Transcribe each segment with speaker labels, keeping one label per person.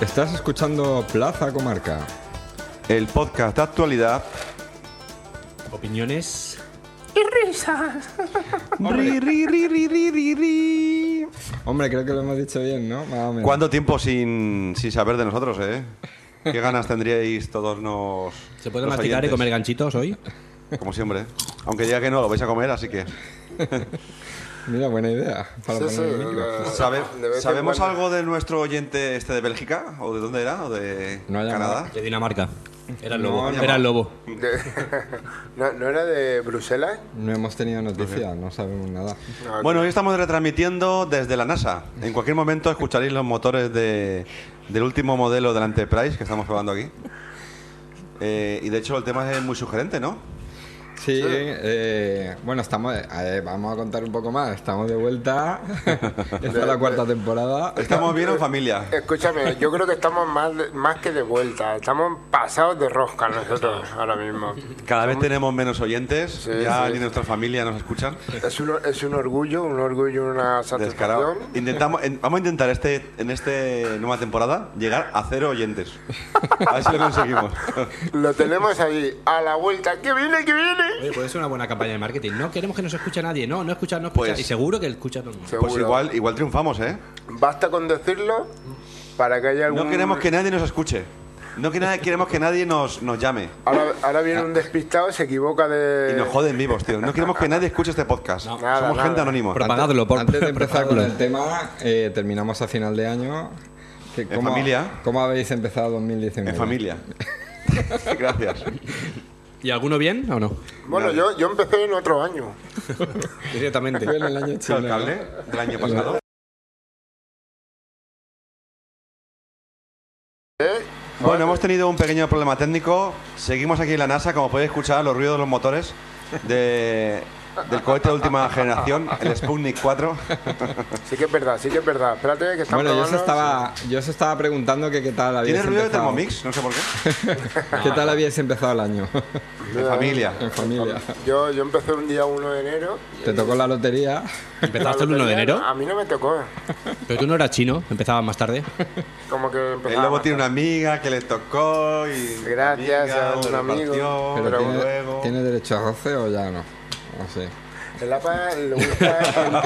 Speaker 1: Estás escuchando Plaza Comarca.
Speaker 2: El podcast de actualidad.
Speaker 3: Opiniones.
Speaker 2: Ri, ri, ri, ri, ri, ri, ri.
Speaker 1: Hombre, creo que lo hemos dicho bien, ¿no? Más o menos.
Speaker 2: ¿Cuánto tiempo sin, sin saber de nosotros, eh? ¿Qué ganas tendríais todos nos.
Speaker 3: ¿Se puede
Speaker 2: los
Speaker 3: masticar y
Speaker 2: oyentes?
Speaker 3: comer ganchitos hoy?
Speaker 2: Como siempre. ¿eh? Aunque diga que no, lo vais a comer, así que.
Speaker 1: Mira, buena idea. Para
Speaker 4: Sí, sí,
Speaker 1: poner el micro.
Speaker 4: la-
Speaker 2: ¿Sabe-
Speaker 4: de vez en
Speaker 2: ¿Sabemos
Speaker 4: cuando-
Speaker 2: algo de nuestro oyente este de Bélgica? ¿O de dónde era? ¿O de
Speaker 1: No ha llamado.
Speaker 2: Canadá?
Speaker 3: De Dinamarca. Era el lobo.
Speaker 1: No,
Speaker 2: no.
Speaker 3: era el lobo.
Speaker 4: de- ¿No, no era de Bruselas?
Speaker 1: No hemos tenido noticias, no sabemos nada.
Speaker 4: No,
Speaker 2: Bueno, hoy estamos retransmitiendo desde la NASA. En cualquier momento escucharéis los motores de- del último modelo del Enterprise que estamos probando aquí. Eh, y de hecho el tema es muy sugerente, ¿no?
Speaker 1: Sí, eh, bueno, estamos, eh, vamos a contar un poco más. Estamos de vuelta. Esta es la cuarta temporada.
Speaker 2: Estamos bien en familia.
Speaker 4: Escúchame, yo creo que estamos más, de- más que de vuelta. Estamos pasados de rosca nosotros ahora mismo.
Speaker 2: Cada vez tenemos menos oyentes.
Speaker 4: Sí,
Speaker 2: ya
Speaker 4: sí.
Speaker 2: ni nuestra familia nos escuchan.
Speaker 4: Es un, es un orgullo, un orgullo, una
Speaker 2: Descarado.
Speaker 4: satisfacción.
Speaker 2: Intentamos, en- vamos a intentar este, en esta nueva temporada llegar a cero oyentes. A ver si lo conseguimos. Pues
Speaker 4: Lo tenemos ahí, a la vuelta. ¡Que viene, que viene!
Speaker 3: Oye, puede ser una buena campaña de marketing. No queremos que nos escuche nadie. No, no escuchar, no escuchar.
Speaker 2: Pues-
Speaker 3: y seguro que escucha todo el mundo.
Speaker 2: Pues
Speaker 4: Seguro.
Speaker 2: igual, igual triunfamos, ¿eh?
Speaker 4: Basta con decirlo para que haya algún...
Speaker 2: No queremos que nadie nos escuche. No que nadie- queremos que nadie nos, nos llame.
Speaker 4: Ahora, ahora viene un despistado, se equivoca de...
Speaker 2: Y nos joden vivos, tío. No queremos que nadie escuche este podcast.
Speaker 4: Nada,
Speaker 2: Somos
Speaker 4: nada.
Speaker 2: gente anónima.
Speaker 3: Propagadlo, por
Speaker 1: Antes de empezar con
Speaker 3: propagadlo.
Speaker 1: el tema, eh, terminamos a final de año. Que
Speaker 2: En familia.
Speaker 1: ¿Cómo habéis empezado 2019?
Speaker 2: En familia. Gracias.
Speaker 3: ¿Y alguno bien o no?
Speaker 4: Bueno, yo, yo empecé en otro año.
Speaker 3: Directamente.
Speaker 1: Fue en el año chino,
Speaker 2: El
Speaker 1: ¿no?
Speaker 2: cable del año pasado.
Speaker 4: Eh,
Speaker 2: Bueno, hemos tenido un pequeño problema técnico. Seguimos aquí en la NASA, como podéis escuchar, los ruidos de los motores de- del cohete de última generación, el Sputnik 4.
Speaker 4: Sí que es verdad, sí que es verdad. Espérate, que estamos
Speaker 1: Bueno, yo os estaba, yo os estaba preguntando que qué tal habéis
Speaker 2: ¿Tiene ruido de
Speaker 1: empezado.
Speaker 2: Thermomix? No sé por qué.
Speaker 1: ¿Qué tal habíais empezado el año?
Speaker 2: En familia.
Speaker 1: en familia.
Speaker 4: Yo, yo empecé un día 1 de enero.
Speaker 1: Te tocó la lotería.
Speaker 3: ¿Empezaste el 1
Speaker 4: La
Speaker 3: de
Speaker 4: lotería,
Speaker 3: enero?
Speaker 4: A mí no me tocó.
Speaker 3: Pero tú no eras chino, empezabas más tarde.
Speaker 4: Como que empezaba...
Speaker 2: El lobo
Speaker 4: más
Speaker 2: tiene una amiga que le tocó y.
Speaker 4: Gracias a un
Speaker 2: lo
Speaker 4: amigo.
Speaker 2: repartió,
Speaker 1: Pero,
Speaker 2: luego,
Speaker 1: tiene,
Speaker 2: luego.
Speaker 1: ¿tiene derecho a roce o ya no? No sé.
Speaker 4: El APA le gusta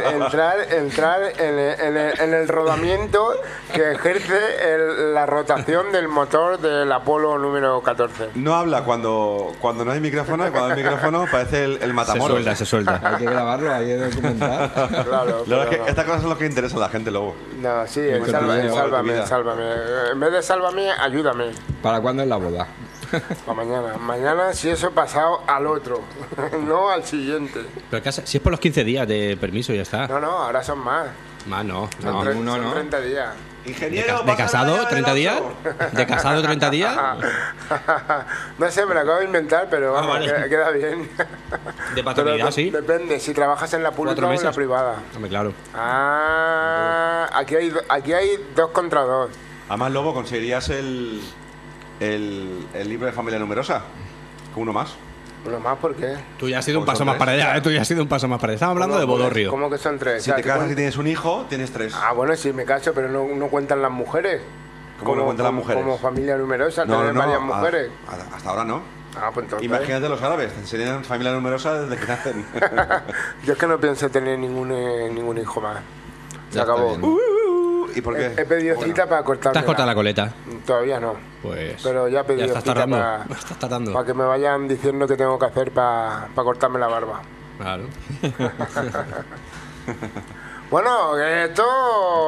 Speaker 4: en- entrar, entrar en, el- en el- en el rodamiento que ejerce el- la rotación del motor del Apolo número 14.
Speaker 2: No habla cuando, cuando no hay micrófono y cuando hay micrófono parece el, el
Speaker 3: Se
Speaker 2: matamoros.
Speaker 3: suelta, se suelta.
Speaker 1: Hay que grabarlo, hay que documentar.
Speaker 4: Claro,
Speaker 2: La verdad es
Speaker 4: pero
Speaker 2: que estas cosas son lo que interesa a la gente luego.
Speaker 4: no. No, sí, el
Speaker 2: Mucho
Speaker 4: sálvame,
Speaker 2: cuidado,
Speaker 4: sálvame,
Speaker 2: cuidado.
Speaker 4: sálvame. En vez de sálvame, ayúdame.
Speaker 1: ¿Para cuándo es la boda?
Speaker 4: Para mañana. Mañana, si eso he pasado, al otro. No al siguiente.
Speaker 3: Pero casa, si es por los 15 días de permiso, ya está.
Speaker 4: No, no, ahora son más.
Speaker 3: Más no.
Speaker 4: Son,
Speaker 3: no.
Speaker 4: tre-
Speaker 1: uno
Speaker 4: son
Speaker 1: no.
Speaker 4: 30 días.
Speaker 3: ¿De,
Speaker 2: Ingeniero,
Speaker 3: ca- de casado 30 días? ¿De casado 30 días?
Speaker 4: no sé, me lo acabo de inventar, pero vamos,
Speaker 3: Ah, vale.
Speaker 4: que- queda bien.
Speaker 3: ¿De
Speaker 4: Pero
Speaker 3: paternidad,
Speaker 4: de-
Speaker 3: sí?
Speaker 4: Depende, si trabajas en la
Speaker 3: ¿Cuatro
Speaker 4: pública o en la
Speaker 3: meses?
Speaker 4: privada.
Speaker 3: Hombre, claro.
Speaker 4: Ah, aquí hay, do- aquí hay dos contra dos.
Speaker 2: Además, Lobo, conseguirías el, el, el libro de familia numerosa. Con uno más.
Speaker 4: Lo más porque.
Speaker 3: Tú ya has sido un
Speaker 2: Pues
Speaker 3: paso
Speaker 2: son
Speaker 3: más
Speaker 2: tres.
Speaker 3: para allá, ¿eh? Tú ya has sido un paso más para allá. Estamos hablando de Bodorrio.
Speaker 4: ¿Cómo que son tres?
Speaker 2: Si
Speaker 4: O sea,
Speaker 2: te
Speaker 4: tú
Speaker 2: casas
Speaker 4: cuen-
Speaker 2: y tienes un hijo, tienes tres.
Speaker 4: Ah, bueno, sí, me caso, pero no, no cuentan las mujeres.
Speaker 2: ¿Cómo no cuentan las mujeres?
Speaker 4: Como familia numerosa, tener varias
Speaker 2: a-
Speaker 4: mujeres.
Speaker 2: a- hasta ahora no.
Speaker 4: Ah, pues entonces.
Speaker 2: Imagínate los árabes, serían familia numerosa desde que nacen.
Speaker 4: Yo es que no pienso tener ningún, eh, ningún hijo más. Se
Speaker 1: Ya está
Speaker 4: acabó.
Speaker 1: bien.
Speaker 2: ¿Y por
Speaker 4: He,
Speaker 2: qué?
Speaker 4: he pedido
Speaker 2: Bueno,
Speaker 4: cita para
Speaker 3: Te
Speaker 4: cortarme.
Speaker 3: has cortado la coleta.
Speaker 4: Todavía no.
Speaker 3: Pues.
Speaker 4: Pero ya he pedido
Speaker 3: estás
Speaker 4: cita
Speaker 3: tardando.
Speaker 4: para-
Speaker 3: Estás tardando.
Speaker 4: Para que me vayan diciendo qué tengo que hacer para cortarme la barba.
Speaker 3: Claro.
Speaker 4: Bueno, ¿esto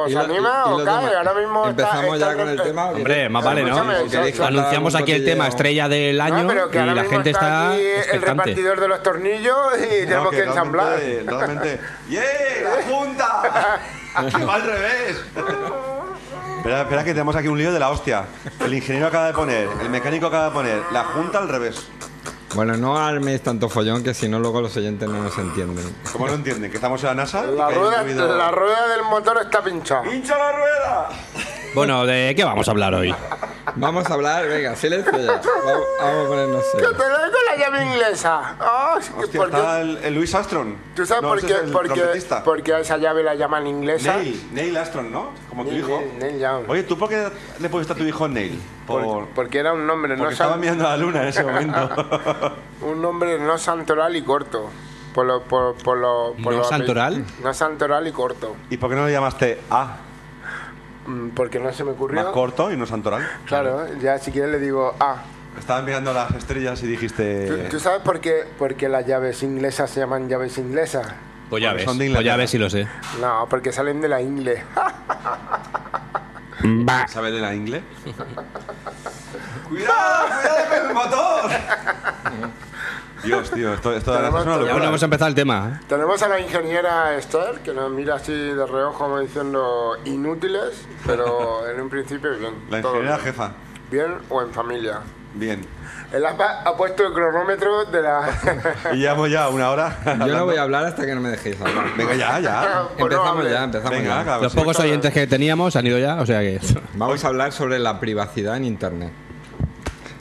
Speaker 4: os
Speaker 1: lo-
Speaker 4: anima
Speaker 1: y- y
Speaker 4: o
Speaker 1: los
Speaker 4: cae?
Speaker 1: demás.
Speaker 4: Ahora mismo está-
Speaker 1: ¿Empezamos
Speaker 4: está-
Speaker 1: ya con el tema? ¿o qué?
Speaker 3: Hombre, más vale, ¿no?
Speaker 4: Escúchame,
Speaker 1: Si queréis
Speaker 4: escúchame.
Speaker 1: contar
Speaker 3: Anunciamos
Speaker 1: un
Speaker 3: aquí el
Speaker 1: cotilleo.
Speaker 3: tema estrella del año
Speaker 4: No, pero que
Speaker 3: y
Speaker 4: ahora
Speaker 3: la
Speaker 4: mismo
Speaker 3: gente está,
Speaker 4: aquí el
Speaker 3: expectante.
Speaker 4: repartidor de los tornillos y
Speaker 2: No,
Speaker 4: tenemos
Speaker 2: que
Speaker 4: que ensamblar.
Speaker 2: realmente- Realmente. ¡Yeah! ¡La junta! ¡Que va al revés! Espera, espera, que tenemos aquí un lío de la hostia. El ingeniero acaba de poner, el mecánico acaba de poner, la junta al revés.
Speaker 1: Bueno, no arméis tanto follón que si no luego los oyentes no nos entienden.
Speaker 2: ¿Cómo no entienden? ¿Que estamos en la NASA? y
Speaker 4: La
Speaker 2: que hay un
Speaker 4: rueda,
Speaker 2: ruido.
Speaker 4: la rueda del motor está pinchada.
Speaker 2: ¡Hincha la rueda!
Speaker 3: Bueno, ¿de qué vamos a hablar hoy?
Speaker 1: Vamos a hablar, venga, silencio ya. Vamos, vamos a ponernos
Speaker 4: ¡Que
Speaker 1: serios.
Speaker 4: te lo digo la llave inglesa! Ah, sí,
Speaker 2: Hostia,
Speaker 4: ¿por qué?
Speaker 2: está el, el Luis Armstrong.
Speaker 4: ¿Tú sabes
Speaker 2: No,
Speaker 4: por,
Speaker 2: ese
Speaker 4: qué,
Speaker 2: es el
Speaker 4: por, qué,
Speaker 2: trompetista.
Speaker 4: por qué a esa llave la llaman inglesa?
Speaker 2: Neil, Neil Armstrong, ¿no? Como tu
Speaker 4: Neil,
Speaker 2: hijo.
Speaker 4: Neil, Neil Young.
Speaker 2: Oye, ¿tú por qué le pusiste a tu hijo Neil? Por,
Speaker 4: Por- porque era un nombre,
Speaker 2: porque
Speaker 4: no
Speaker 2: estaba
Speaker 4: san-
Speaker 2: mirando la luna en ese momento.
Speaker 4: un nombre no santoral y corto. Por lo, por, por lo, por
Speaker 3: ¿No
Speaker 4: lo apell-
Speaker 3: santoral?
Speaker 4: No santoral y corto.
Speaker 2: ¿Y por qué no le llamaste A?
Speaker 4: Mm, Porque no se me
Speaker 2: Más
Speaker 4: ocurrió.
Speaker 2: corto y no santoral.
Speaker 4: Claro, ya si quieres le digo, ah,
Speaker 2: Estabas mirando las estrellas y dijiste...
Speaker 4: ¿tú, tú sabes por qué, por qué las llaves inglesas se llaman llaves inglesas?
Speaker 3: Pues ya
Speaker 2: Porque
Speaker 3: ves,
Speaker 2: son de
Speaker 3: pues ya
Speaker 2: Inglaterra.
Speaker 3: ves si lo sé.
Speaker 4: No, porque salen de la ingle.
Speaker 2: ¿Sabes de la ingle? ¡Cuidado! ¡Cuidado con el motor! Dios, tío, esto, esto de verdad es una
Speaker 3: Ya
Speaker 4: Te lo
Speaker 3: bueno,
Speaker 2: locura.
Speaker 3: vamos a empezar el tema.
Speaker 4: Tenemos a la ingeniera Esther, que nos mira así de reojo como diciendo inútiles, pero en un principio bien.
Speaker 2: La
Speaker 4: todo
Speaker 2: ingeniera
Speaker 4: bien.
Speaker 2: jefa.
Speaker 4: Bien o en familia.
Speaker 2: Bien.
Speaker 4: El APA ha puesto el cronómetro de la...
Speaker 2: Y llevamos ya una hora.
Speaker 1: Yo no
Speaker 2: hablando.
Speaker 1: voy a hablar hasta que no me dejéis hablar.
Speaker 2: Venga, ya, ya.
Speaker 4: Pues no
Speaker 1: Empezamos
Speaker 4: hable.
Speaker 1: ya, empezamos
Speaker 2: Venga,
Speaker 1: ya.
Speaker 2: cabrón.
Speaker 3: Los pocos oyentes que teníamos han ido ya, o sea que.
Speaker 1: Vamos a hablar sobre la privacidad en internet.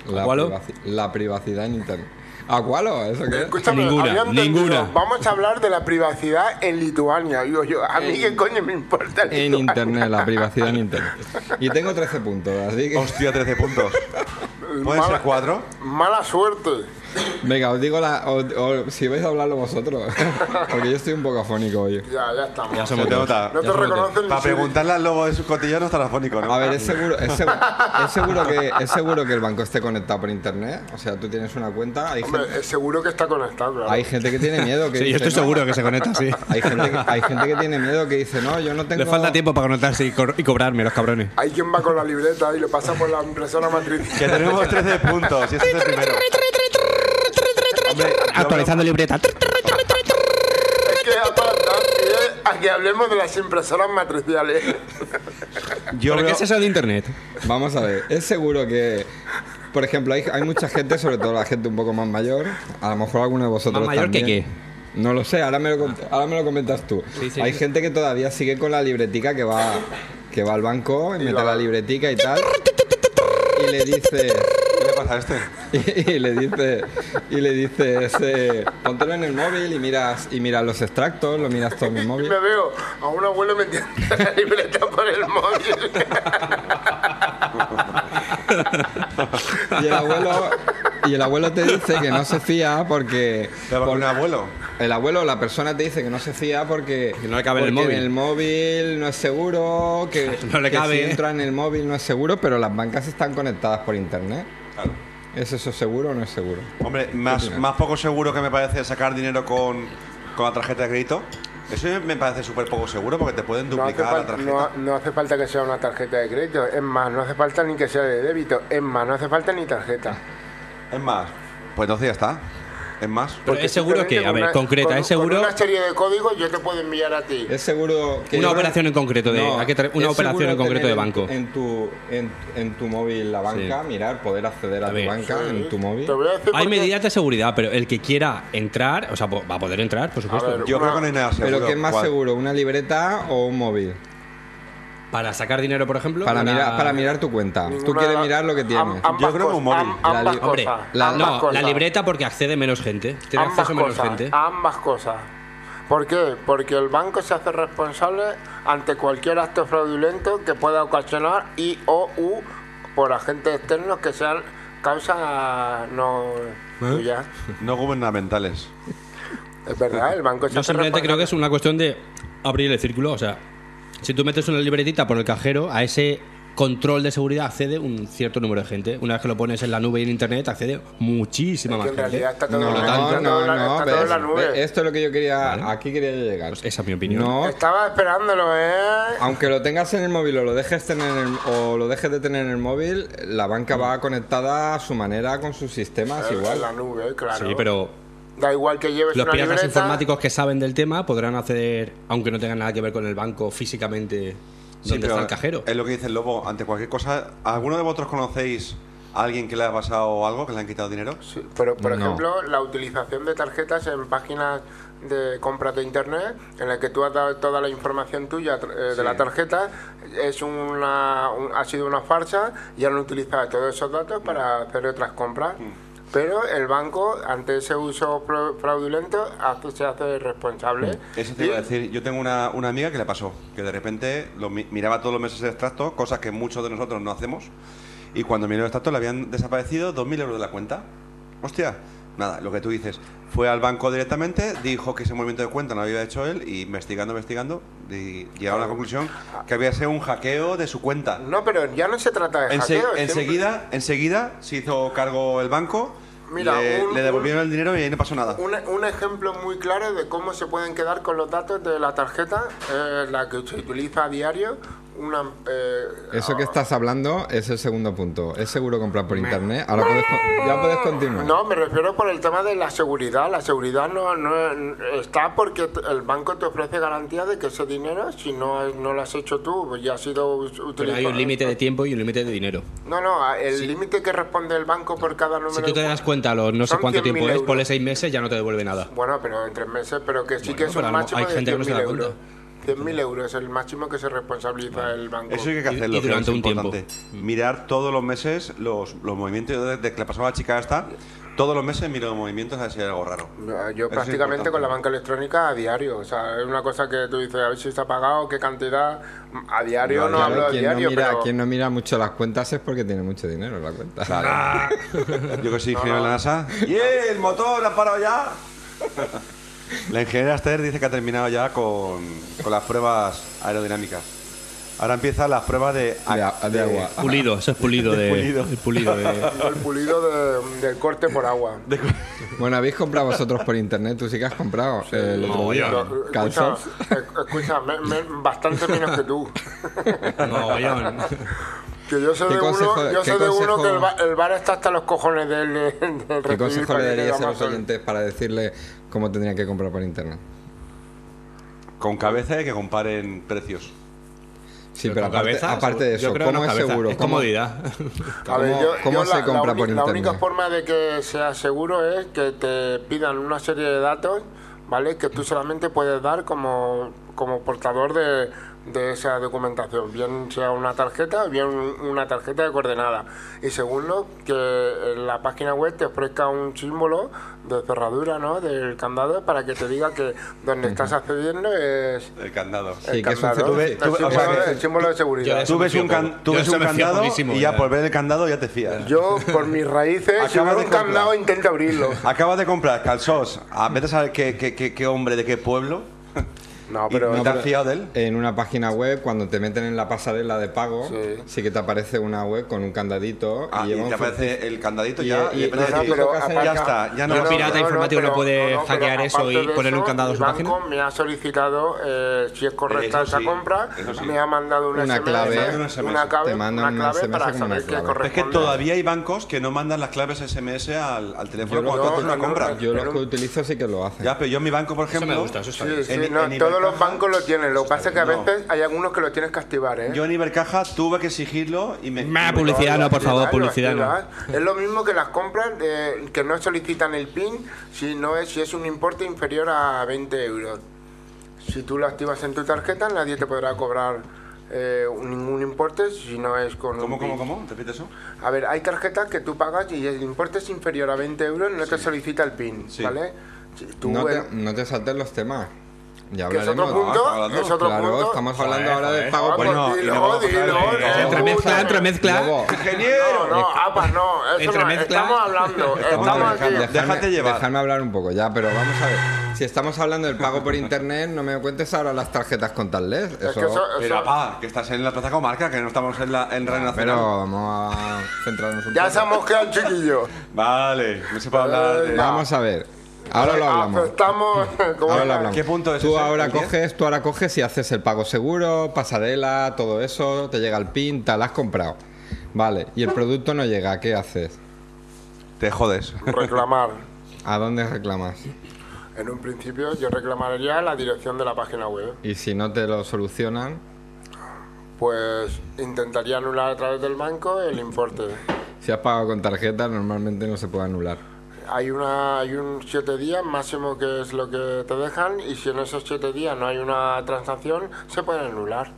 Speaker 1: La,
Speaker 3: ¿Agualo?
Speaker 1: privaci- la privacidad en internet. ¿Agualo? ¿Eso qué? es?
Speaker 4: Escúchame,
Speaker 3: Ninguna,
Speaker 4: había entendido,
Speaker 3: ninguna.
Speaker 4: Vamos a hablar de la privacidad en Lituania. Digo yo, a mí qué coño me importa
Speaker 1: En
Speaker 4: Lituania?
Speaker 1: internet, la privacidad en internet. Y tengo 13 puntos, así
Speaker 3: Oh.
Speaker 1: que.
Speaker 2: Hostia, 13 puntos. ¿Pueden
Speaker 4: Mala-
Speaker 2: ser 4?
Speaker 4: Mala suerte.
Speaker 1: Venga, os digo la. o- o- si vais a hablarlo vosotros. Porque yo estoy un poco afónico hoy.
Speaker 4: Ya, ya estamos.
Speaker 3: Ya
Speaker 2: Se
Speaker 3: somos
Speaker 2: te
Speaker 3: dos.
Speaker 2: nota.
Speaker 4: no te
Speaker 3: ya somos
Speaker 4: reconocen ni
Speaker 2: Para
Speaker 4: si-
Speaker 2: preguntarle al lobo de sus cotillanos telefónico, ¿no?
Speaker 1: A ver, es seguro, es seguro, es seguro que es seguro que el banco esté conectado por internet. O sea, tú tienes una cuenta. Hay, gente,
Speaker 4: Hombre, eh, seguro que está conectado, claro.
Speaker 1: hay gente que tiene miedo. Que
Speaker 3: Sí, yo
Speaker 1: dice,
Speaker 3: estoy
Speaker 1: "No".
Speaker 3: seguro que se conecta, sí.
Speaker 1: Hay gente, que, hay gente que tiene miedo que dice, no, yo no tengo.
Speaker 3: Le falta tiempo para conectarse y, cor- y cobrarme, los cabrones.
Speaker 4: Hay quien va con la libreta y lo pasa por la impresora matriz.
Speaker 2: Que tenemos 13 puntos y este es el primero. Hombre, yo
Speaker 3: Actualizando libreta.
Speaker 4: Es que aparta, eh, a que hablemos de las impresoras matriciales.
Speaker 2: veo- Yo
Speaker 3: ¿Pero qué
Speaker 2: veo-
Speaker 3: es eso de internet?
Speaker 1: Vamos a ver, es seguro que. Por ejemplo, hay, hay mucha gente, sobre todo la gente un poco más mayor. A lo mejor alguno de vosotros.
Speaker 3: ¿Más mayor que Ah.
Speaker 1: también. No lo sé, ahora me lo, cont- ahora me lo comentas tú.
Speaker 3: Sí, sí,
Speaker 1: hay
Speaker 3: sí.
Speaker 1: gente que todavía sigue con la libretica que va, que va al banco y mete
Speaker 4: la-
Speaker 1: la libretica y tal. Y le dice.
Speaker 2: ¿Qué le pasa a este?
Speaker 1: y, y le dice y le dices eh, póntelo en el móvil y miras y miras los extractos lo miras todo en el móvil
Speaker 4: Me veo a un abuelo metiendo la libreta por el móvil.
Speaker 1: y el abuelo y el abuelo te dice que no se fía porque
Speaker 2: ¿Le va con un abuelo?
Speaker 1: el abuelo o la persona te dice que no se fía porque
Speaker 3: Que no le cabe en el
Speaker 1: porque
Speaker 3: móvil.
Speaker 1: el móvil no es seguro que,
Speaker 3: No le
Speaker 1: que
Speaker 3: cabe.
Speaker 1: si entra en el móvil no es seguro pero las bancas están conectadas por internet
Speaker 2: Claro.
Speaker 1: ¿es eso seguro o no es seguro?
Speaker 2: Hombre, más, más poco seguro que me parece sacar dinero con, con la tarjeta de crédito. Eso me parece súper poco seguro porque te pueden
Speaker 4: No hace,
Speaker 2: duplicar la
Speaker 4: falta,
Speaker 2: tarjeta.
Speaker 4: no- no hace falta que sea una tarjeta de crédito. Es más, no hace falta ni que sea de débito. Es más, no hace falta ni tarjeta.
Speaker 2: Es más. Pues entonces ya está. Es más.
Speaker 3: Pero es seguro que,
Speaker 4: Simplemente
Speaker 3: a
Speaker 4: con
Speaker 3: ver,
Speaker 4: una-
Speaker 3: concreta,
Speaker 4: con-
Speaker 3: es seguro.
Speaker 4: Con una serie de códigos yo te puedo enviar a ti.
Speaker 1: Es seguro que.
Speaker 3: Una operación en concreto de- ¿a qué te- una
Speaker 1: es
Speaker 3: operación
Speaker 1: seguro
Speaker 3: en concreto
Speaker 1: tener
Speaker 3: de banco?
Speaker 1: En tu, en, en tu móvil la banca,
Speaker 3: Sí.
Speaker 1: mirar, poder acceder a,
Speaker 3: A
Speaker 1: tu
Speaker 3: ver.
Speaker 1: banca en tu móvil.
Speaker 4: Te voy a decir
Speaker 3: Hay
Speaker 4: por qué.
Speaker 3: medidas de seguridad, pero el que quiera entrar, o sea, po- va a poder entrar, por
Speaker 4: A
Speaker 3: supuesto.
Speaker 4: ver,
Speaker 2: Yo
Speaker 4: una-
Speaker 2: creo que no hay nada seguro.
Speaker 1: Pero ¿qué es más
Speaker 2: ¿Cuál?
Speaker 1: seguro, una libreta o un móvil?
Speaker 3: Para sacar dinero, por ejemplo.
Speaker 1: Para,
Speaker 3: una-
Speaker 1: mirar, para mirar tu cuenta.
Speaker 4: ninguna
Speaker 1: Tú quieres
Speaker 4: de la-
Speaker 1: mirar lo que tienes.
Speaker 4: Am- ambas
Speaker 2: Yo creo que un
Speaker 4: cosas,
Speaker 2: móvil.
Speaker 4: am-
Speaker 1: La
Speaker 4: ambas
Speaker 1: li-
Speaker 3: Hombre,
Speaker 4: cosas,
Speaker 1: la-
Speaker 4: ambas
Speaker 3: no, la
Speaker 4: cosas.
Speaker 3: libreta porque accede menos gente. Tiene
Speaker 4: ambas
Speaker 3: acceso menos
Speaker 4: cosas, Ah,
Speaker 3: gente.
Speaker 4: ambas cosas. ¿Por qué? Porque el banco se hace responsable ante cualquier acto fraudulento que pueda ocasionar y o u por agentes externos que sean causas no
Speaker 3: ¿Eh?
Speaker 4: tuyas.
Speaker 2: No gubernamentales.
Speaker 4: Es verdad, el banco se
Speaker 3: Yo
Speaker 4: hace
Speaker 3: simplemente creo
Speaker 4: responsable.
Speaker 3: que es una cuestión de abrir el círculo. O sea, si tú metes una libretita por el cajero, a ese control de seguridad accede un cierto número de gente. Una vez que lo pones en la nube y en internet, accede muchísima más
Speaker 4: Que en
Speaker 3: gente.
Speaker 4: realidad está todo,
Speaker 1: No,
Speaker 4: en la- está todo
Speaker 1: no,
Speaker 4: en la-
Speaker 1: no,
Speaker 4: está todo en
Speaker 1: ves,
Speaker 4: la nube.
Speaker 1: ves, Esto es lo que yo quería. Aquí quería yo llegar.
Speaker 3: Pues esa es mi opinión.
Speaker 1: No,
Speaker 4: Estaba esperándolo, ¿eh?
Speaker 1: aunque lo tengas en el móvil o lo dejes tener en el- o lo dejes de tener en el móvil, la banca va conectada a su manera con sus sistemas
Speaker 4: En la
Speaker 1: igual.
Speaker 4: nube, claro.
Speaker 3: Sí, pero
Speaker 4: Da igual que lleves
Speaker 3: los
Speaker 4: una
Speaker 3: piratas
Speaker 4: libreta.
Speaker 3: informáticos que saben del tema podrán acceder, aunque no tengan nada que ver con el banco físicamente donde
Speaker 2: pero
Speaker 3: está el cajero.
Speaker 2: Es lo que dice el lobo. Ante cualquier cosa, ¿alguno de vosotros conocéis a alguien que le ha pasado algo, que le han quitado dinero?
Speaker 4: Sí, pero, por
Speaker 1: No.
Speaker 4: ejemplo, la utilización de tarjetas en páginas de compras de internet, en la que tú has dado toda la información tuya eh, de la tarjeta, es una, un- ha sido una farsa y han utilizado todos esos datos para hacer otras compras.
Speaker 2: Mm.
Speaker 4: Pero el banco, ante ese uso pro- fraudulento, hace- se hace responsable.
Speaker 2: Mm. Eso te iba a decir. Yo tengo una, una amiga que le pasó, que de repente lo mi- miraba todos los meses el extracto, cosas que muchos de nosotros no hacemos, y cuando miró el extracto le habían desaparecido 2.000 euros de la cuenta. Hostia, nada, lo que tú dices. Fue al banco directamente, dijo que ese movimiento de cuenta no lo había hecho él, y investigando, investigando, y llegaron a la conclusión que había sido un hackeo de su cuenta.
Speaker 4: No, pero ya no se trata de
Speaker 2: Ense-
Speaker 4: hackeo. siempre-
Speaker 2: enseguida, enseguida se hizo cargo el banco,
Speaker 4: Mira,
Speaker 2: le,
Speaker 4: un-
Speaker 2: le devolvieron el dinero y ahí no pasó nada.
Speaker 4: Un, un ejemplo muy claro de cómo se pueden quedar con los datos de la tarjeta, eh, la que se utiliza a diario. Una, eh,
Speaker 1: Eso que estás hablando es el segundo punto. Es seguro comprar por internet. Ahora puedes con- ya puedes continuar.
Speaker 4: No, me refiero por el tema de la seguridad. La seguridad no, no está porque t- el banco te ofrece garantía de que ese dinero, si no, no lo has hecho tú, pues ya ha sido us-
Speaker 3: Pero
Speaker 4: utilizado.
Speaker 3: hay un límite de tiempo y un límite de dinero.
Speaker 4: No, no, a- el límite que responde el banco por cada número.
Speaker 3: Si tú te das cuenta a los no sé
Speaker 4: Son
Speaker 3: cuánto
Speaker 4: 100.000
Speaker 3: tiempo es,
Speaker 4: euros.
Speaker 3: ponle seis meses, ya no te devuelve nada.
Speaker 4: Bueno, pero en tres meses, pero que sí
Speaker 3: Bueno,
Speaker 4: que es
Speaker 3: pero
Speaker 4: un
Speaker 3: a lo-
Speaker 4: máximo
Speaker 3: hay
Speaker 4: de
Speaker 3: gente que no se
Speaker 4: 100.000
Speaker 3: da cuenta.
Speaker 4: euros. 100.000 euros es el máximo que se responsabiliza el banco.
Speaker 2: Eso hay que
Speaker 3: Y-
Speaker 2: hacerlo.
Speaker 3: y
Speaker 2: que
Speaker 3: durante
Speaker 2: es
Speaker 3: un tiempo.
Speaker 2: importante. Mirar todos los meses los, los movimientos. Yo Desde que le pasaba a la chica esta, todos los meses miro los movimientos a ver si hay algo raro.
Speaker 4: No,
Speaker 2: Eso
Speaker 4: Yo
Speaker 2: es
Speaker 4: prácticamente
Speaker 2: importante.
Speaker 4: con la banca electrónica a diario. O sea, es una cosa que tú dices, a ver si está pagado, qué cantidad. A diario no,
Speaker 1: Claro,
Speaker 4: hablo a
Speaker 1: quien,
Speaker 4: diario,
Speaker 1: no mira,
Speaker 4: pero.
Speaker 1: quien no mira mucho las cuentas es porque tiene mucho dinero en la cuenta.
Speaker 2: Yo que soy ingeniero de la NASA. ¡Yeah! ¡El motor ha parado ya! la ingeniera Esther dice que ha terminado ya con, con las pruebas aerodinámicas. Ahora empiezan las pruebas de,
Speaker 1: De a- de agua.
Speaker 3: Pulido, eso es pulido de.
Speaker 2: Pulido.
Speaker 3: el pulido de-
Speaker 4: El pulido de- del corte por agua.
Speaker 1: Bueno, habéis comprado vosotros por internet. Tú sí que has comprado. eh, el otro
Speaker 3: No,
Speaker 1: día.
Speaker 3: yo-
Speaker 4: Pero, Escucha,
Speaker 1: Calzots.
Speaker 4: e- escucha, me- me- bastante menos que tú.
Speaker 3: Mogollón.
Speaker 4: Que yo sé
Speaker 1: ¿Qué
Speaker 4: de uno,
Speaker 1: consejo-
Speaker 4: yo
Speaker 1: qué
Speaker 4: sé de uno
Speaker 1: consejo-
Speaker 4: que el, ba- el bar está hasta los cojones del, del
Speaker 1: ¿Qué
Speaker 4: recibir
Speaker 1: consejo le
Speaker 4: paquetes de
Speaker 1: darías a los
Speaker 4: Amazon.
Speaker 1: oyentes para decirle cómo tendrían que comprar por internet?
Speaker 2: Con cabeza y que comparen precios.
Speaker 1: Sí, pero,
Speaker 3: con
Speaker 1: aparte,
Speaker 3: cabeza,
Speaker 1: aparte de
Speaker 3: yo
Speaker 1: eso,
Speaker 3: creo que
Speaker 1: ¿cómo
Speaker 3: no
Speaker 1: es
Speaker 3: cabeza,
Speaker 1: seguro?
Speaker 3: Es
Speaker 1: ¿Cómo-
Speaker 3: comodidad.
Speaker 4: A ver,
Speaker 1: ¿Cómo-
Speaker 4: yo-
Speaker 1: cómo
Speaker 4: yo
Speaker 1: se
Speaker 4: la-
Speaker 1: compra
Speaker 4: la,
Speaker 1: por
Speaker 4: uni- la única
Speaker 1: internet?
Speaker 4: forma de que sea seguro es que te pidan una serie de datos, ¿vale? Que tú solamente puedes dar como, como portador de, de esa documentación, bien sea una tarjeta o bien un- una tarjeta de coordenada. Y segundo, que en la página web te ofrezca un símbolo de cerradura, ¿no? Del candado para que te diga que donde estás accediendo es...
Speaker 2: El candado.
Speaker 1: Sí,
Speaker 4: el
Speaker 1: que es un
Speaker 4: candado,
Speaker 1: cerrador.
Speaker 4: el
Speaker 2: Tú ves- tú- o sea,
Speaker 4: símbolo-
Speaker 2: que-
Speaker 4: el símbolo de seguridad.
Speaker 3: Eso
Speaker 2: Tú
Speaker 3: me
Speaker 2: ves
Speaker 3: fío
Speaker 2: un,
Speaker 3: poco.
Speaker 2: can- tú
Speaker 3: Yo
Speaker 2: ves
Speaker 3: eso
Speaker 2: un
Speaker 3: me fío
Speaker 2: candado
Speaker 3: poquísimo,
Speaker 2: y ya
Speaker 3: ya.
Speaker 2: por ver el candado ya te fías.
Speaker 4: Yo, por mis raíces, si
Speaker 2: Acabas
Speaker 4: veo
Speaker 2: de
Speaker 4: un
Speaker 2: comprar.
Speaker 4: candado intento abrirlo.
Speaker 2: Acabas de comprar calzos. A vete a saber qué, qué- qué- qué hombre de qué pueblo.
Speaker 4: No,
Speaker 2: Y
Speaker 4: pero...
Speaker 2: no te has fiado de él.
Speaker 1: En una página web, cuando te meten en la pasarela de pago,
Speaker 4: Sí.
Speaker 1: sí, que te aparece una web con un candadito
Speaker 2: Ah,
Speaker 1: y
Speaker 2: y
Speaker 1: lleva un
Speaker 2: te aparece el candadito
Speaker 4: ah,
Speaker 2: ya.
Speaker 1: Y-
Speaker 2: y
Speaker 1: y-
Speaker 2: depende de
Speaker 1: no,
Speaker 2: ti.
Speaker 1: pero
Speaker 2: ya
Speaker 1: aparte-
Speaker 2: está. Ya no.
Speaker 4: No,
Speaker 3: Pero
Speaker 4: no,
Speaker 3: pirata
Speaker 4: no,
Speaker 3: informático
Speaker 4: pero-
Speaker 3: no puede
Speaker 4: no, no, pero
Speaker 3: hackear eso y
Speaker 4: aparte de
Speaker 3: ponerle un candado a su
Speaker 4: mi banco
Speaker 3: página.
Speaker 4: Me ha solicitado eh, si es correcta
Speaker 2: Eso
Speaker 4: esa
Speaker 2: sí,
Speaker 4: compra,
Speaker 2: eso sí.
Speaker 4: me ha mandado una,
Speaker 1: Una
Speaker 4: SMS,
Speaker 1: clave.
Speaker 4: una
Speaker 2: Te
Speaker 4: clave,
Speaker 1: manda
Speaker 4: una
Speaker 1: un
Speaker 4: clave
Speaker 1: SMS
Speaker 4: para
Speaker 1: como una
Speaker 4: saber que
Speaker 1: clave.
Speaker 2: Es que
Speaker 4: corresponde.
Speaker 2: todavía hay bancos que no mandan las claves SMS al, al teléfono
Speaker 1: Yo
Speaker 2: cuando
Speaker 1: lo-
Speaker 2: tú haces una
Speaker 4: no,
Speaker 2: compra.
Speaker 4: no,
Speaker 1: Yo los
Speaker 4: pero-
Speaker 1: que utilizo sí que lo hacen.
Speaker 2: Ya, pero yo en mi banco, por ejemplo.
Speaker 3: me gusta, eso está
Speaker 4: Sí, sí,
Speaker 2: en-
Speaker 4: no,
Speaker 2: en
Speaker 4: todos los
Speaker 2: Ibercaja-
Speaker 4: bancos lo tienen, lo que pasa es que a
Speaker 2: bien, no.
Speaker 4: veces hay algunos que lo tienes que activar, ¿eh?
Speaker 2: Yo en Ibercaja tuve que exigirlo y me.
Speaker 3: Más
Speaker 2: y me-
Speaker 3: publicidad. no, por favor,
Speaker 4: Activarlo,
Speaker 3: publicidad no.
Speaker 4: activar. Es lo mismo que las compras eh, que no solicitan el PIN si, no es, si es un importe inferior a 20 euros. Si tú lo activas en tu tarjeta, nadie te podrá cobrar eh, un- ningún importe si no es con
Speaker 2: ¿Cómo,
Speaker 4: un
Speaker 2: cómo,
Speaker 4: PIN.
Speaker 2: cómo? ¿Repite eso?
Speaker 4: A ver, hay tarjetas que tú pagas y el importe es inferior a 20 euros, no te solicita el PIN,
Speaker 2: Sí.
Speaker 4: ¿vale? Si tú,
Speaker 1: No
Speaker 4: eh,
Speaker 1: te, no te saltes los temas. Ya
Speaker 4: que es otro
Speaker 1: hablaremos.
Speaker 4: punto,
Speaker 2: Ah, claro,
Speaker 4: es otro
Speaker 1: claro,
Speaker 4: punto.
Speaker 1: estamos hablando
Speaker 3: Joder,
Speaker 1: ahora de
Speaker 3: joder.
Speaker 1: pago por
Speaker 2: Bueno,
Speaker 4: Ah, pues
Speaker 2: y
Speaker 4: dilo,
Speaker 2: luego coger el-
Speaker 4: dilo,
Speaker 2: Se
Speaker 4: escúchame.
Speaker 3: entremezcla, entremezcla.
Speaker 1: Lobo,
Speaker 4: No,
Speaker 2: ¡Ingeniero!
Speaker 4: no, apa, no, eso no,
Speaker 3: Entremezcla.
Speaker 1: ¿eh?
Speaker 4: estamos hablando, estamos
Speaker 2: Vamos,
Speaker 4: aquí.
Speaker 2: Alejandro. Déjate llevar.
Speaker 1: Déjame hablar un poco ya, pero vamos a ver. Si estamos hablando del pago por internet, no me cuentes ahora las tarjetas con tal LED. Eso,
Speaker 4: Es que eso,
Speaker 2: Pero,
Speaker 4: eso-
Speaker 2: papá, que estás en la Plaza Comarca, que no estamos en, la, en Radio
Speaker 1: Pero
Speaker 2: Nacional.
Speaker 1: vamos a centrarnos un
Speaker 4: ya
Speaker 1: poco.
Speaker 4: se ha mosqueado el chiquillo.
Speaker 2: Vale, no se puede hablar de...
Speaker 1: Vamos a ver. Ahora
Speaker 4: Ah,
Speaker 1: lo hablamos.
Speaker 4: pues Estamos,
Speaker 1: Ahora lo hablamos.
Speaker 2: ¿Qué punto es
Speaker 1: tú
Speaker 2: ese?
Speaker 1: ahora
Speaker 2: ¿El diez?
Speaker 1: coges, tú ahora coges y haces el pago seguro, pasarela, todo eso, te llega el pin, te la has comprado. Vale, y el producto no llega, ¿qué haces?
Speaker 2: Te jodes.
Speaker 4: Reclamar.
Speaker 1: ¿A dónde reclamas?
Speaker 4: En un principio yo reclamaría la dirección de la página web.
Speaker 1: Y si no te lo solucionan,
Speaker 4: Pues intentaría anular a través del banco el importe.
Speaker 1: Si has pagado con tarjeta, normalmente no se puede anular.
Speaker 4: Hay, una, hay un siete días máximo que es lo que te dejan y si en esos siete días no hay una transacción, se puede anular.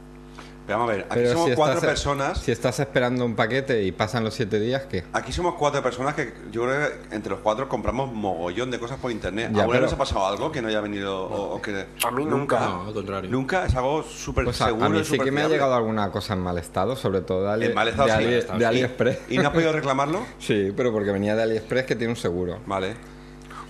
Speaker 2: Pero vamos a ver, aquí
Speaker 1: Pero
Speaker 2: somos
Speaker 1: si
Speaker 2: cuatro
Speaker 1: estás- e-
Speaker 2: personas.
Speaker 1: Si estás esperando un paquete y pasan los siete días, ¿qué?
Speaker 2: Aquí somos cuatro personas que yo creo que entre los cuatro compramos mogollón de cosas por internet.
Speaker 1: Ya,
Speaker 2: ¿Alguna
Speaker 1: pero-
Speaker 2: vez ha pasado algo que no haya venido o, o que
Speaker 4: A mí nunca.
Speaker 3: No, al contrario.
Speaker 2: Nunca es algo súper
Speaker 1: Pues a, a
Speaker 2: seguro. y
Speaker 1: mí sí
Speaker 2: súper
Speaker 1: que me ha
Speaker 2: fiable.
Speaker 1: llegado alguna cosa en mal estado, sobre todo de, Ali-
Speaker 2: en mal estado
Speaker 1: de,
Speaker 2: sí.
Speaker 1: Ali- de AliExpress.
Speaker 2: ¿Y, y no has podido reclamarlo?
Speaker 1: Sí, pero porque venía de AliExpress que tiene un seguro.
Speaker 2: Vale.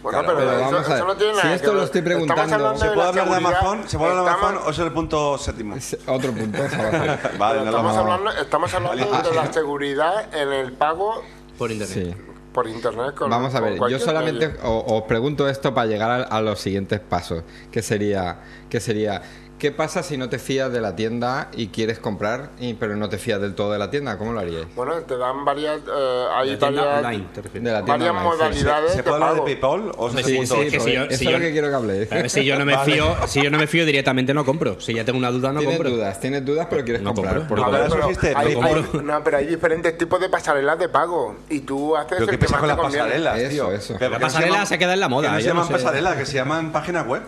Speaker 4: Bueno,
Speaker 2: Claro,
Speaker 4: pero,
Speaker 1: pero
Speaker 4: eso,
Speaker 1: vamos a ver.
Speaker 4: eso no tiene
Speaker 1: Si
Speaker 4: nada que
Speaker 1: esto lo
Speaker 4: ver.
Speaker 1: estoy
Speaker 4: Estamos
Speaker 1: preguntando,
Speaker 4: hablando
Speaker 1: ¿se
Speaker 2: ¿Se
Speaker 4: de
Speaker 2: puede
Speaker 4: la
Speaker 2: hablar de
Speaker 4: seguridad.
Speaker 2: Amazon? ¿Se puede hablar de
Speaker 4: Estamos-
Speaker 2: Amazon o es el punto séptimo?
Speaker 1: Es otro punto. Salvador.
Speaker 2: Vale, no lo
Speaker 4: Estamos
Speaker 2: vamos a- Ah,
Speaker 4: hablando, estamos hablando de la seguridad en el pago
Speaker 3: Por
Speaker 1: Sí.
Speaker 3: internet.
Speaker 4: por internet. con-
Speaker 1: Vamos a
Speaker 4: con
Speaker 1: ver, yo
Speaker 4: cualquier
Speaker 1: solamente
Speaker 4: medio.
Speaker 1: o- os pregunto esto para llegar a, a los siguientes pasos, que sería, que sería, ¿qué pasa si no te fías de la tienda y quieres comprar, y- pero no te fías del todo de la tienda? ¿Cómo lo harías?
Speaker 4: Bueno, te dan varias. eh, hay
Speaker 3: La tienda
Speaker 4: varias-
Speaker 3: online, te refieres.
Speaker 1: De la tienda
Speaker 4: varias
Speaker 1: online, sí.
Speaker 4: modalidades
Speaker 2: ¿Se
Speaker 4: de
Speaker 2: puede hablar de
Speaker 4: pago. Este
Speaker 2: PayPal o es
Speaker 3: Sí,
Speaker 2: el
Speaker 3: sí,
Speaker 2: punto
Speaker 3: sí,
Speaker 2: ocho?
Speaker 3: que si yo-
Speaker 1: Eso
Speaker 3: si
Speaker 1: es
Speaker 3: yo-
Speaker 1: lo que quiero que habléis.
Speaker 3: Claro, si yo no me fío, si yo no me fío directamente no compro. Si ya tengo una duda no
Speaker 1: Tienes
Speaker 3: compro.
Speaker 1: dudas, tienes dudas, pero quieres
Speaker 3: No
Speaker 1: comprar.
Speaker 3: compro.
Speaker 1: por
Speaker 2: No,
Speaker 1: lo
Speaker 2: pero
Speaker 1: tanto.
Speaker 2: eso existe,
Speaker 4: hay,
Speaker 2: PayPal.
Speaker 4: hay- no, pero hay diferentes tipos de pasarelas de pago. Y tú haces
Speaker 2: ¿Pero
Speaker 4: el
Speaker 2: qué
Speaker 4: que
Speaker 2: pasa
Speaker 4: más
Speaker 2: con
Speaker 4: te
Speaker 2: las
Speaker 4: conviene.
Speaker 2: pasarelas,
Speaker 1: Eso,
Speaker 2: tío?
Speaker 1: eso.
Speaker 2: Pero
Speaker 3: La
Speaker 2: que no se
Speaker 3: pasarela
Speaker 2: llaman-
Speaker 3: se queda en la moda,
Speaker 2: Que no se
Speaker 3: yo no
Speaker 2: llaman
Speaker 3: sé.
Speaker 2: pasarelas, que se llaman páginas web.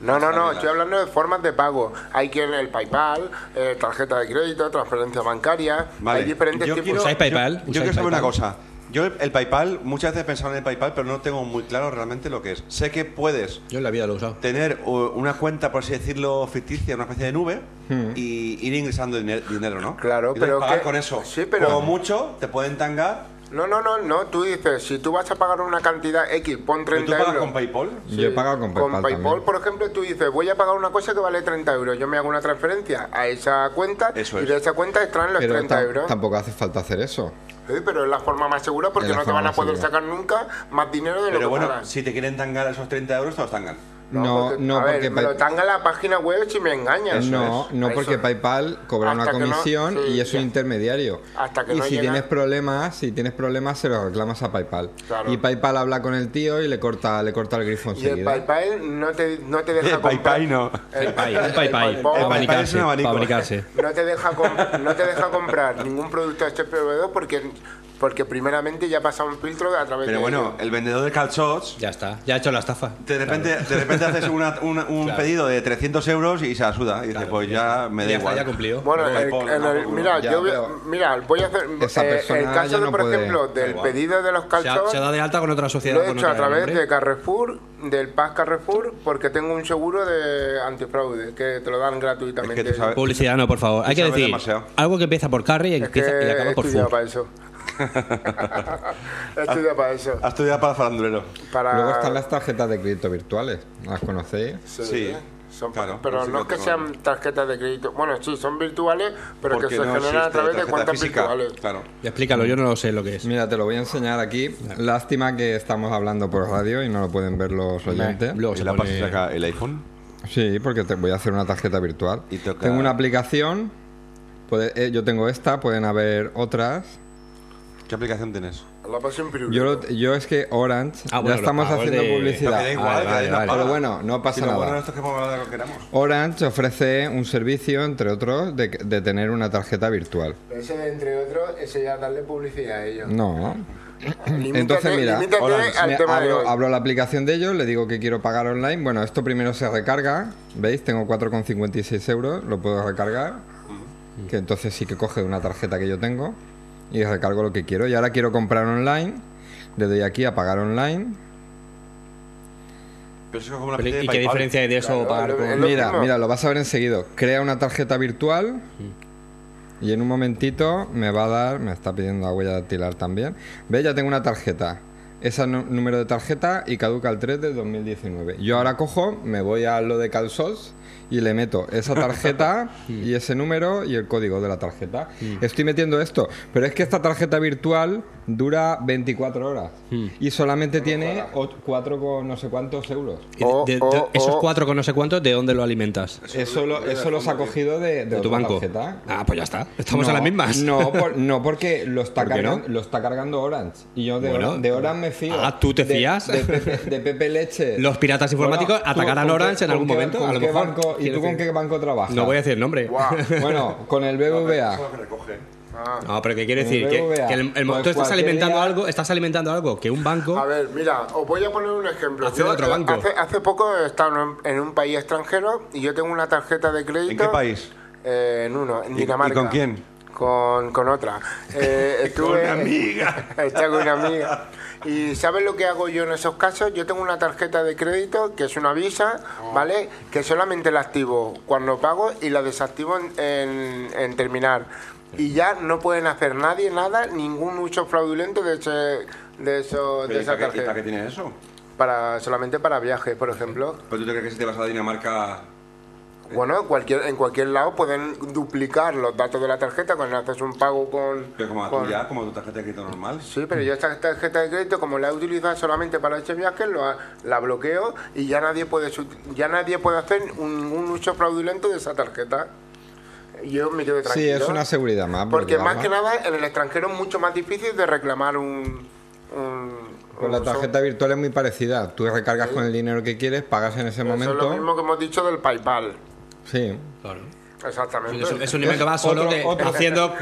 Speaker 4: No, no, no, estoy hablando de formas de pago. Hay quien el PayPal, eh, tarjeta de crédito, transferencia bancaria.
Speaker 2: Vale.
Speaker 4: Hay diferentes
Speaker 2: Yo
Speaker 4: tipos.
Speaker 2: quiero-
Speaker 3: ¿Usáis
Speaker 2: Yo,
Speaker 3: PayPal?
Speaker 2: yo
Speaker 3: ¿Usáis
Speaker 2: quiero saber
Speaker 3: PayPal?
Speaker 2: una cosa. Yo el, el PayPal, muchas veces he pensado en el PayPal, pero no tengo muy claro realmente lo que es. Sé que puedes
Speaker 3: Yo en la vida lo he usado.
Speaker 2: tener u- una cuenta, por así decirlo, ficticia, una especie de nube,
Speaker 3: Hmm.
Speaker 2: y ir ingresando diner- dinero, ¿no?
Speaker 4: Claro,
Speaker 2: Y
Speaker 4: pero
Speaker 2: pagar
Speaker 4: que-
Speaker 2: con eso.
Speaker 4: sí, pero-
Speaker 2: Como mucho, te pueden tangar.
Speaker 4: No, no, no, no. Tú dices, si tú vas a pagar una cantidad X, pon
Speaker 2: ¿Pero
Speaker 4: 30
Speaker 2: tú pagas
Speaker 4: euros.
Speaker 2: con PayPal?
Speaker 1: Yo he pagado con PayPal. también.
Speaker 4: por ejemplo, tú dices, voy a pagar una cosa que vale 30 euros. Yo me hago una transferencia a esa cuenta
Speaker 2: Eso
Speaker 4: y
Speaker 2: es.
Speaker 4: de esa cuenta extraen los
Speaker 1: Pero
Speaker 4: 30
Speaker 1: tam-
Speaker 4: euros.
Speaker 1: tampoco hace falta hacer eso.
Speaker 4: Sí, pero es la forma más segura porque
Speaker 1: Es la
Speaker 4: no te
Speaker 1: forma
Speaker 4: van a
Speaker 1: más
Speaker 4: poder
Speaker 1: segura.
Speaker 4: sacar nunca más dinero de lo que Pues
Speaker 2: Pero bueno,
Speaker 4: pagas.
Speaker 2: si te quieren tangar esos 30 euros, te los tangan.
Speaker 1: No,
Speaker 4: porque-
Speaker 1: no,
Speaker 4: a ver,
Speaker 1: porque
Speaker 4: me
Speaker 1: Pay- Eh,
Speaker 4: lo tanga la página web si me engañas.
Speaker 1: No,
Speaker 4: ¿sabes?
Speaker 1: no
Speaker 4: Eso.
Speaker 1: porque PayPal cobra
Speaker 4: Hasta
Speaker 1: una
Speaker 4: que no-
Speaker 1: comisión
Speaker 4: sí,
Speaker 1: y es
Speaker 4: ya.
Speaker 1: un intermediario.
Speaker 4: Hasta que
Speaker 1: y
Speaker 4: no
Speaker 1: si
Speaker 4: llega-
Speaker 1: tienes problemas, si tienes problemas se lo reclamas a PayPal.
Speaker 4: Claro.
Speaker 1: Y PayPal habla con el tío y le corta le corta el grifo
Speaker 4: Y el
Speaker 1: enseguida.
Speaker 4: PayPal no te, no te
Speaker 2: El
Speaker 4: deja comprar.
Speaker 2: PayPal no.
Speaker 4: El
Speaker 3: Pay, el PayPal,
Speaker 4: el
Speaker 2: PayPal
Speaker 3: para
Speaker 4: PayPal
Speaker 2: es un
Speaker 3: abanicarse,
Speaker 2: abanico.
Speaker 3: para abanicarse.
Speaker 4: no te deja comp- no te deja comprar ningún producto a este proveedor porque porque primeramente ya pasa un filtro a través
Speaker 2: Pero
Speaker 4: de
Speaker 2: bueno, el vendedor de calzots
Speaker 3: Ya está, ya he hecho la estafa.
Speaker 2: De repente, de repente haces una- una- un pedido de 300 euros y se asuda. Y dices, pues ya me da
Speaker 3: Ya está,
Speaker 2: igual.
Speaker 3: ya cumplió.
Speaker 4: Bueno,
Speaker 2: Pero
Speaker 4: el-
Speaker 2: Paypal,
Speaker 4: en
Speaker 2: no,
Speaker 4: el-
Speaker 2: no, no.
Speaker 4: mira,
Speaker 1: Ya,
Speaker 4: yo voy-
Speaker 1: pero-
Speaker 4: mira, voy a hacer
Speaker 1: Esa
Speaker 4: eh, el
Speaker 1: persona
Speaker 4: caso
Speaker 1: ya
Speaker 4: de,
Speaker 1: no
Speaker 4: por
Speaker 1: puede-
Speaker 4: ejemplo del
Speaker 2: igual.
Speaker 4: pedido de los
Speaker 3: Se ha,
Speaker 4: calzots
Speaker 3: se ha dado de alta con otra sociedad.
Speaker 4: lo he
Speaker 3: con
Speaker 4: hecho a
Speaker 3: otra
Speaker 4: través
Speaker 3: nombre.
Speaker 4: de Carrefour, del Paz Carrefour, porque tengo un seguro de antifraude que te lo dan gratuitamente.
Speaker 2: Es que tú sabes-
Speaker 3: Publicidad no, por favor. Hay que
Speaker 2: sabes
Speaker 3: decir
Speaker 2: demasiado.
Speaker 3: algo que empieza por carry y,
Speaker 4: Es que
Speaker 3: empieza, y
Speaker 4: he
Speaker 3: acaba por
Speaker 4: estudiado
Speaker 3: food.
Speaker 4: para eso. he estudiado para eso.
Speaker 2: Has estudiado para farandulero.
Speaker 4: Para...
Speaker 1: Luego están las tarjetas de crédito virtuales. ¿Las conocéis?
Speaker 4: Sí. ¿eh?
Speaker 2: Sí,
Speaker 4: Son-
Speaker 2: claro,
Speaker 4: pero
Speaker 2: yo sí
Speaker 4: no
Speaker 2: lo
Speaker 4: es que
Speaker 2: tengo.
Speaker 4: sean tarjetas de crédito. Bueno, sí, son virtuales, pero que
Speaker 2: Porque
Speaker 4: se
Speaker 2: no
Speaker 4: generan a
Speaker 2: existe
Speaker 4: través de
Speaker 2: tarjeta
Speaker 4: cuentas
Speaker 2: física.
Speaker 4: virtuales.
Speaker 2: Claro.
Speaker 3: Y explícalo, yo no lo sé lo que es.
Speaker 1: Mira, te lo voy a enseñar aquí. Lástima que estamos hablando por radio y no lo pueden ver los oyentes.
Speaker 3: Luego
Speaker 2: Y
Speaker 3: se
Speaker 2: la
Speaker 3: pone-
Speaker 2: pasas acá el iPhone.
Speaker 1: Sí, porque te voy a hacer una tarjeta virtual.
Speaker 2: Y toca-
Speaker 1: Tengo una aplicación. puede- eh, yo tengo esta, pueden haber otras.
Speaker 2: ¿Qué aplicación tienes?
Speaker 4: La pasión piruleta.
Speaker 1: Yo, lo- yo es que Orange,
Speaker 3: Ah, bueno,
Speaker 1: ya estamos
Speaker 3: los pagos
Speaker 1: haciendo
Speaker 3: de-
Speaker 2: Lo
Speaker 1: publicidad.
Speaker 2: que da igual,
Speaker 3: vale,
Speaker 2: que nadie
Speaker 3: vale,
Speaker 2: nos
Speaker 3: vale.
Speaker 2: paga.
Speaker 1: Pero bueno, no pasa
Speaker 2: Si lo
Speaker 1: nada.
Speaker 2: bueno de esto es que podemos hablar de lo que queramos.
Speaker 1: Orange ofrece un servicio, entre otros, de, de tener una tarjeta virtual.
Speaker 4: Ese de entre otros, ese ya darle publicidad a ellos.
Speaker 1: No.
Speaker 4: Limítate,
Speaker 1: Entonces, mira,
Speaker 4: limítate
Speaker 2: Orange,
Speaker 4: al
Speaker 1: Me
Speaker 4: tema de hoy.
Speaker 1: abro, abro la aplicación de ellos, le digo que quiero pagar online. Bueno, esto primero se recarga. ¿Veis? Tengo 4,56 euros, lo puedo recargar. Que entonces sí que coge una tarjeta que yo tengo y recargo lo que quiero. Y ahora quiero comprar online. Le doy aquí a pagar online.
Speaker 2: Pero eso es como una
Speaker 3: Pero,
Speaker 2: especie de
Speaker 3: ¿Y qué
Speaker 2: PayPal.
Speaker 3: diferencia hay de eso
Speaker 4: Claro,
Speaker 3: pagar
Speaker 4: lo-
Speaker 3: con-
Speaker 4: lo- lo-
Speaker 1: Mira,
Speaker 4: mismo.
Speaker 1: mira, lo vas a ver enseguida. Crea una tarjeta virtual y en un momentito me va a dar, me está pidiendo la huella dactilar también. Ve, ya tengo una tarjeta. Ese nu- número de tarjeta y caduca el 3 del 2019. Yo ahora cojo, me voy a lo de Calzots y le meto esa tarjeta y ese número y el código de la tarjeta. Estoy metiendo esto, pero es que esta tarjeta virtual dura 24 horas y solamente tiene 4 con no sé cuántos euros.
Speaker 3: y de-
Speaker 4: Oh,
Speaker 3: de- de-
Speaker 4: oh,
Speaker 3: Esos
Speaker 4: oh.
Speaker 3: cuatro con no sé cuántos, ¿de dónde lo alimentas?
Speaker 1: Eso, lo- eso los ha cogido de, de
Speaker 3: ¿De tu
Speaker 1: otra
Speaker 3: banco?
Speaker 1: tarjeta.
Speaker 3: Ah, pues ya está. Estamos
Speaker 1: No,
Speaker 3: a las mismas.
Speaker 1: No, por- no porque lo está,
Speaker 3: ¿Por qué
Speaker 1: cargando,
Speaker 3: no?
Speaker 1: lo está cargando Orange. Y yo de,
Speaker 3: Bueno.
Speaker 1: Oran- de Orange me fío.
Speaker 3: Ah, ¿tú te
Speaker 1: De-
Speaker 3: fías?
Speaker 1: De, Pepe, de Pepe Leche.
Speaker 3: Los piratas informáticos atacarán
Speaker 1: ¿con
Speaker 3: Orange en
Speaker 1: con
Speaker 3: algún
Speaker 1: qué-
Speaker 3: momento,
Speaker 1: con
Speaker 3: a lo
Speaker 1: qué
Speaker 3: mejor.
Speaker 1: banco- ¿Y
Speaker 3: Quiero
Speaker 1: tú con
Speaker 3: decir-
Speaker 1: qué banco trabajas?
Speaker 3: No voy a decir nombre.
Speaker 4: Guau.
Speaker 1: Bueno, con el BBVA.
Speaker 2: Eso es lo que recoge.
Speaker 4: Ah,
Speaker 3: No, pero ¿qué quiero
Speaker 1: El
Speaker 3: decir? Que,
Speaker 1: BBVA.
Speaker 3: que el, el
Speaker 1: Pues
Speaker 3: tú estás
Speaker 1: cualquier
Speaker 3: alimentando
Speaker 1: día-
Speaker 3: algo, estás alimentando algo que un banco.
Speaker 4: A ver, mira, os voy a poner un ejemplo.
Speaker 3: Hacer otro
Speaker 4: eh,
Speaker 3: banco.
Speaker 4: Hace, hace poco he estado en, en un país extranjero y yo tengo una tarjeta de crédito.
Speaker 2: ¿En qué país?
Speaker 4: Eh, en uno, en
Speaker 2: ¿Y-
Speaker 4: Dinamarca.
Speaker 2: y con quién?
Speaker 4: Con, con otra. Eh,
Speaker 2: Con
Speaker 4: estuve,
Speaker 2: una amiga.
Speaker 4: Está con una amiga. ¿Y sabes lo que hago yo en esos casos? Yo tengo una tarjeta de crédito, que es una visa,
Speaker 2: Oh.
Speaker 4: ¿vale? Que solamente la activo cuando pago y la desactivo en, en- en terminar. Y ya no pueden hacer nadie nada, ningún uso fraudulento de, ese, de, eso, de
Speaker 2: ¿Y
Speaker 4: esa
Speaker 2: para qué- y para qué
Speaker 4: tarjeta.
Speaker 2: tienes eso?
Speaker 4: Para, solamente para viajes, por ejemplo.
Speaker 2: ¿Pero tú te crees que si te vas a Dinamarca
Speaker 4: Bueno, cualquier, en cualquier lado pueden duplicar los datos de la tarjeta cuando haces un pago con...
Speaker 2: Pero como la
Speaker 4: con-
Speaker 2: tuya, como tu tarjeta de crédito normal.
Speaker 4: Sí, pero yo esta tarjeta de crédito, como la he utilizado solamente para ese viaje, lo ha- la bloqueo y ya nadie puede su- ya nadie puede hacer un- ningún uso fraudulento de esa tarjeta. Yo me quedo
Speaker 1: Sí,
Speaker 4: tranquilo.
Speaker 1: es una seguridad más.
Speaker 4: Porque
Speaker 1: porque
Speaker 4: más que
Speaker 1: vamos,
Speaker 4: nada, en el extranjero es mucho más difícil de reclamar un... un-
Speaker 1: Con la
Speaker 4: un-
Speaker 1: tarjeta virtual es muy parecida. Tú recargas con el dinero que quieres, pagas en ese
Speaker 4: Eso es Pues lo
Speaker 1: momento.
Speaker 4: mismo que hemos dicho del PayPal.
Speaker 1: Sí.
Speaker 3: Claro.
Speaker 4: Exactamente.
Speaker 3: Es, un- es un nivel que va solo
Speaker 1: Otro-
Speaker 3: de-
Speaker 1: otro-
Speaker 3: haciendo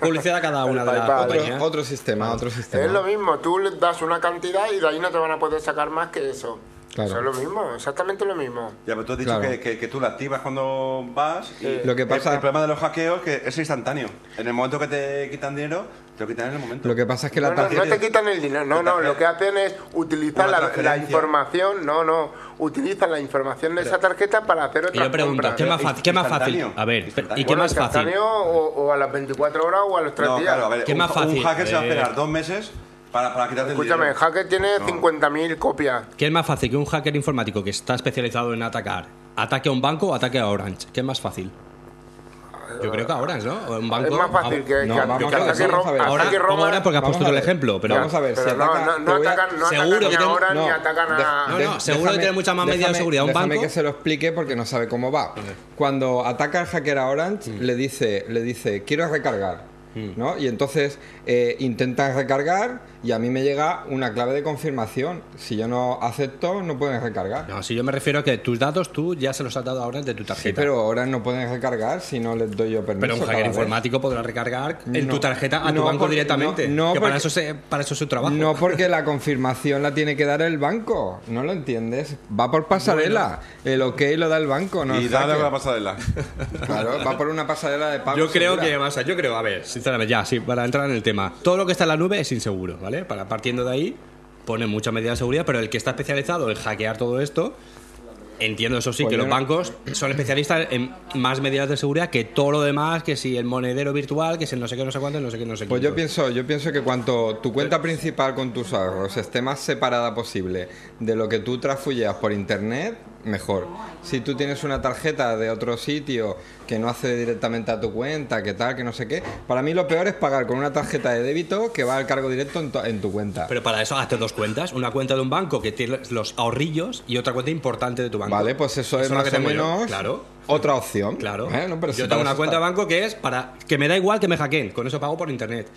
Speaker 3: publicidad a cada una de las
Speaker 4: Vale.
Speaker 1: Otro,
Speaker 3: compañías.
Speaker 1: otro sistema, otro sistema.
Speaker 4: Es lo mismo, tú le das una cantidad y de ahí no te van a poder sacar más que eso.
Speaker 1: Claro.
Speaker 4: Eso es lo mismo, exactamente lo mismo.
Speaker 2: Ya, pero tú has dicho
Speaker 1: Claro.
Speaker 2: que, que- que tú la activas cuando vas. y
Speaker 1: Lo que
Speaker 2: el-
Speaker 1: pasa-
Speaker 2: El, problema de los hackeos es que es instantáneo. En el momento que te quitan dinero, te lo quitan en el momento.
Speaker 1: Lo que pasa es que
Speaker 4: No,
Speaker 1: la
Speaker 4: no,
Speaker 1: tarjeta...
Speaker 4: no te quitan el dinero, no, no, lo que hacen es utilizar
Speaker 2: Una
Speaker 4: la- la,
Speaker 2: transferencia.
Speaker 4: información, no, no, utilizan la información de esa tarjeta para hacer
Speaker 3: Y
Speaker 4: otra
Speaker 3: yo pregunto, ¿qué más,
Speaker 2: Pero
Speaker 3: fa- qué más fácil?
Speaker 2: instantáneo.
Speaker 3: A ver, ¿y qué
Speaker 2: Instantáneo.
Speaker 3: más fácil?
Speaker 4: O, o a las 24 horas o a los 3
Speaker 2: No,
Speaker 4: días.
Speaker 2: claro, a ver,
Speaker 3: ¿Qué
Speaker 2: un,
Speaker 3: más
Speaker 2: un
Speaker 3: fácil?
Speaker 2: hacker se va a
Speaker 3: Eh.
Speaker 2: esperar dos meses para, para quitarte
Speaker 4: Escúchame,
Speaker 2: el
Speaker 4: el
Speaker 2: dinero.
Speaker 4: hacker tiene
Speaker 2: No.
Speaker 4: 50.000 copias.
Speaker 3: ¿Qué es más fácil que un hacker informático que está especializado en atacar? ¿Ataque a un banco o ataque a Orange? ¿Qué es más fácil? Yo creo que a Orange, ¿no? O Un banco, ah,
Speaker 4: es más fácil que,
Speaker 1: no,
Speaker 4: que-
Speaker 1: vamos
Speaker 4: que
Speaker 1: a ver, vamos
Speaker 4: ataque
Speaker 1: a
Speaker 4: Ro-
Speaker 1: ver.
Speaker 4: ataque
Speaker 3: Ahora, pongo
Speaker 4: Roma.
Speaker 3: ahora porque has
Speaker 1: Vamos
Speaker 3: puesto
Speaker 1: a
Speaker 3: el
Speaker 1: ver.
Speaker 3: ejemplo, pero
Speaker 1: Vamos a ver,
Speaker 4: Pero
Speaker 1: si
Speaker 4: no,
Speaker 1: ataca-
Speaker 4: no, no
Speaker 1: te voy a-
Speaker 4: atacan, no
Speaker 3: Seguro
Speaker 4: atacan
Speaker 3: que
Speaker 4: ni a
Speaker 3: tengo-
Speaker 4: ahora
Speaker 1: No,
Speaker 4: ni atacan a...
Speaker 1: de-
Speaker 3: No,
Speaker 1: de-
Speaker 3: no, seguro que tiene mucha más medida de seguridad un
Speaker 1: déjame
Speaker 3: banco.
Speaker 1: que se lo explique porque no sabe cómo va. Cuando ataca el hacker a Orange,
Speaker 3: Mm.
Speaker 1: le, dice, le dice, quiero recargar. ¿no? Y entonces eh, intentan recargar y a mí me llega una clave de confirmación. Si yo no acepto, no pueden recargar.
Speaker 3: No, si yo me refiero a que tus datos tú ya se los has dado a Orange de tu tarjeta.
Speaker 1: Sí, pero Orange no pueden recargar si no les doy yo permiso.
Speaker 3: Pero un
Speaker 1: cada
Speaker 3: hacker
Speaker 1: vez.
Speaker 3: informático podrá recargar en
Speaker 1: No.
Speaker 3: tu tarjeta a tu
Speaker 1: No,
Speaker 3: banco
Speaker 1: porque-
Speaker 3: directamente.
Speaker 1: no, no,
Speaker 3: que para
Speaker 1: porque-
Speaker 3: eso, se, para eso es su trabajo.
Speaker 1: No porque la confirmación la tiene que dar el banco, ¿no lo entiendes? Va por pasarela, el ok lo da el banco, no
Speaker 2: Y
Speaker 1: el
Speaker 2: dale
Speaker 1: hacker.
Speaker 2: la pasarela.
Speaker 1: Claro, va por una pasarela de pago.
Speaker 3: Yo creo
Speaker 1: segura.
Speaker 3: que, o sea, yo creo, a ver, sinceramente, ya, sí, para entrar en el tema, todo lo que está en la nube es inseguro, ¿vale? Para partiendo de ahí, pone mucha medida de seguridad, pero el que está especializado en hackear todo esto, entiendo eso sí,
Speaker 1: Pues
Speaker 3: que
Speaker 1: yo
Speaker 3: los
Speaker 1: no-
Speaker 3: bancos son especialistas en más medidas de seguridad que todo lo demás, que si el monedero virtual, que si el no sé qué, no sé cuánto, el no sé qué, no sé qué.
Speaker 1: Pues yo pienso, yo pienso que cuanto tu cuenta principal con tus ahorros esté más separada posible de lo que tú trasfulleas por internet, mejor. Si tú tienes una tarjeta de otro sitio que no hace directamente a tu cuenta, que tal, que no sé qué, para mí lo peor es pagar con una tarjeta de débito que va al cargo directo en tu, en tu cuenta.
Speaker 3: Pero para eso hazte dos cuentas, una cuenta de un banco que tiene los ahorrillos y otra cuenta importante de tu banco.
Speaker 1: Vale, pues eso, es
Speaker 3: lo
Speaker 1: más
Speaker 3: que
Speaker 1: o
Speaker 3: tengo yo,
Speaker 1: menos
Speaker 3: Claro.
Speaker 1: otra opción.
Speaker 3: Claro.
Speaker 1: ¿Eh? No, pero si
Speaker 3: yo
Speaker 1: para
Speaker 3: tengo una
Speaker 1: eso
Speaker 3: cuenta de
Speaker 1: está.
Speaker 3: banco que es para que me da igual que me hackeen, con eso pago por internet.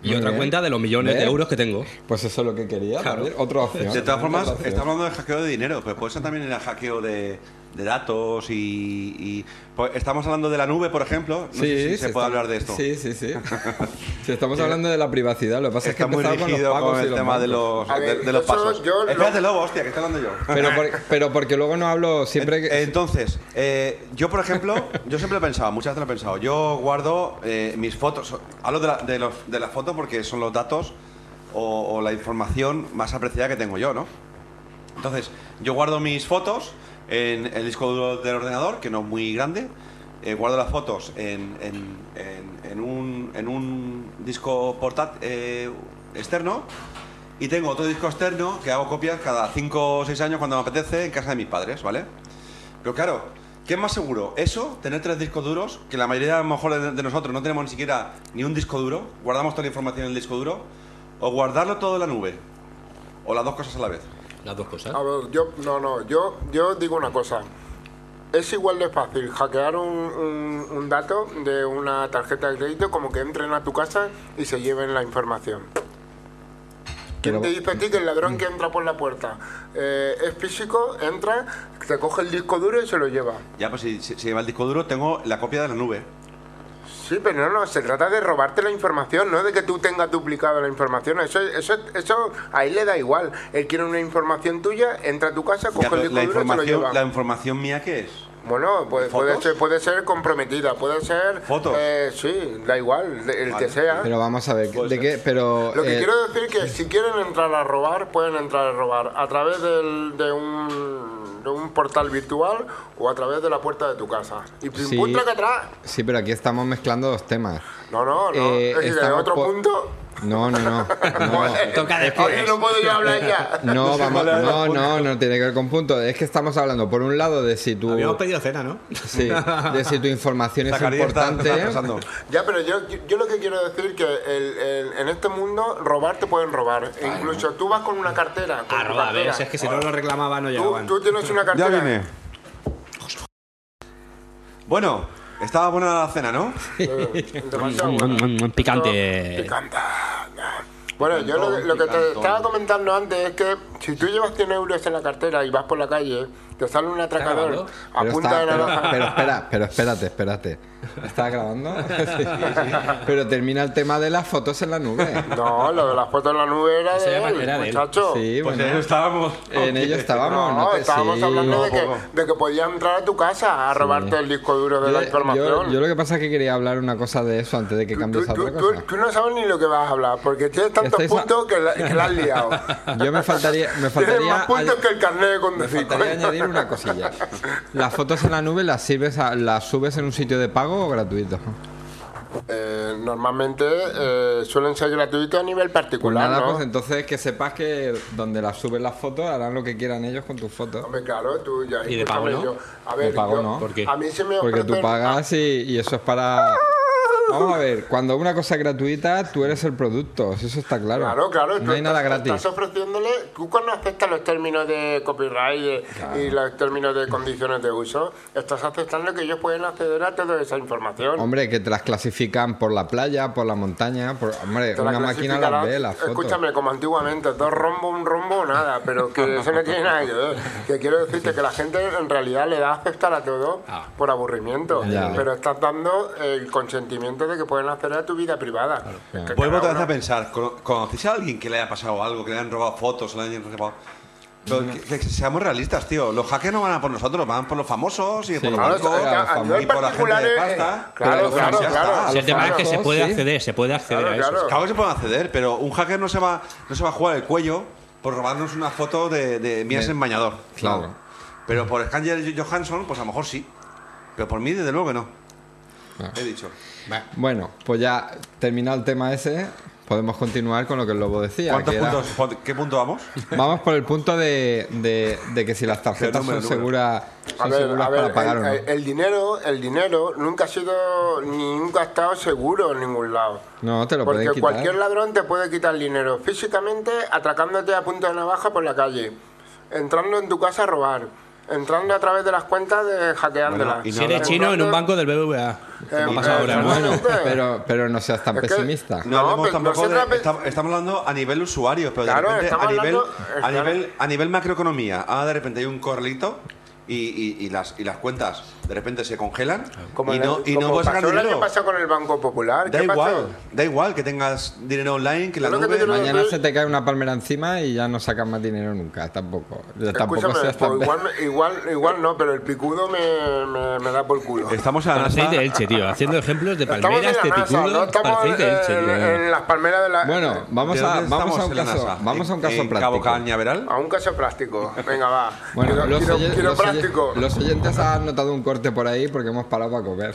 Speaker 3: Y
Speaker 1: Muy
Speaker 3: otra
Speaker 1: bien.
Speaker 3: cuenta de los millones de
Speaker 1: ¿Ves?
Speaker 3: euros que tengo.
Speaker 1: Pues eso es lo que quería.
Speaker 3: Claro.
Speaker 1: también, Otra opción.
Speaker 2: De todas formas,
Speaker 1: Otra opción.
Speaker 2: está hablando de hackeo de dinero, pero puede ser también el hackeo de, de datos y... y- pues estamos hablando de la nube, por ejemplo. No sé si se,
Speaker 1: está-
Speaker 2: puede hablar de esto. Eh,
Speaker 1: Sí, sí, sí. si estamos hablando de la privacidad, lo que pasa
Speaker 2: Está
Speaker 1: es que
Speaker 2: muy
Speaker 1: empezaba con los
Speaker 2: rígido
Speaker 1: pagos
Speaker 2: con
Speaker 1: y
Speaker 2: el
Speaker 1: los
Speaker 2: tema de
Speaker 1: bancos.
Speaker 2: los,
Speaker 4: A
Speaker 2: de,
Speaker 4: ver,
Speaker 2: de los
Speaker 4: eso
Speaker 2: pasos.
Speaker 4: yo lo-
Speaker 2: Espérate, lobo, hostia, que estoy hablando yo.
Speaker 1: Pero, por- pero porque luego no hablo siempre...
Speaker 2: En-
Speaker 1: que-
Speaker 2: Entonces, eh, yo por ejemplo, yo siempre lo he pensado, muchas veces lo he pensado, yo guardo eh, mis fotos, hablo de, la- de los- de las fotos porque son los datos o, o la información más apreciada que tengo yo, ¿no? Entonces, yo guardo mis fotos en el disco duro del ordenador, que no es muy grande, eh, guardo las fotos en, en- en- en un, en un disco portátil eh, externo. Y tengo otro disco externo que hago copias cada 5 o 6 años cuando me apetece en casa de mis padres, ¿vale? Pero claro, ¿qué es más seguro? Eso, tener tres discos duros, que la mayoría a lo mejor de, de nosotros no tenemos ni siquiera ni un disco duro, guardamos toda la información en el disco duro, o guardarlo todo en la nube, o las dos cosas a la vez.
Speaker 3: Las dos cosas.
Speaker 4: A ver, Ah, yo, no, no, yo, yo digo una cosa. Es igual de fácil hackear un, un- un dato de una tarjeta de crédito como que entren a tu casa y se lleven la información.
Speaker 1: Pero-
Speaker 4: ¿Quién te dice a ti que el ladrón que entra por la puerta eh, es físico, entra, te coge el disco duro y se lo lleva?
Speaker 2: Ya, pues si, si, si lleva el disco duro, tengo la copia de la nube.
Speaker 4: Sí, pero no, no, se trata de robarte la información, no de que tú tengas duplicado la información. Eso, eso, eso a él le da igual. Él quiere una información tuya, entra a tu casa,
Speaker 2: Ya,
Speaker 4: coge el
Speaker 2: pero
Speaker 4: disco
Speaker 2: la,
Speaker 4: duro y se lo
Speaker 2: información,
Speaker 4: lleva.
Speaker 2: ¿La información mía qué es?
Speaker 4: Bueno, puede,
Speaker 2: ¿Fotos?
Speaker 4: puede ser, puede ser comprometida, puede ser...
Speaker 2: ¿Fotos?
Speaker 4: eh, sí, da igual, de- el
Speaker 2: Vale.
Speaker 4: que sea.
Speaker 1: Pero vamos a ver,
Speaker 2: Puede
Speaker 1: ¿de
Speaker 2: ser.
Speaker 1: qué? Pero.
Speaker 4: Lo que
Speaker 1: eh,
Speaker 4: quiero decir que si quieren entrar a robar, pueden entrar a robar a través del- de, un, de un portal virtual o a través de la puerta de tu casa. Y pim,
Speaker 1: Sí.
Speaker 4: pum, traca, tra.
Speaker 1: Sí, pero aquí estamos mezclando dos temas.
Speaker 4: No, no, no.
Speaker 1: Eh,
Speaker 4: es decir, en
Speaker 1: estamos
Speaker 4: otro
Speaker 1: po-
Speaker 4: punto...
Speaker 1: No, no, no. No,
Speaker 4: Joder,
Speaker 3: Toca
Speaker 4: es que hoy
Speaker 3: después.
Speaker 4: no puedo yo hablar ya.
Speaker 1: No, vamos,
Speaker 2: cuál era la
Speaker 1: no,
Speaker 2: punta.
Speaker 1: no, no tiene que ver con puntos. Es que estamos hablando, por un lado, de si tu,
Speaker 3: Habíamos pedido cena, ¿no?
Speaker 1: sí, de si tu información es
Speaker 2: Esta carita está-
Speaker 1: importante. ¿eh?
Speaker 2: está pasando.
Speaker 4: Ya, pero yo, yo lo que quiero decir que el- el- en este mundo robar te pueden robar. E Incluso tú vas con una cartera. Con
Speaker 3: Ah,
Speaker 4: tu
Speaker 3: roba, a ver,
Speaker 4: cartera.
Speaker 3: si es que si no lo reclamaba no
Speaker 4: tú,
Speaker 3: llegaban.
Speaker 4: tú tienes una
Speaker 2: Ya
Speaker 4: cartera.
Speaker 2: viene. Bueno, estaba buena la cena, ¿no?
Speaker 4: Eh, demasiado
Speaker 3: Mm,
Speaker 4: buena.
Speaker 3: mm, mm, Picante.
Speaker 4: Bueno, yo lo, lo que te estaba comentando antes es que si tú llevas 100 euros en la cartera y vas por la calle, te sale un atracador
Speaker 3: grabando?
Speaker 4: a
Speaker 1: Pero,
Speaker 4: punta
Speaker 1: está-
Speaker 4: de
Speaker 1: pero-
Speaker 4: navaja.
Speaker 1: pero espera, pero espérate, espérate. ¿Estás grabando? Sí. Pero termina el tema de las fotos en la nube.
Speaker 4: No, lo de las fotos en la nube era
Speaker 3: Ese
Speaker 4: de
Speaker 3: era-
Speaker 4: él,
Speaker 3: era de él.
Speaker 4: muchacho.
Speaker 1: Sí,
Speaker 2: Pues en
Speaker 1: bueno,
Speaker 2: ello estábamos.
Speaker 1: en ello estábamos.
Speaker 4: No,
Speaker 1: no te-
Speaker 4: estábamos
Speaker 1: sí.
Speaker 4: hablando de
Speaker 2: No, poco.
Speaker 4: que, de que podías entrar a tu casa a robarte el disco duro de la
Speaker 1: Yo,
Speaker 4: información.
Speaker 1: yo- yo lo que pasa es que quería hablar una cosa de eso antes de que
Speaker 4: Tú,
Speaker 1: cambies a
Speaker 4: tú-
Speaker 1: otra
Speaker 4: tú-
Speaker 1: cosa.
Speaker 4: tú no sabes ni lo que vas a hablar, porque tienes tantos
Speaker 1: Estáis a-
Speaker 4: puntos que la, que la has liado.
Speaker 1: Yo me faltaría, me
Speaker 4: tienes
Speaker 1: faltaría
Speaker 4: más puntos
Speaker 1: añ-
Speaker 4: que el carnet de
Speaker 1: me
Speaker 4: conducir.
Speaker 1: faltaría añadir una cosilla. Las fotos en la nube las sirves, a- las subes en un sitio de pago o gratuito. Pues
Speaker 4: Eh, normalmente eh, suelen ser gratuitos a nivel
Speaker 1: Pues
Speaker 4: particular,
Speaker 1: nada,
Speaker 4: ¿no?
Speaker 1: pues entonces que sepas que donde las subes las fotos harán lo que quieran ellos con tus fotos.
Speaker 4: Hombre, claro, tú ya...
Speaker 3: ¿Y de pago
Speaker 4: escúchame,
Speaker 3: no?
Speaker 4: A ver,
Speaker 1: De pago
Speaker 4: yo-
Speaker 1: no.
Speaker 3: ¿Por qué?
Speaker 4: A mí se me
Speaker 1: Porque tú
Speaker 4: ofrecen-
Speaker 1: pagas y, y eso es para... Vamos a ver, cuando una cosa es gratuita, tú eres el producto, eso está claro.
Speaker 4: Claro, claro.
Speaker 1: No
Speaker 4: tú
Speaker 1: hay nada
Speaker 4: estás-
Speaker 1: gratis.
Speaker 4: Estás ofreciéndole, tú cuando aceptas los términos de copyright de- y los términos de condiciones de uso, estás aceptando que ellos pueden acceder a toda esa información.
Speaker 1: Hombre, que te las clasifican por la playa, por la montaña, por... Hombre,
Speaker 4: Te la
Speaker 1: una máquina
Speaker 4: clasificará-
Speaker 1: las ve, las fotos.
Speaker 4: Escúchame, como antiguamente, dos rombos, un rombo, nada, pero que eso no tiene nada que ver. Que quiero decirte que la gente en realidad le da a aceptar a todo
Speaker 3: Ah.
Speaker 4: por aburrimiento,
Speaker 1: Ya.
Speaker 4: pero estás dando el consentimiento de que pueden hacer a tu vida privada. Que cada
Speaker 2: Vuelvo otra vez
Speaker 4: uno-
Speaker 2: a pensar. ¿cono- ¿Conocéis a alguien que le haya pasado algo, que le hayan robado fotos, le hayan robado... Pero que, que seamos realistas, tío. Los hackers no van a por nosotros, van por los famosos y por los
Speaker 4: Claro,
Speaker 2: bancos
Speaker 4: o sea, a
Speaker 1: famosos
Speaker 4: nivel
Speaker 2: y por la gente
Speaker 4: particular
Speaker 2: de
Speaker 4: es-
Speaker 2: pasta.
Speaker 4: Claro,
Speaker 1: Pero
Speaker 4: claro,
Speaker 2: ya
Speaker 4: claro.
Speaker 2: está.
Speaker 3: Si el tema es que se
Speaker 1: famosos,
Speaker 3: puede
Speaker 1: sí.
Speaker 3: acceder, se puede acceder
Speaker 4: Claro,
Speaker 3: a eso.
Speaker 4: claro.
Speaker 2: Claro que se pueden acceder, pero un hacker no se va, no se va a jugar el cuello por robarnos una foto de, de mías
Speaker 1: De-
Speaker 2: en bañador.
Speaker 1: Claro.
Speaker 2: No. Pero por Scanger Johansson, pues a lo mejor sí. Pero por mí, desde luego que no.
Speaker 4: Ah.
Speaker 2: He dicho.
Speaker 1: Bueno, pues ya terminado el tema ese, podemos continuar con lo que el lobo decía.
Speaker 2: ¿Cuántos
Speaker 1: que era-
Speaker 2: puntos? ¿Cuánto- ¿Qué punto vamos?
Speaker 1: Vamos por el punto de, de- de que si las tarjetas
Speaker 2: número,
Speaker 1: son
Speaker 2: número.
Speaker 1: seguras,
Speaker 4: A
Speaker 1: son
Speaker 4: ver,
Speaker 1: seguras
Speaker 4: a ver, eh,
Speaker 1: para pagar
Speaker 4: el,
Speaker 1: o no.
Speaker 4: el- el dinero, el dinero nunca ha sido ni nunca ha estado seguro en ningún lado.
Speaker 1: No, te lo
Speaker 4: Porque
Speaker 1: pueden quitar.
Speaker 4: cualquier ladrón te puede quitar el dinero físicamente atracándote a punta de navaja por la calle, entrando en tu casa a robar, entrando a través de las cuentas de hackeándolas.
Speaker 2: Bueno, y
Speaker 3: Si eres chino en un banco del BBVA.
Speaker 4: Eh,
Speaker 3: ¿Qué ha pasado
Speaker 4: eh,
Speaker 3: ahora?
Speaker 4: no,
Speaker 1: Bueno,
Speaker 4: Exactamente.
Speaker 1: pero, pero no seas tan
Speaker 4: Es que-
Speaker 1: pesimista.
Speaker 2: No,
Speaker 4: No,
Speaker 2: hablemos
Speaker 4: pero
Speaker 2: tampoco de-
Speaker 4: nosotros-
Speaker 2: estam- estamos hablando a nivel usuario, pero
Speaker 4: Claro,
Speaker 2: de repente a
Speaker 4: estamos
Speaker 2: nivel,
Speaker 4: hablando-
Speaker 2: a,
Speaker 4: claro.
Speaker 2: nivel, a nivel macroeconomía, ahora de repente hay un corralito y, y- y las, y las cuentas de repente se congelan
Speaker 4: Como,
Speaker 2: y
Speaker 4: la-
Speaker 2: no, y no
Speaker 4: como
Speaker 2: puedes sacar
Speaker 4: pasó el año
Speaker 2: dinero.
Speaker 4: pasado con el Banco Popular.
Speaker 2: Da
Speaker 4: ¿Qué pasó?
Speaker 2: igual, da igual que tengas dinero online, que la
Speaker 4: Es lo que te
Speaker 2: nube...
Speaker 4: quiero decir.
Speaker 1: Mañana se te cae una palmera encima y ya no sacas más dinero nunca, tampoco. Tampoco
Speaker 4: Escúchame,
Speaker 1: seas
Speaker 4: pues
Speaker 1: tan
Speaker 4: igual, me- igual, igual no, pero el picudo me, me- me da por culo.
Speaker 2: Estamos en la
Speaker 3: Parecéis
Speaker 2: NASA.
Speaker 3: de Elche, tío. Haciendo ejemplos de
Speaker 4: Estamos en
Speaker 3: palmeras,
Speaker 4: la
Speaker 1: este
Speaker 3: de
Speaker 4: NASA, no
Speaker 3: picudos.
Speaker 4: estamos
Speaker 3: Parecéis de Elche,
Speaker 4: en,
Speaker 3: tío.
Speaker 4: en las palmeras eh, de la...
Speaker 1: Bueno, vamos
Speaker 2: ¿De
Speaker 1: a, vamos
Speaker 2: dónde
Speaker 1: a
Speaker 2: estamos
Speaker 1: un
Speaker 2: en la
Speaker 1: caso,
Speaker 2: NASA?
Speaker 1: vamos a un
Speaker 2: ¿En-
Speaker 1: caso
Speaker 2: en Cabo
Speaker 1: práctico.
Speaker 2: Cañaveral.
Speaker 4: A un caso práctico. Venga, va.
Speaker 1: Bueno,
Speaker 4: Quiro-
Speaker 1: los,
Speaker 4: quiro-
Speaker 1: oyen- los oyen-
Speaker 4: quiropráctico.
Speaker 1: los oyentes han notado un corte por ahí porque hemos parado para comer.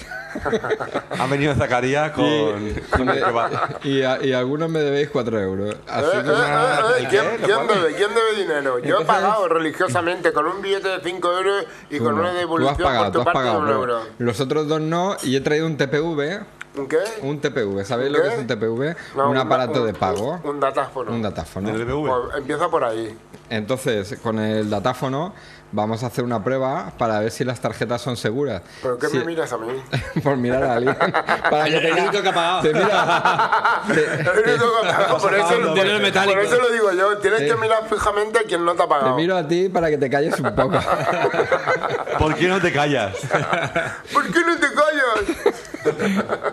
Speaker 2: Ha venido Zacarías con... con el que va.
Speaker 1: Y, a- y algunos me debéis 4 euros. Así
Speaker 4: Eh,
Speaker 1: que
Speaker 4: eh,
Speaker 1: nada,
Speaker 4: eh, eh,
Speaker 1: ¿y qué?
Speaker 4: ¿Quién, quién debe, quién debe dinero? Yo he
Speaker 1: Entonces-
Speaker 4: pagado religiosamente con un billete de 5 euros y
Speaker 1: Tú
Speaker 4: con
Speaker 1: no.
Speaker 4: una
Speaker 1: Tú has
Speaker 4: devolución
Speaker 1: pagado, tú
Speaker 4: por tu
Speaker 1: has
Speaker 4: parte de
Speaker 1: pagado,
Speaker 4: un
Speaker 1: pero
Speaker 4: euro.
Speaker 1: Los otros dos no, y he traído un TPV.
Speaker 4: ¿Un qué?
Speaker 1: Un TPV, ¿sabéis lo
Speaker 4: ¿Qué?
Speaker 1: que es un TPV?
Speaker 4: No,
Speaker 1: un
Speaker 4: da-
Speaker 1: aparato
Speaker 4: un-
Speaker 1: de pago,
Speaker 4: Un, datáfono.
Speaker 1: un datáfono.
Speaker 2: Del BBV.
Speaker 4: Pues empieza por ahí.
Speaker 1: Entonces, con el datáfono vamos a hacer una prueba para ver si las tarjetas son seguras.
Speaker 4: ¿Pero qué
Speaker 1: Si-
Speaker 4: me miras a mí?
Speaker 1: Por mirar a Ali. Para
Speaker 3: El- el único que ha pagado.
Speaker 1: Te mira.
Speaker 4: El único que ha pagado, por, eso,
Speaker 2: pagando,
Speaker 4: por-
Speaker 3: dinero metálico.
Speaker 4: por eso lo digo yo. Tienes que mirar fijamente a quien no te ha
Speaker 1: Te
Speaker 4: pagado.
Speaker 1: miro a ti para que te calles un poco.
Speaker 2: ¿Por qué no te callas?
Speaker 4: ¿Por qué no te callas?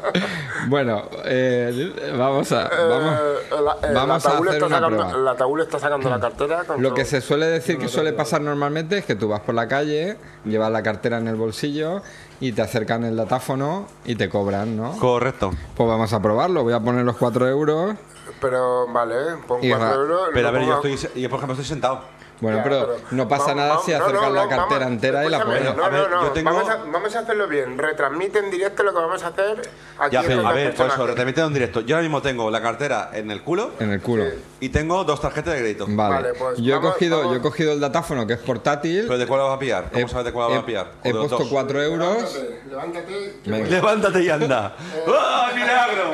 Speaker 1: Bueno, eh, vamos a. Vamos.
Speaker 4: Eh, el- el
Speaker 1: Vamos a
Speaker 4: ataúd
Speaker 1: hacer
Speaker 4: está
Speaker 1: una
Speaker 4: sacando-
Speaker 1: prueba. Mm.
Speaker 4: El ataúd está sacando la cartera. con
Speaker 1: Lo
Speaker 4: su-
Speaker 1: que se suele decir que suele pasar normalmente es que tú vas por la calle, llevas la cartera en el bolsillo y te acercan el datáfono y te cobran, ¿no?
Speaker 2: Correcto.
Speaker 1: Pues vamos a probarlo, voy a poner los 4 euros.
Speaker 4: Pero vale, pon
Speaker 1: Y
Speaker 4: 4
Speaker 1: ra-
Speaker 4: euros.
Speaker 2: Pero a
Speaker 4: lo
Speaker 2: ver, yo,
Speaker 4: pongo-
Speaker 2: estoy, se- yo por ejemplo estoy sentado.
Speaker 1: Bueno,
Speaker 4: Ya,
Speaker 1: pero, no pasa
Speaker 4: vamos,
Speaker 1: nada
Speaker 4: vamos,
Speaker 1: si
Speaker 4: no,
Speaker 1: acercas
Speaker 4: no,
Speaker 1: la
Speaker 4: no,
Speaker 1: cartera
Speaker 4: vamos.
Speaker 1: entera y la
Speaker 4: Escúchame,
Speaker 1: pones.
Speaker 4: No,
Speaker 2: A
Speaker 4: no,
Speaker 2: ver,
Speaker 4: no.
Speaker 2: yo tengo-
Speaker 4: Vamos, a, vamos a hacerlo bien. Retransmite en directo lo que vamos a hacer aquí.
Speaker 2: Ya,
Speaker 4: en
Speaker 2: pero,
Speaker 4: Onda
Speaker 2: a ver, por eso,
Speaker 4: Personajes.
Speaker 2: retransmite en directo. Yo ahora mismo tengo la cartera en el culo
Speaker 1: En el culo.
Speaker 2: y tengo dos tarjetas de crédito.
Speaker 1: Vale.
Speaker 4: Vale, pues
Speaker 1: yo, he
Speaker 4: vamos-
Speaker 1: cogido,
Speaker 4: vamos.
Speaker 1: yo he cogido el datáfono que es portátil.
Speaker 2: ¿Pero de cuál vas a pillar? ¿Cómo sabes de cuál
Speaker 1: he,
Speaker 2: vas a pillar? ¿O
Speaker 1: He
Speaker 2: de los
Speaker 1: puesto
Speaker 2: dos?
Speaker 1: 4 euros.
Speaker 4: Levántate, levántate. que-
Speaker 1: Venga.
Speaker 2: Levántate y anda.
Speaker 4: Eh.
Speaker 2: ¡Ah, milagro!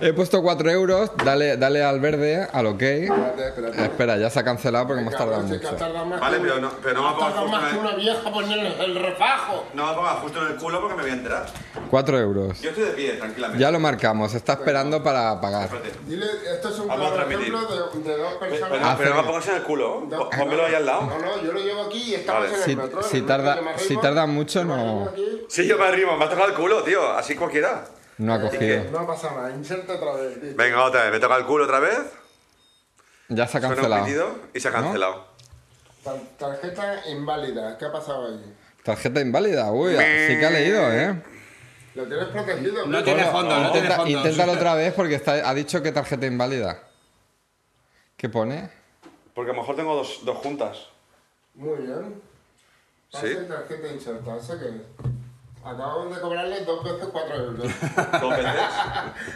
Speaker 1: He puesto 4 euros. Dale, dale al verde, al OK.
Speaker 4: Espérate, espérate.
Speaker 1: Espera, ya se ha cancelado porque hemos tardado
Speaker 4: Cabrón, sí que has
Speaker 1: mucho.
Speaker 4: tardado más
Speaker 2: Vale,
Speaker 4: que-
Speaker 2: pero no- pero no me
Speaker 4: has
Speaker 2: puedo
Speaker 4: tardado
Speaker 2: justo
Speaker 4: más
Speaker 2: en
Speaker 4: que
Speaker 2: el-
Speaker 4: una vieja ponerle el refajo.
Speaker 2: No me pongas justo en el culo porque me voy a enterar.
Speaker 1: 4 euros.
Speaker 2: Yo estoy de pie, tranquilamente.
Speaker 1: Ya lo marcamos, está esperando para pagar.
Speaker 2: Espérate.
Speaker 4: Dile, esto es un
Speaker 2: Vamos a
Speaker 4: claro
Speaker 2: transmitir.
Speaker 4: ejemplo de, de dos
Speaker 2: Pero,
Speaker 4: personas. Ah,
Speaker 2: pero no me pongas en el culo. Pon- Pónmelo ahí al lado.
Speaker 4: No, no, yo lo llevo aquí y estamos
Speaker 2: Vale.
Speaker 4: en el
Speaker 1: Si-
Speaker 4: metro.
Speaker 1: si
Speaker 4: en el metro
Speaker 1: tarda-
Speaker 4: yo me
Speaker 1: si
Speaker 4: arrimo,
Speaker 1: tarda mucho,
Speaker 4: yo me
Speaker 1: no.
Speaker 4: arrimo aquí.
Speaker 2: Sí, yo me arrimo. Me ha tocado el culo, tío. Así cualquiera.
Speaker 1: No ha cogido.
Speaker 4: No pasa nada, inserta otra vez. tío.
Speaker 2: Venga, otra vez. Me toca el culo otra vez.
Speaker 1: Ya se ha
Speaker 2: Suena un
Speaker 1: cancelado.
Speaker 2: pitido y se ha cancelado.
Speaker 4: Tar- tarjeta inválida, ¿qué ha pasado ahí?
Speaker 1: Tarjeta inválida. Uy, sí que ha leído, ¿eh?
Speaker 4: ¿Lo tienes protegido?
Speaker 3: No
Speaker 4: tío?
Speaker 3: tiene fondo, no, tiene
Speaker 1: Intenta-
Speaker 3: fondo.
Speaker 1: inténtalo otra vez porque está- ha dicho que tarjeta inválida. ¿Qué pone?
Speaker 2: Porque a lo mejor tengo dos, dos juntas.
Speaker 4: Muy bien. Pase
Speaker 2: Sí.
Speaker 4: tarjeta inserta, sé que Acabamos de cobrarle dos veces cuatro euros.
Speaker 2: Dos veces.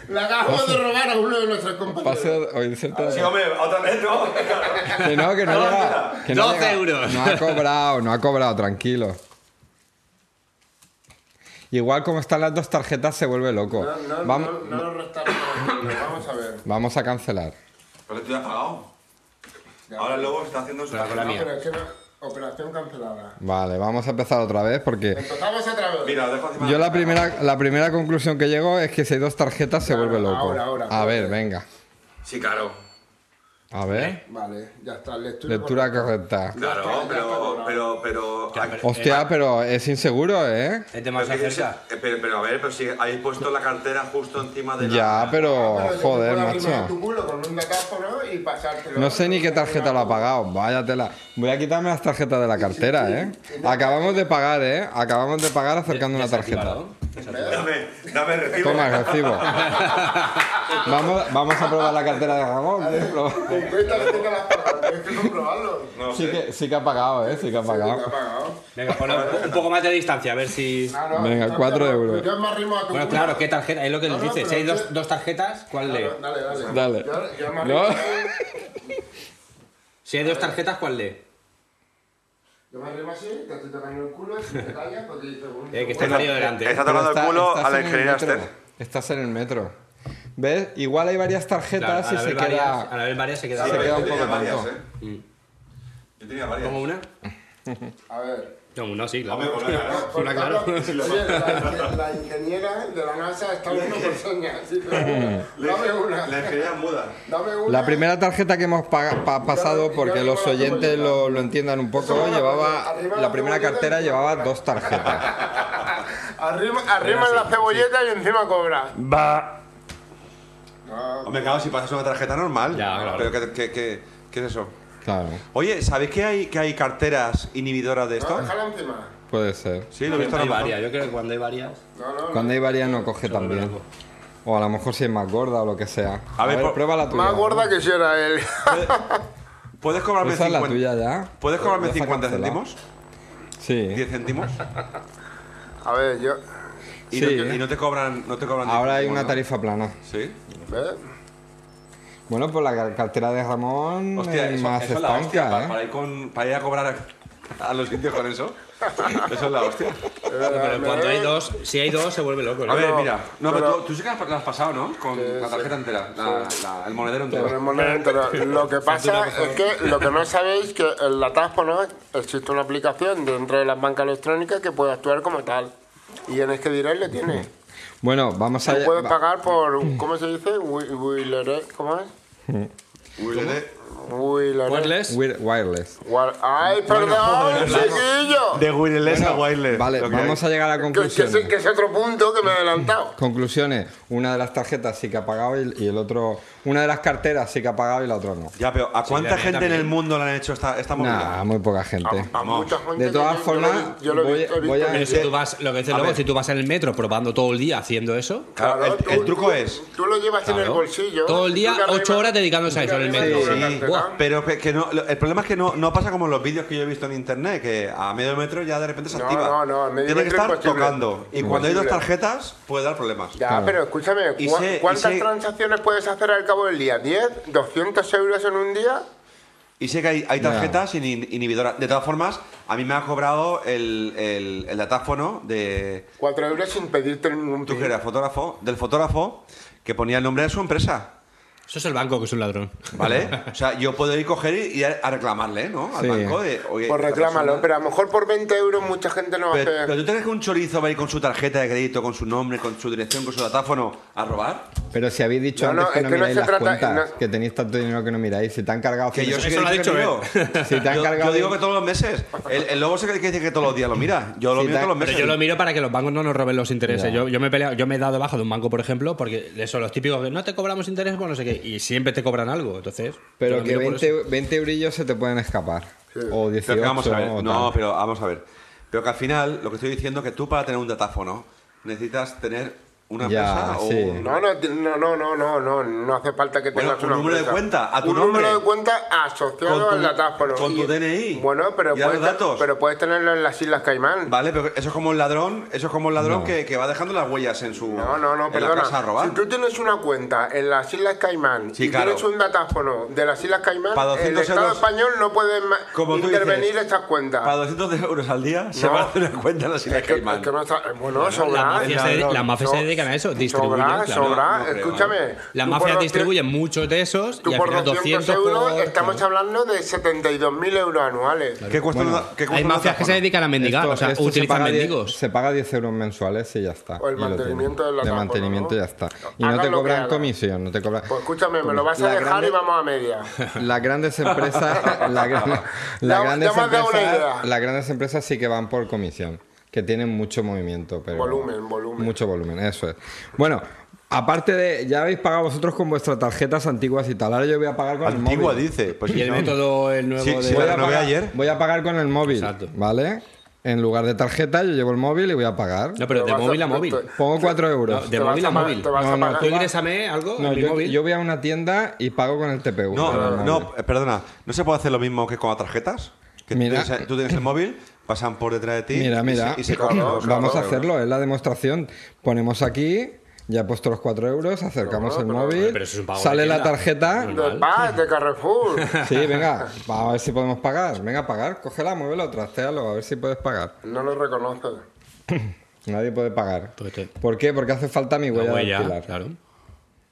Speaker 4: Le acabamos de robar a uno de nuestros compañeros.
Speaker 1: Pase o o inserta.
Speaker 2: Sí, hombre, otra vez no.
Speaker 1: Que no, que no
Speaker 2: No,
Speaker 1: llega.
Speaker 2: mira,
Speaker 1: que no
Speaker 3: 12
Speaker 1: llega.
Speaker 3: euros.
Speaker 1: No ha cobrado, no ha cobrado, tranquilo. Igual como están las dos tarjetas se vuelve loco.
Speaker 4: No, no,
Speaker 1: Vam-
Speaker 4: no, no lo restaron, pero vamos a ver.
Speaker 1: Vamos a cancelar.
Speaker 2: Pero tú ya has pagado. Ahora el lobo está haciendo su
Speaker 3: Pero con la
Speaker 4: No,
Speaker 3: mía.
Speaker 4: pero es que no- operación cancelada.
Speaker 1: Vale, vamos a empezar otra vez porque
Speaker 4: Empezamos otra vez.
Speaker 2: Mira, dejo encima
Speaker 1: yo
Speaker 2: de
Speaker 1: la primera, la primera conclusión que llego es que si hay dos tarjetas se
Speaker 4: Claro,
Speaker 1: vuelve loco.
Speaker 4: ahora, ahora,
Speaker 1: a ver,
Speaker 4: joder.
Speaker 1: venga.
Speaker 2: Sí, claro.
Speaker 1: A ver.
Speaker 4: Vale, ya está. Lectura.
Speaker 1: Lectura correcta.
Speaker 2: Claro, pero. Pero. Pero. pero,
Speaker 1: Hostia, pero es inseguro, ¿eh?
Speaker 3: Es demasiado
Speaker 2: que-
Speaker 3: cerca.
Speaker 2: eh, pero- pero, a ver, pero si habéis puesto la cartera justo encima de la.
Speaker 1: Ya, pero
Speaker 4: Bueno, yo te
Speaker 1: joder,
Speaker 4: puedo arrimar
Speaker 1: macho.
Speaker 4: tu culo con un datáfono y pasártelo.
Speaker 1: No sé ni qué tarjeta lo ha pagado, váyatela. Voy a quitarme las tarjetas de la cartera, ¿eh? Acabamos de pagar, ¿eh? Acabamos de pagar acercando una tarjeta.
Speaker 3: Desactivado.
Speaker 2: Dame, dame el recibo.
Speaker 1: Toma, el recibo. Vamos, vamos a probar la cartera de Ramón. ¿eh? Lo-
Speaker 4: ¿Con qué tarjeta la has pagado? Tienes que comprobarlo.
Speaker 2: No
Speaker 1: Sí
Speaker 2: sé.
Speaker 1: que, sí que ha pagado, ¿eh? Sí que ha
Speaker 4: Te ha
Speaker 1: pagado.
Speaker 4: pagado.
Speaker 3: Venga, pon un poco más de distancia, a ver si.
Speaker 4: Claro,
Speaker 1: Venga,
Speaker 4: yo-
Speaker 1: cuatro
Speaker 4: yo-
Speaker 1: euros.
Speaker 4: Yo me arrimo a tu
Speaker 3: Bueno,
Speaker 4: culo.
Speaker 3: claro, ¿qué tarjeta? Es lo que
Speaker 4: No,
Speaker 3: les
Speaker 4: no,
Speaker 3: dice.
Speaker 4: pero
Speaker 3: Si hay
Speaker 4: yo-
Speaker 3: dos, dos tarjetas, ¿cuál lee?
Speaker 4: Dale, dale.
Speaker 1: Dale.
Speaker 4: Yo, yo me arrimo.
Speaker 1: No.
Speaker 3: Si hay dos tarjetas, ¿cuál lee?
Speaker 4: Yo me arrimo así, te estoy tocando el culo, si te callas, porque dices... bueno,
Speaker 3: Eh, que esté Mario delante.
Speaker 2: Está tocando
Speaker 1: Pero
Speaker 2: el culo
Speaker 1: estás
Speaker 2: a la
Speaker 1: en el
Speaker 2: ingeniera
Speaker 1: metro.
Speaker 2: Esther.
Speaker 1: Estás en el metro. ¿Ves? Igual hay varias
Speaker 3: Claro,
Speaker 1: tarjetas
Speaker 3: al
Speaker 1: y se
Speaker 3: haber varias- al
Speaker 1: queda...
Speaker 3: haber varias se queda.
Speaker 1: se
Speaker 2: Yo
Speaker 1: queda un
Speaker 2: tenía
Speaker 1: poco
Speaker 2: varias,
Speaker 1: tonto.
Speaker 2: ¿eh? Yo tenía varias.
Speaker 3: ¿Como una?
Speaker 4: A ver...
Speaker 3: No, una sí,
Speaker 2: Hombre,
Speaker 3: claro.
Speaker 2: con la cara.
Speaker 4: Por
Speaker 3: Una, claro.
Speaker 4: tanto, Oye, la, la ingeniera de la NASA está uno por señas. sí,
Speaker 2: La
Speaker 4: pero Dame una.
Speaker 2: ingeniera- La ingeniera muda.
Speaker 4: Dame una.
Speaker 1: La primera tarjeta que hemos paga- pa- pasado, porque los oyentes lo, lo entiendan un poco, llevaba... La primera cartera llevaba dos tarjetas.
Speaker 4: Arrima, arrima la cebolleta y encima cobra.
Speaker 2: Va.
Speaker 4: No,
Speaker 2: Hombre, claro, si pasas una tarjeta normal.
Speaker 3: Ya, claro.
Speaker 2: Pero que, que, que- ¿qué es eso?
Speaker 1: Claro,
Speaker 2: Oye, ¿sabéis que hay, que hay carteras inhibidoras de esto?
Speaker 4: no, déjala encima.
Speaker 1: puede ser.
Speaker 2: Sí, lo he visto
Speaker 3: hay
Speaker 2: en la
Speaker 3: varias, yo creo que cuando hay varias.
Speaker 4: No, no,
Speaker 1: Cuando hay varias no coge también.
Speaker 3: loco.
Speaker 1: O a lo mejor si es más gorda o lo que sea.
Speaker 2: A
Speaker 1: A
Speaker 2: ver,
Speaker 1: ver,
Speaker 2: por-
Speaker 1: prueba la tuya.
Speaker 4: Más gorda que si era él.
Speaker 2: ¿Puedes cobrarme
Speaker 1: Esa es la
Speaker 2: 50?
Speaker 1: tuya ya.
Speaker 2: ¿Puedes cobrarme
Speaker 1: Ya se ha
Speaker 2: 50
Speaker 1: cancelado.
Speaker 2: céntimos?
Speaker 1: Sí.
Speaker 2: ¿10 céntimos?
Speaker 4: A ver, yo.
Speaker 2: Y,
Speaker 1: Sí.
Speaker 2: no, te, y no te cobran. No te cobran 10
Speaker 1: Ahora hay
Speaker 2: céntimos,
Speaker 1: una
Speaker 2: ¿no?
Speaker 1: tarifa plana.
Speaker 2: Sí.
Speaker 4: ¿Ves?
Speaker 1: Bueno, pues la car- cartera de Ramón
Speaker 2: Hostia,
Speaker 1: es
Speaker 2: eso,
Speaker 1: más
Speaker 2: eso es la hostia.
Speaker 1: estanca,
Speaker 2: Para,
Speaker 1: ¿eh?
Speaker 2: para ir con, para ir a cobrar a, a los sitios con eso. Eso es la hostia.
Speaker 3: Pero cuando hay dos, si hay dos, se vuelve loco. ¿no?
Speaker 2: A ver,
Speaker 4: Pero-
Speaker 2: mira. No, pero,
Speaker 4: pero-
Speaker 2: tú, tú sí que has- lo has pasado, ¿no? Con la tarjeta entera. la- la- el monedero entero.
Speaker 4: Con el monedero entero. Lo que pasa es que lo que no sabéis que en la Táspona existe una aplicación dentro de las bancas electrónicas que puede actuar como tal. Y en que direct le tiene.
Speaker 1: Bueno, vamos
Speaker 4: Tú
Speaker 1: allá.
Speaker 4: puedes
Speaker 3: Mm.
Speaker 1: va-
Speaker 4: pagar por, ¿cómo se dice? Wi- Wilere- ¿Cómo es?
Speaker 2: Uy, le-
Speaker 4: Uy, la
Speaker 3: Wireless.
Speaker 1: Wire- Wireless.
Speaker 4: Guar- Ay, perdón, chiquillo.
Speaker 2: De wireless a
Speaker 1: Bueno,
Speaker 2: wireless.
Speaker 1: Vale,
Speaker 2: Lo que
Speaker 1: vamos
Speaker 2: hay.
Speaker 1: a llegar a
Speaker 4: Que, que
Speaker 1: conclusiones.
Speaker 4: sí, que es otro punto que me he adelantado.
Speaker 1: Conclusiones. Una de las tarjetas sí que ha pagado y, y el otro. Una de las carteras sí que ha pagado y la otra no.
Speaker 2: Ya, pero ¿a cuánta
Speaker 3: la mía
Speaker 2: gente en el
Speaker 3: también.
Speaker 2: mundo le han hecho esta, esta movida?
Speaker 1: Nah, muy poca gente.
Speaker 4: A
Speaker 2: Vamos.
Speaker 4: mucha gente
Speaker 1: De
Speaker 4: que
Speaker 1: todas
Speaker 4: yo-
Speaker 1: formas,
Speaker 4: yo lo he
Speaker 1: voy-
Speaker 4: visto- he visto
Speaker 1: voy a-
Speaker 3: Pero eh, si tú vas, lo que dice
Speaker 2: A
Speaker 3: luego,
Speaker 2: ver.
Speaker 3: si tú vas en el metro probando todo el día haciendo eso.
Speaker 2: Claro,
Speaker 4: Claro,
Speaker 2: el,
Speaker 4: tú-
Speaker 2: el truco
Speaker 4: tú-
Speaker 2: es.
Speaker 4: Tú lo llevas en el
Speaker 3: Claro.
Speaker 4: bolsillo.
Speaker 3: Todo el
Speaker 4: Tú
Speaker 3: día,
Speaker 4: que arriba-
Speaker 3: ocho horas dedicándose a
Speaker 4: tú
Speaker 3: eso en
Speaker 4: que
Speaker 3: el
Speaker 4: arriba
Speaker 3: metro.
Speaker 4: de
Speaker 2: Sí,
Speaker 4: una
Speaker 2: sí.
Speaker 4: cartera.
Speaker 3: Buah.
Speaker 2: Pero que, que no, lo- el problema es que no, no pasa como los vídeos que yo he visto en internet, que a medio metro ya de repente se
Speaker 4: No,
Speaker 2: activa.
Speaker 4: no, no, a medio
Speaker 2: Tiene que
Speaker 4: metro
Speaker 2: estar
Speaker 4: imposible.
Speaker 2: tocando. Y cuando hay dos
Speaker 4: Imposible.
Speaker 2: tarjetas, puede dar problemas.
Speaker 4: Ya,
Speaker 1: Claro.
Speaker 4: pero escúchame,
Speaker 2: Y
Speaker 4: ¿cu-
Speaker 2: sé- y
Speaker 4: ¿cuántas
Speaker 2: sé-
Speaker 4: transacciones puedes hacer al cabo del día? ¿10? ¿200 euros en un día?
Speaker 2: Y sé que hay, hay tarjetas sin in- inhibidora. De todas formas, a mí me ha cobrado el, el, el datáfono de.
Speaker 4: 4 euros sin pedirte ningún
Speaker 2: ¿Tú
Speaker 4: pin.
Speaker 2: que eras? ¿Fotógrafo? Del fotógrafo que ponía el nombre de su empresa.
Speaker 3: Eso es el banco que es un ladrón.
Speaker 2: ¿Vale? O sea, yo puedo ir coger y, y a, a reclamarle, ¿no? Al
Speaker 1: Sí.
Speaker 2: banco de. Oye,
Speaker 4: Pues
Speaker 2: esta
Speaker 4: reclámalo,
Speaker 2: persona-
Speaker 4: pero a lo mejor por 20 euros mucha gente no va a
Speaker 2: Pero,
Speaker 4: hacer.
Speaker 2: pero tú crees que un chorizo va a ir con su tarjeta de crédito, con su nombre, con su dirección, con su datáfono a robar?
Speaker 1: Pero si habéis dicho
Speaker 4: No,
Speaker 1: antes
Speaker 4: no,
Speaker 1: que
Speaker 4: es
Speaker 1: no
Speaker 4: que no
Speaker 1: miráis
Speaker 4: se
Speaker 1: las
Speaker 4: trata-
Speaker 1: cuentas,
Speaker 4: no-
Speaker 1: que tenéis tanto dinero que no miráis, si te han cargado.
Speaker 2: Que yo
Speaker 1: cien-
Speaker 2: sí que
Speaker 3: Eso lo ha
Speaker 2: he dicho que
Speaker 3: dicho
Speaker 2: miro.
Speaker 1: él. Si te han
Speaker 2: yo,
Speaker 1: cargado
Speaker 2: yo digo
Speaker 1: bien.
Speaker 2: que todos los meses. El, el lobo sé que dice que todos los días lo mira. Yo lo
Speaker 1: Si
Speaker 2: miro
Speaker 1: te-
Speaker 2: todos los
Speaker 3: Pero
Speaker 2: meses.
Speaker 3: yo lo miro para que los bancos no nos roben los intereses.
Speaker 1: Ya.
Speaker 3: Yo, yo me he peleado- yo me he dado de baja de un banco, por ejemplo, porque son los típicos que no te cobramos intereses por no sé qué. Y siempre te cobran algo. Entonces. yo
Speaker 1: Pero
Speaker 3: lo
Speaker 1: que
Speaker 3: miro por
Speaker 1: 20,
Speaker 3: eso.
Speaker 1: 20 eurillos se te pueden escapar. O 18.
Speaker 2: Pero que vamos a ver.
Speaker 1: o
Speaker 2: No,
Speaker 1: tal.
Speaker 2: pero vamos a ver. Pero que al final, lo que estoy diciendo es que tú para tener un datáfono necesitas tener una
Speaker 1: Ya,
Speaker 2: empresa o
Speaker 1: sí.
Speaker 2: un-
Speaker 4: No, no, ti- no, no, no, no, no, no hace falta que
Speaker 2: Bueno,
Speaker 4: tengas
Speaker 2: un
Speaker 4: una
Speaker 2: número de
Speaker 4: empresa.
Speaker 2: cuenta, a tu
Speaker 4: un
Speaker 2: nombre.
Speaker 4: número de cuenta asociado
Speaker 2: Con tu-
Speaker 4: al datáfono.
Speaker 2: con tu
Speaker 4: Y-
Speaker 2: DNI.
Speaker 4: Bueno, pero
Speaker 2: Y a los
Speaker 4: puedes,
Speaker 2: datos.
Speaker 4: pero puedes tenerlo en las Islas Caimán.
Speaker 2: Vale, pero eso es como un ladrón, eso es como un ladrón que, que va dejando las huellas en su
Speaker 4: No, no, no,
Speaker 2: en
Speaker 4: perdona.
Speaker 2: la casa a robar.
Speaker 4: Si tú tienes una cuenta en las Islas Caimán
Speaker 2: Sí,
Speaker 4: y
Speaker 2: claro.
Speaker 4: tienes un datáfono de las Islas Caimán,
Speaker 2: Pa'
Speaker 4: el
Speaker 2: 200
Speaker 4: Estado
Speaker 2: euros.
Speaker 4: español no puede ma-
Speaker 2: Como tú
Speaker 4: intervenir
Speaker 2: dices,
Speaker 4: estas cuentas.
Speaker 2: Para 200 euros al día se
Speaker 4: No.
Speaker 2: va a hacer una cuenta en las Islas
Speaker 4: Es que-
Speaker 2: Caimán.
Speaker 4: es que no está- bueno,
Speaker 3: Las
Speaker 4: sobra.
Speaker 3: mafias, se,
Speaker 2: ladrón.
Speaker 3: las mafias se
Speaker 4: So-
Speaker 3: dedican a eso. Distribuyen.
Speaker 4: Sobra,
Speaker 3: claro.
Speaker 4: sobra.
Speaker 2: No creo,
Speaker 4: Escúchame.
Speaker 3: Las
Speaker 4: tú por
Speaker 3: mafias
Speaker 4: 200
Speaker 3: distribuyen muchos de esos.
Speaker 4: Tú
Speaker 3: y al
Speaker 4: por
Speaker 3: final
Speaker 4: 200
Speaker 3: por-
Speaker 4: euros estamos hablando de 72.000 euros anuales.
Speaker 2: ¿Qué cuesta
Speaker 1: Bueno,
Speaker 2: una- qué cuesta
Speaker 3: Hay
Speaker 2: una
Speaker 3: mafias que se
Speaker 2: datáfono?
Speaker 3: dedican a mendigar,
Speaker 1: Esto-
Speaker 3: o sea,
Speaker 1: esto
Speaker 3: utilizan
Speaker 1: paga 10
Speaker 3: mendigos.
Speaker 1: se paga 10 euros mensuales y ya está.
Speaker 4: O el
Speaker 1: y lo
Speaker 4: mantenimiento
Speaker 1: tiene.
Speaker 4: del
Speaker 1: De
Speaker 4: datáfono,
Speaker 1: mantenimiento
Speaker 4: ¿no?
Speaker 1: y ya está. Y no
Speaker 4: Hagan
Speaker 1: te
Speaker 4: lo que
Speaker 1: cobran
Speaker 4: hagan.
Speaker 1: comisión, no te cobran.
Speaker 4: Pues escuchame, me lo vas a
Speaker 1: La
Speaker 4: dejar
Speaker 1: grande-
Speaker 4: y vamos a media.
Speaker 1: Las grandes empresas, la gran- las
Speaker 4: Ya-
Speaker 1: grandes
Speaker 4: ya me has dado una
Speaker 1: empresas,
Speaker 4: idea.
Speaker 1: las grandes empresas sí que van por comisión, que tienen mucho movimiento, pero
Speaker 4: Volumen, volumen.
Speaker 1: mucho volumen, eso es. Bueno, aparte de ya habéis pagado vosotros con vuestras tarjetas antiguas y tal, ahora yo voy a pagar con el
Speaker 2: Antigua
Speaker 1: móvil.
Speaker 2: dice. Pues
Speaker 3: Y el
Speaker 2: no.
Speaker 3: método, el nuevo
Speaker 2: Sí,
Speaker 3: de.
Speaker 2: sí,
Speaker 1: Voy a,
Speaker 2: Lo ve
Speaker 1: pagar,
Speaker 2: ayer.
Speaker 1: voy a pagar con el móvil,
Speaker 3: Exacto.
Speaker 1: ¿vale? En lugar de tarjeta yo llevo el móvil y voy a pagar.
Speaker 3: No, pero
Speaker 4: Te
Speaker 3: de
Speaker 4: vas a-
Speaker 3: móvil a
Speaker 4: te-
Speaker 3: móvil.
Speaker 4: te-
Speaker 1: Pongo 4
Speaker 3: No,
Speaker 1: euros.
Speaker 3: de
Speaker 4: vas
Speaker 3: móvil
Speaker 4: a
Speaker 3: a
Speaker 4: pagar-
Speaker 3: móvil.
Speaker 4: te vas a
Speaker 1: No, no,
Speaker 4: pagar.
Speaker 3: Tú ingresame algo
Speaker 1: No,
Speaker 3: en mi
Speaker 1: yo,
Speaker 3: móvil.
Speaker 1: yo voy a una tienda y pago con el TPU.
Speaker 2: No,
Speaker 1: con el
Speaker 2: no,
Speaker 1: móvil.
Speaker 2: no, eh, perdona. ¿No se puede hacer lo mismo que con las tarjetas? Que tú
Speaker 1: Mira.
Speaker 2: tienes- tú tienes el móvil, pasan por detrás de ti.
Speaker 1: Mira,
Speaker 2: y
Speaker 1: mira,
Speaker 2: se- Y se cobran
Speaker 4: Claro,
Speaker 2: los-
Speaker 1: vamos a
Speaker 2: los-
Speaker 1: hacerlo, es la demostración. Ponemos aquí, ya he puesto los 4 euros, acercamos el móvil,
Speaker 3: Pero eso es un pago
Speaker 1: sale
Speaker 3: de
Speaker 1: la
Speaker 3: tienda.
Speaker 1: tarjeta.
Speaker 4: De Paz, de Carrefour.
Speaker 1: Sí, venga, vamos a ver si podemos pagar. Venga, a pagar, cógela, muévelo, trastéalo, a ver si puedes pagar.
Speaker 4: No lo reconoces.
Speaker 1: Nadie puede pagar.
Speaker 3: Pues te-
Speaker 1: ¿Por qué? Porque hace falta mi
Speaker 3: La
Speaker 1: huella,
Speaker 3: huella,
Speaker 1: dactilar.
Speaker 3: claro.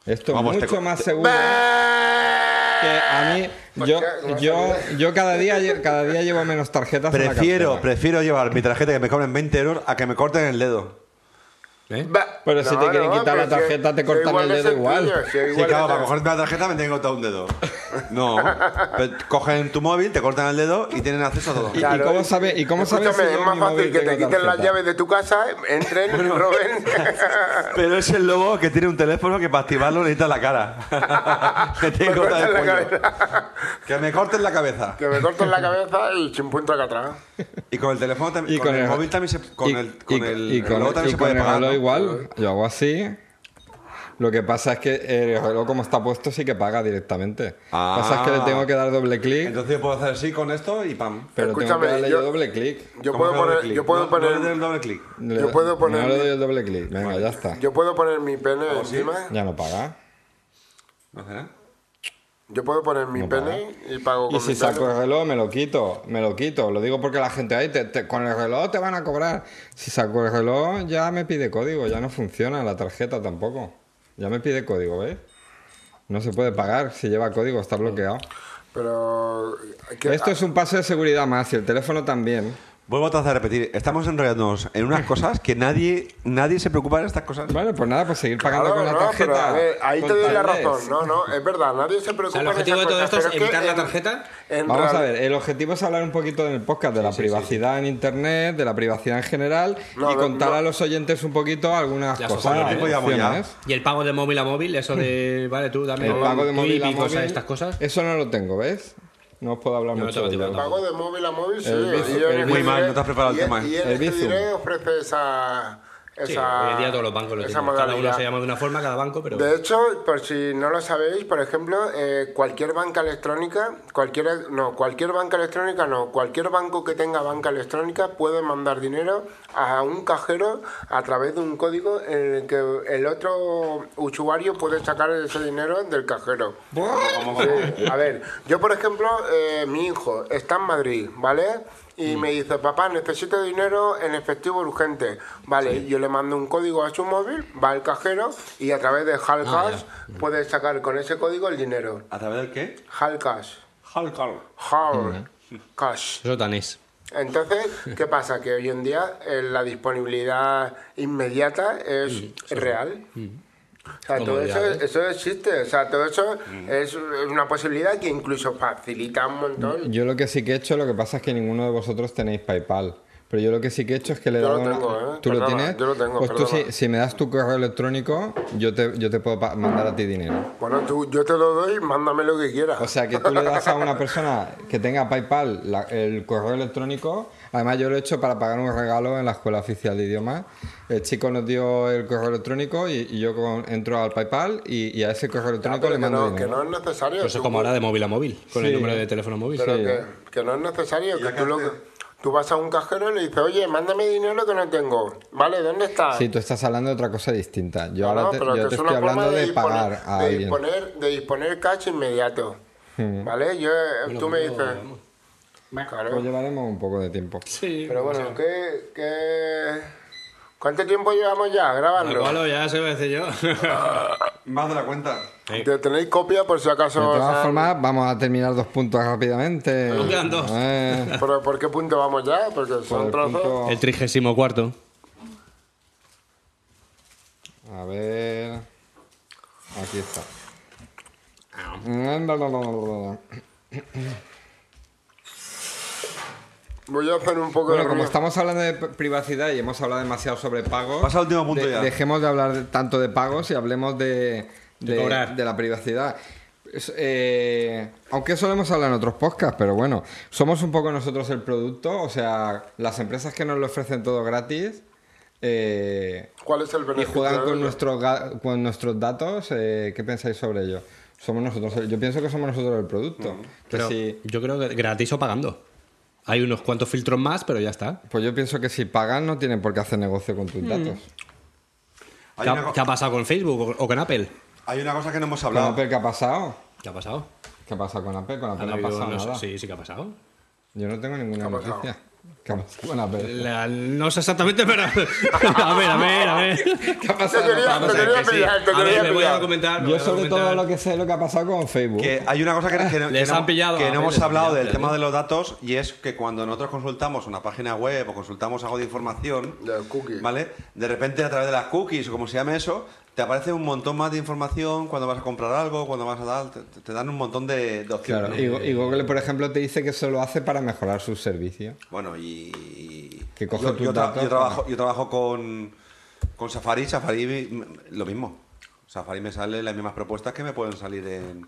Speaker 1: Esto
Speaker 2: Vamos,
Speaker 1: es
Speaker 2: te
Speaker 1: mucho
Speaker 2: co-
Speaker 1: más
Speaker 2: te-
Speaker 1: seguro. Que a mí,
Speaker 4: Pues
Speaker 1: yo,
Speaker 4: ya,
Speaker 1: yo, yo cada día, lle- cada día llevo menos tarjetas. en la
Speaker 2: Prefiero,
Speaker 1: cartera.
Speaker 2: prefiero llevar mi tarjeta que me cobren 20 euros a que me corten el dedo.
Speaker 3: ¿Eh?
Speaker 1: Pero si te quieren quitar la
Speaker 4: pero
Speaker 1: tarjeta, te
Speaker 4: si
Speaker 1: cortan
Speaker 4: igual
Speaker 1: el
Speaker 4: de
Speaker 1: dedo igual.
Speaker 4: sencillo, si
Speaker 2: Sí,
Speaker 4: igual
Speaker 2: claro,
Speaker 4: de
Speaker 2: para
Speaker 4: sen-
Speaker 2: cogerte la tarjeta me tienen que cortar un dedo. No. Pero cogen tu móvil, te cortan el dedo y tienen acceso a todo.
Speaker 1: ¿Y, y
Speaker 4: Claro,
Speaker 1: cómo sabe, y cómo sabe
Speaker 4: Escúchame,
Speaker 1: si yo
Speaker 4: es
Speaker 1: en
Speaker 4: más
Speaker 1: mi
Speaker 4: fácil
Speaker 1: móvil
Speaker 4: que te
Speaker 1: tengo
Speaker 4: quiten las
Speaker 1: tarjeta?
Speaker 4: llaves de tu casa, ¿eh? entren, roben.
Speaker 2: Pero es el lobo que tiene un teléfono que para activarlo necesita la cara. que tiene que
Speaker 4: Me
Speaker 2: cortar el
Speaker 4: cortan la
Speaker 2: cuello. Que me corten la cabeza.
Speaker 4: que me corten la cabeza y chimpún traca atrás.
Speaker 2: Y con el teléfono también.
Speaker 1: Y
Speaker 2: Con, el, móvil también se. Con
Speaker 1: y-
Speaker 2: el. Con
Speaker 1: y-
Speaker 2: el.
Speaker 1: y con
Speaker 2: reloj
Speaker 1: el-
Speaker 2: también
Speaker 1: y
Speaker 2: se
Speaker 1: con
Speaker 2: puede
Speaker 1: el
Speaker 2: pagar.
Speaker 1: reloj
Speaker 2: ¿no?
Speaker 1: igual. Yo hago así. Lo que pasa es que el reloj, como está puesto, sí que paga directamente. Lo que
Speaker 2: Ah.
Speaker 1: pasa es que le tengo que dar doble clic,
Speaker 2: Entonces puedo hacer así con esto y pam.
Speaker 1: pero tengo que
Speaker 4: Escúchame,
Speaker 1: darle yo,
Speaker 4: yo-
Speaker 1: doble clic.
Speaker 4: Yo
Speaker 2: ¿Cómo
Speaker 4: puedo
Speaker 2: que doble
Speaker 4: poner,
Speaker 2: clic?
Speaker 4: yo puedo
Speaker 2: No- no le doy el
Speaker 4: poner,
Speaker 2: doble clic.
Speaker 1: Le-
Speaker 4: yo puedo poner-
Speaker 1: No le doy el doble clic. Venga, ya está.
Speaker 4: yo puedo poner mi pene
Speaker 2: ¿Oh,
Speaker 4: encima.
Speaker 1: Ya no paga.
Speaker 2: ¿No será?
Speaker 4: Yo puedo poner mi pene y pago con
Speaker 1: Y si
Speaker 4: mi
Speaker 1: saco
Speaker 4: pene.
Speaker 1: el reloj, me lo quito, me lo quito. Lo digo porque la gente ahí, te- te- con el reloj te van a cobrar. Si saco el reloj, ya me pide código, ya no funciona la tarjeta tampoco. Ya me pide código, ¿ves? No se puede pagar si lleva código, está bloqueado.
Speaker 4: Pero ¿qué-
Speaker 1: Esto es un paso de seguridad más y el teléfono también.
Speaker 2: Vuelvo otra vez a repetir, estamos enrollándonos en unas cosas que nadie, nadie se preocupa de estas cosas.
Speaker 1: Vale, pues nada, pues seguir pagando
Speaker 4: Claro,
Speaker 1: con la
Speaker 4: no,
Speaker 1: tarjeta.
Speaker 4: pero a ver, ahí te doy la
Speaker 1: Contadles.
Speaker 4: razón. No, no, es verdad, nadie se
Speaker 3: O
Speaker 4: preocupa.
Speaker 3: sea, el
Speaker 4: de
Speaker 3: objetivo de
Speaker 4: esas
Speaker 3: todo esto
Speaker 4: cosas,
Speaker 3: es
Speaker 4: pero que
Speaker 3: evitar la
Speaker 4: en-
Speaker 3: tarjeta.
Speaker 4: en
Speaker 1: Vamos a
Speaker 4: real-
Speaker 1: ver, el objetivo es hablar un poquito en el podcast de la privacidad en internet, de la privacidad en general
Speaker 4: No,
Speaker 1: y
Speaker 4: no,
Speaker 1: contar
Speaker 4: no.
Speaker 1: a los oyentes un poquito algunas
Speaker 3: Las
Speaker 1: cosas.
Speaker 3: opciones.
Speaker 1: las
Speaker 2: Tiempo ya,
Speaker 1: opciones.
Speaker 3: Y el pago de móvil a móvil, eso de, vale, tú dame
Speaker 1: El pago de
Speaker 3: un
Speaker 1: móvil
Speaker 3: clip
Speaker 1: a
Speaker 3: y cosas,
Speaker 1: móvil,
Speaker 3: estas cosas.
Speaker 1: Eso no lo tengo, ¿ves? No os puedo hablar
Speaker 3: No, no
Speaker 1: mucho
Speaker 3: tengo
Speaker 1: de
Speaker 3: tiempo
Speaker 1: ello.
Speaker 3: tampoco.
Speaker 4: Pago de móvil a móvil, sí.
Speaker 1: El Bizum,
Speaker 4: y en
Speaker 1: el
Speaker 4: este
Speaker 1: Muy
Speaker 4: diré-
Speaker 2: mal, no te has preparado el
Speaker 4: y en-
Speaker 2: tema.
Speaker 4: Y en
Speaker 1: El
Speaker 4: este
Speaker 1: Bizum.
Speaker 4: diré ofrece esa.
Speaker 3: Sí,
Speaker 4: esa-
Speaker 3: hoy en día todos los bancos lo
Speaker 4: esa
Speaker 3: tienen. Cada uno
Speaker 4: modalidad.
Speaker 3: se llama de una forma, cada banco, pero.
Speaker 4: De hecho, por si no lo sabéis, por ejemplo, eh, cualquier banca electrónica, cualquier, no, cualquier banca electrónica no, cualquier banco que tenga banca electrónica puede mandar dinero a un cajero a través de un código en el que el otro usuario puede sacar ese dinero del cajero.
Speaker 2: Como- como-
Speaker 4: Sí, A ver, yo por ejemplo, eh, mi hijo está en Madrid, ¿vale? Y me dice, papá, necesito dinero en efectivo urgente. Vale, yo le mando un código a su móvil, va al cajero y a través de Halcash puede sacar con ese código el dinero.
Speaker 2: ¿A través del qué?
Speaker 4: Halcash.
Speaker 2: Halkal.
Speaker 4: Halcash.
Speaker 3: Eso tan es.
Speaker 4: Entonces, ¿qué pasa? Que hoy en día eh, la disponibilidad inmediata es real. O sea, todo eso,
Speaker 3: Comodidades.
Speaker 4: eso existe. O sea, todo eso es una posibilidad que incluso facilita un montón.
Speaker 1: Yo lo que sí que he hecho, lo que pasa es que ninguno de vosotros tenéis PayPal. Pero yo lo que sí que he hecho es que le he
Speaker 4: Yo lo
Speaker 1: dado una-
Speaker 4: tengo, ¿eh?
Speaker 1: ¿Tú lo
Speaker 4: Perdona,
Speaker 1: tienes?
Speaker 4: yo lo tengo,
Speaker 1: pues tú,
Speaker 4: perdona.
Speaker 1: si, si me das tu correo electrónico, yo te, yo te puedo pa- mandar a ti dinero.
Speaker 4: Bueno, tú, yo te lo doy, mándame lo que quieras.
Speaker 1: O sea, que tú le das a una persona que tenga PayPal la- el correo electrónico. Además, yo lo he hecho para pagar un regalo en la Escuela Oficial de Idiomas. El chico nos dio el correo electrónico y, y yo con- entro al PayPal y, y a ese correo
Speaker 4: Ya,
Speaker 1: electrónico
Speaker 4: pero
Speaker 1: le
Speaker 4: que,
Speaker 1: mando
Speaker 4: no, que
Speaker 1: dinero.
Speaker 4: no es necesario.
Speaker 3: Eso es
Speaker 4: tú-
Speaker 3: Pues como ahora de móvil a móvil, con el
Speaker 1: Sí.
Speaker 3: número de teléfono móvil.
Speaker 4: pero
Speaker 1: sí.
Speaker 4: que, que no es necesario.
Speaker 2: ya
Speaker 4: Que
Speaker 2: qué
Speaker 4: tú, lo,
Speaker 2: haces?
Speaker 4: tú vas a un cajero y le dices, oye, mándame dinero que no tengo. Vale, ¿dónde está?
Speaker 1: Sí, tú estás hablando de otra cosa distinta. Yo
Speaker 4: No,
Speaker 1: ahora
Speaker 4: no,
Speaker 1: te,
Speaker 4: pero
Speaker 1: yo
Speaker 4: que
Speaker 1: te
Speaker 4: es
Speaker 1: estoy
Speaker 4: una forma
Speaker 1: hablando de,
Speaker 4: disponer-
Speaker 1: pagar a
Speaker 4: de
Speaker 1: alguien.
Speaker 4: disponer, de disponer cash inmediato. ¿Vale? Yo, eh, tú me dices. Claro.
Speaker 1: Pues llevaremos un poco de tiempo.
Speaker 3: Sí.
Speaker 4: Pero bueno, ¿qué, qué... ¿cuánto tiempo llevamos ya grabando?
Speaker 3: Igual ya se va a decir yo.
Speaker 2: Más de la cuenta.
Speaker 4: Te tenéis copia por si acaso.
Speaker 1: De
Speaker 4: o
Speaker 1: todas
Speaker 4: sea,
Speaker 1: formas, vamos a terminar dos puntos rápidamente.
Speaker 3: Nos quedan dos.
Speaker 1: Eh,
Speaker 4: ¿Pero por qué punto vamos ya? Porque
Speaker 1: por
Speaker 4: son
Speaker 1: el
Speaker 4: trozos.
Speaker 1: punto-
Speaker 3: El trigésimo cuarto.
Speaker 1: A ver. Aquí está.
Speaker 4: Ah.
Speaker 1: Mm, Bueno,
Speaker 4: Voy a hacer un poco de
Speaker 1: como
Speaker 4: ruido.
Speaker 1: estamos hablando de privacidad y hemos hablado demasiado sobre pagos,
Speaker 2: Pasa al último punto
Speaker 1: de-
Speaker 2: ya.
Speaker 1: dejemos de hablar de- tanto de pagos y hablemos de,
Speaker 3: De
Speaker 1: de-
Speaker 3: cobrar.
Speaker 1: de la privacidad. Es- eh, aunque solemos hablar en otros podcasts, pero bueno, somos un poco nosotros el producto, o sea, las empresas que nos lo ofrecen todo gratis. Eh,
Speaker 4: ¿Cuál es el
Speaker 1: y
Speaker 4: beneficio?
Speaker 1: juegan
Speaker 4: de
Speaker 1: con
Speaker 4: ello?
Speaker 1: nuestros ga- con nuestros datos eh, qué pensáis sobre ello somos nosotros el- yo pienso que somos nosotros el producto
Speaker 2: Mm,
Speaker 1: que
Speaker 3: Pero
Speaker 1: si-
Speaker 3: Yo creo que gratis o pagando. Hay unos cuantos filtros más, pero ya está.
Speaker 1: pues yo pienso que si pagan no tienen por qué hacer negocio con tus datos
Speaker 2: Hay
Speaker 3: ¿Qué
Speaker 2: una
Speaker 3: ha,
Speaker 2: co-
Speaker 3: qué ha pasado con Facebook o- o con Apple?
Speaker 2: Hay una cosa que no hemos
Speaker 1: con
Speaker 2: hablado.
Speaker 1: Apple qué ha pasado
Speaker 3: ¿Qué ha pasado?
Speaker 1: qué ha pasado con Apple con Apple
Speaker 3: Han
Speaker 1: no ha
Speaker 3: habido
Speaker 1: pasado
Speaker 3: unos-
Speaker 1: nada
Speaker 3: Sí, sí que ha pasado.
Speaker 1: yo no tengo ninguna
Speaker 4: ¿Qué ha pasado?
Speaker 1: noticia ¿Qué ha pasado con Apple
Speaker 3: La- no sé exactamente, pero. a ver, a ver, a ver.
Speaker 1: ¿Qué ha
Speaker 4: Te
Speaker 1: pasado
Speaker 4: quería,
Speaker 1: con
Speaker 4: te
Speaker 1: Apple?
Speaker 4: quería
Speaker 3: Que sí.
Speaker 4: pillar, te
Speaker 3: A ver,
Speaker 4: quería
Speaker 3: me voy a
Speaker 4: pillar.
Speaker 3: documentar. me voy
Speaker 1: yo
Speaker 3: a
Speaker 1: sobre todo
Speaker 3: documentar.
Speaker 1: lo que sé es lo que ha pasado con Facebook
Speaker 2: Que hay una cosa que, que no- que
Speaker 3: Les
Speaker 2: no,
Speaker 3: han pillado,
Speaker 2: que no
Speaker 3: a ver,
Speaker 2: hemos
Speaker 3: les han
Speaker 2: hablado
Speaker 3: pillado,
Speaker 2: del
Speaker 3: ¿eh?
Speaker 2: tema de los datos y es que cuando nosotros consultamos una página web o consultamos algo de información,
Speaker 4: Las cookies.
Speaker 2: ¿vale? De repente a través de las cookies o como se llame eso, te aparece un montón más de información cuando vas a comprar algo, cuando vas a dar, te, te dan un montón de, de opciones.
Speaker 1: claro y,
Speaker 3: eh,
Speaker 1: y Google por ejemplo te dice que eso lo hace para mejorar su servicio
Speaker 2: Bueno, y.
Speaker 1: Que coge
Speaker 2: yo,
Speaker 1: tus
Speaker 2: yo tra-
Speaker 1: datos
Speaker 2: yo trabajo, yo trabajo con, con Safari, Safari m- lo mismo. Safari me sale las mismas propuestas que me pueden salir en.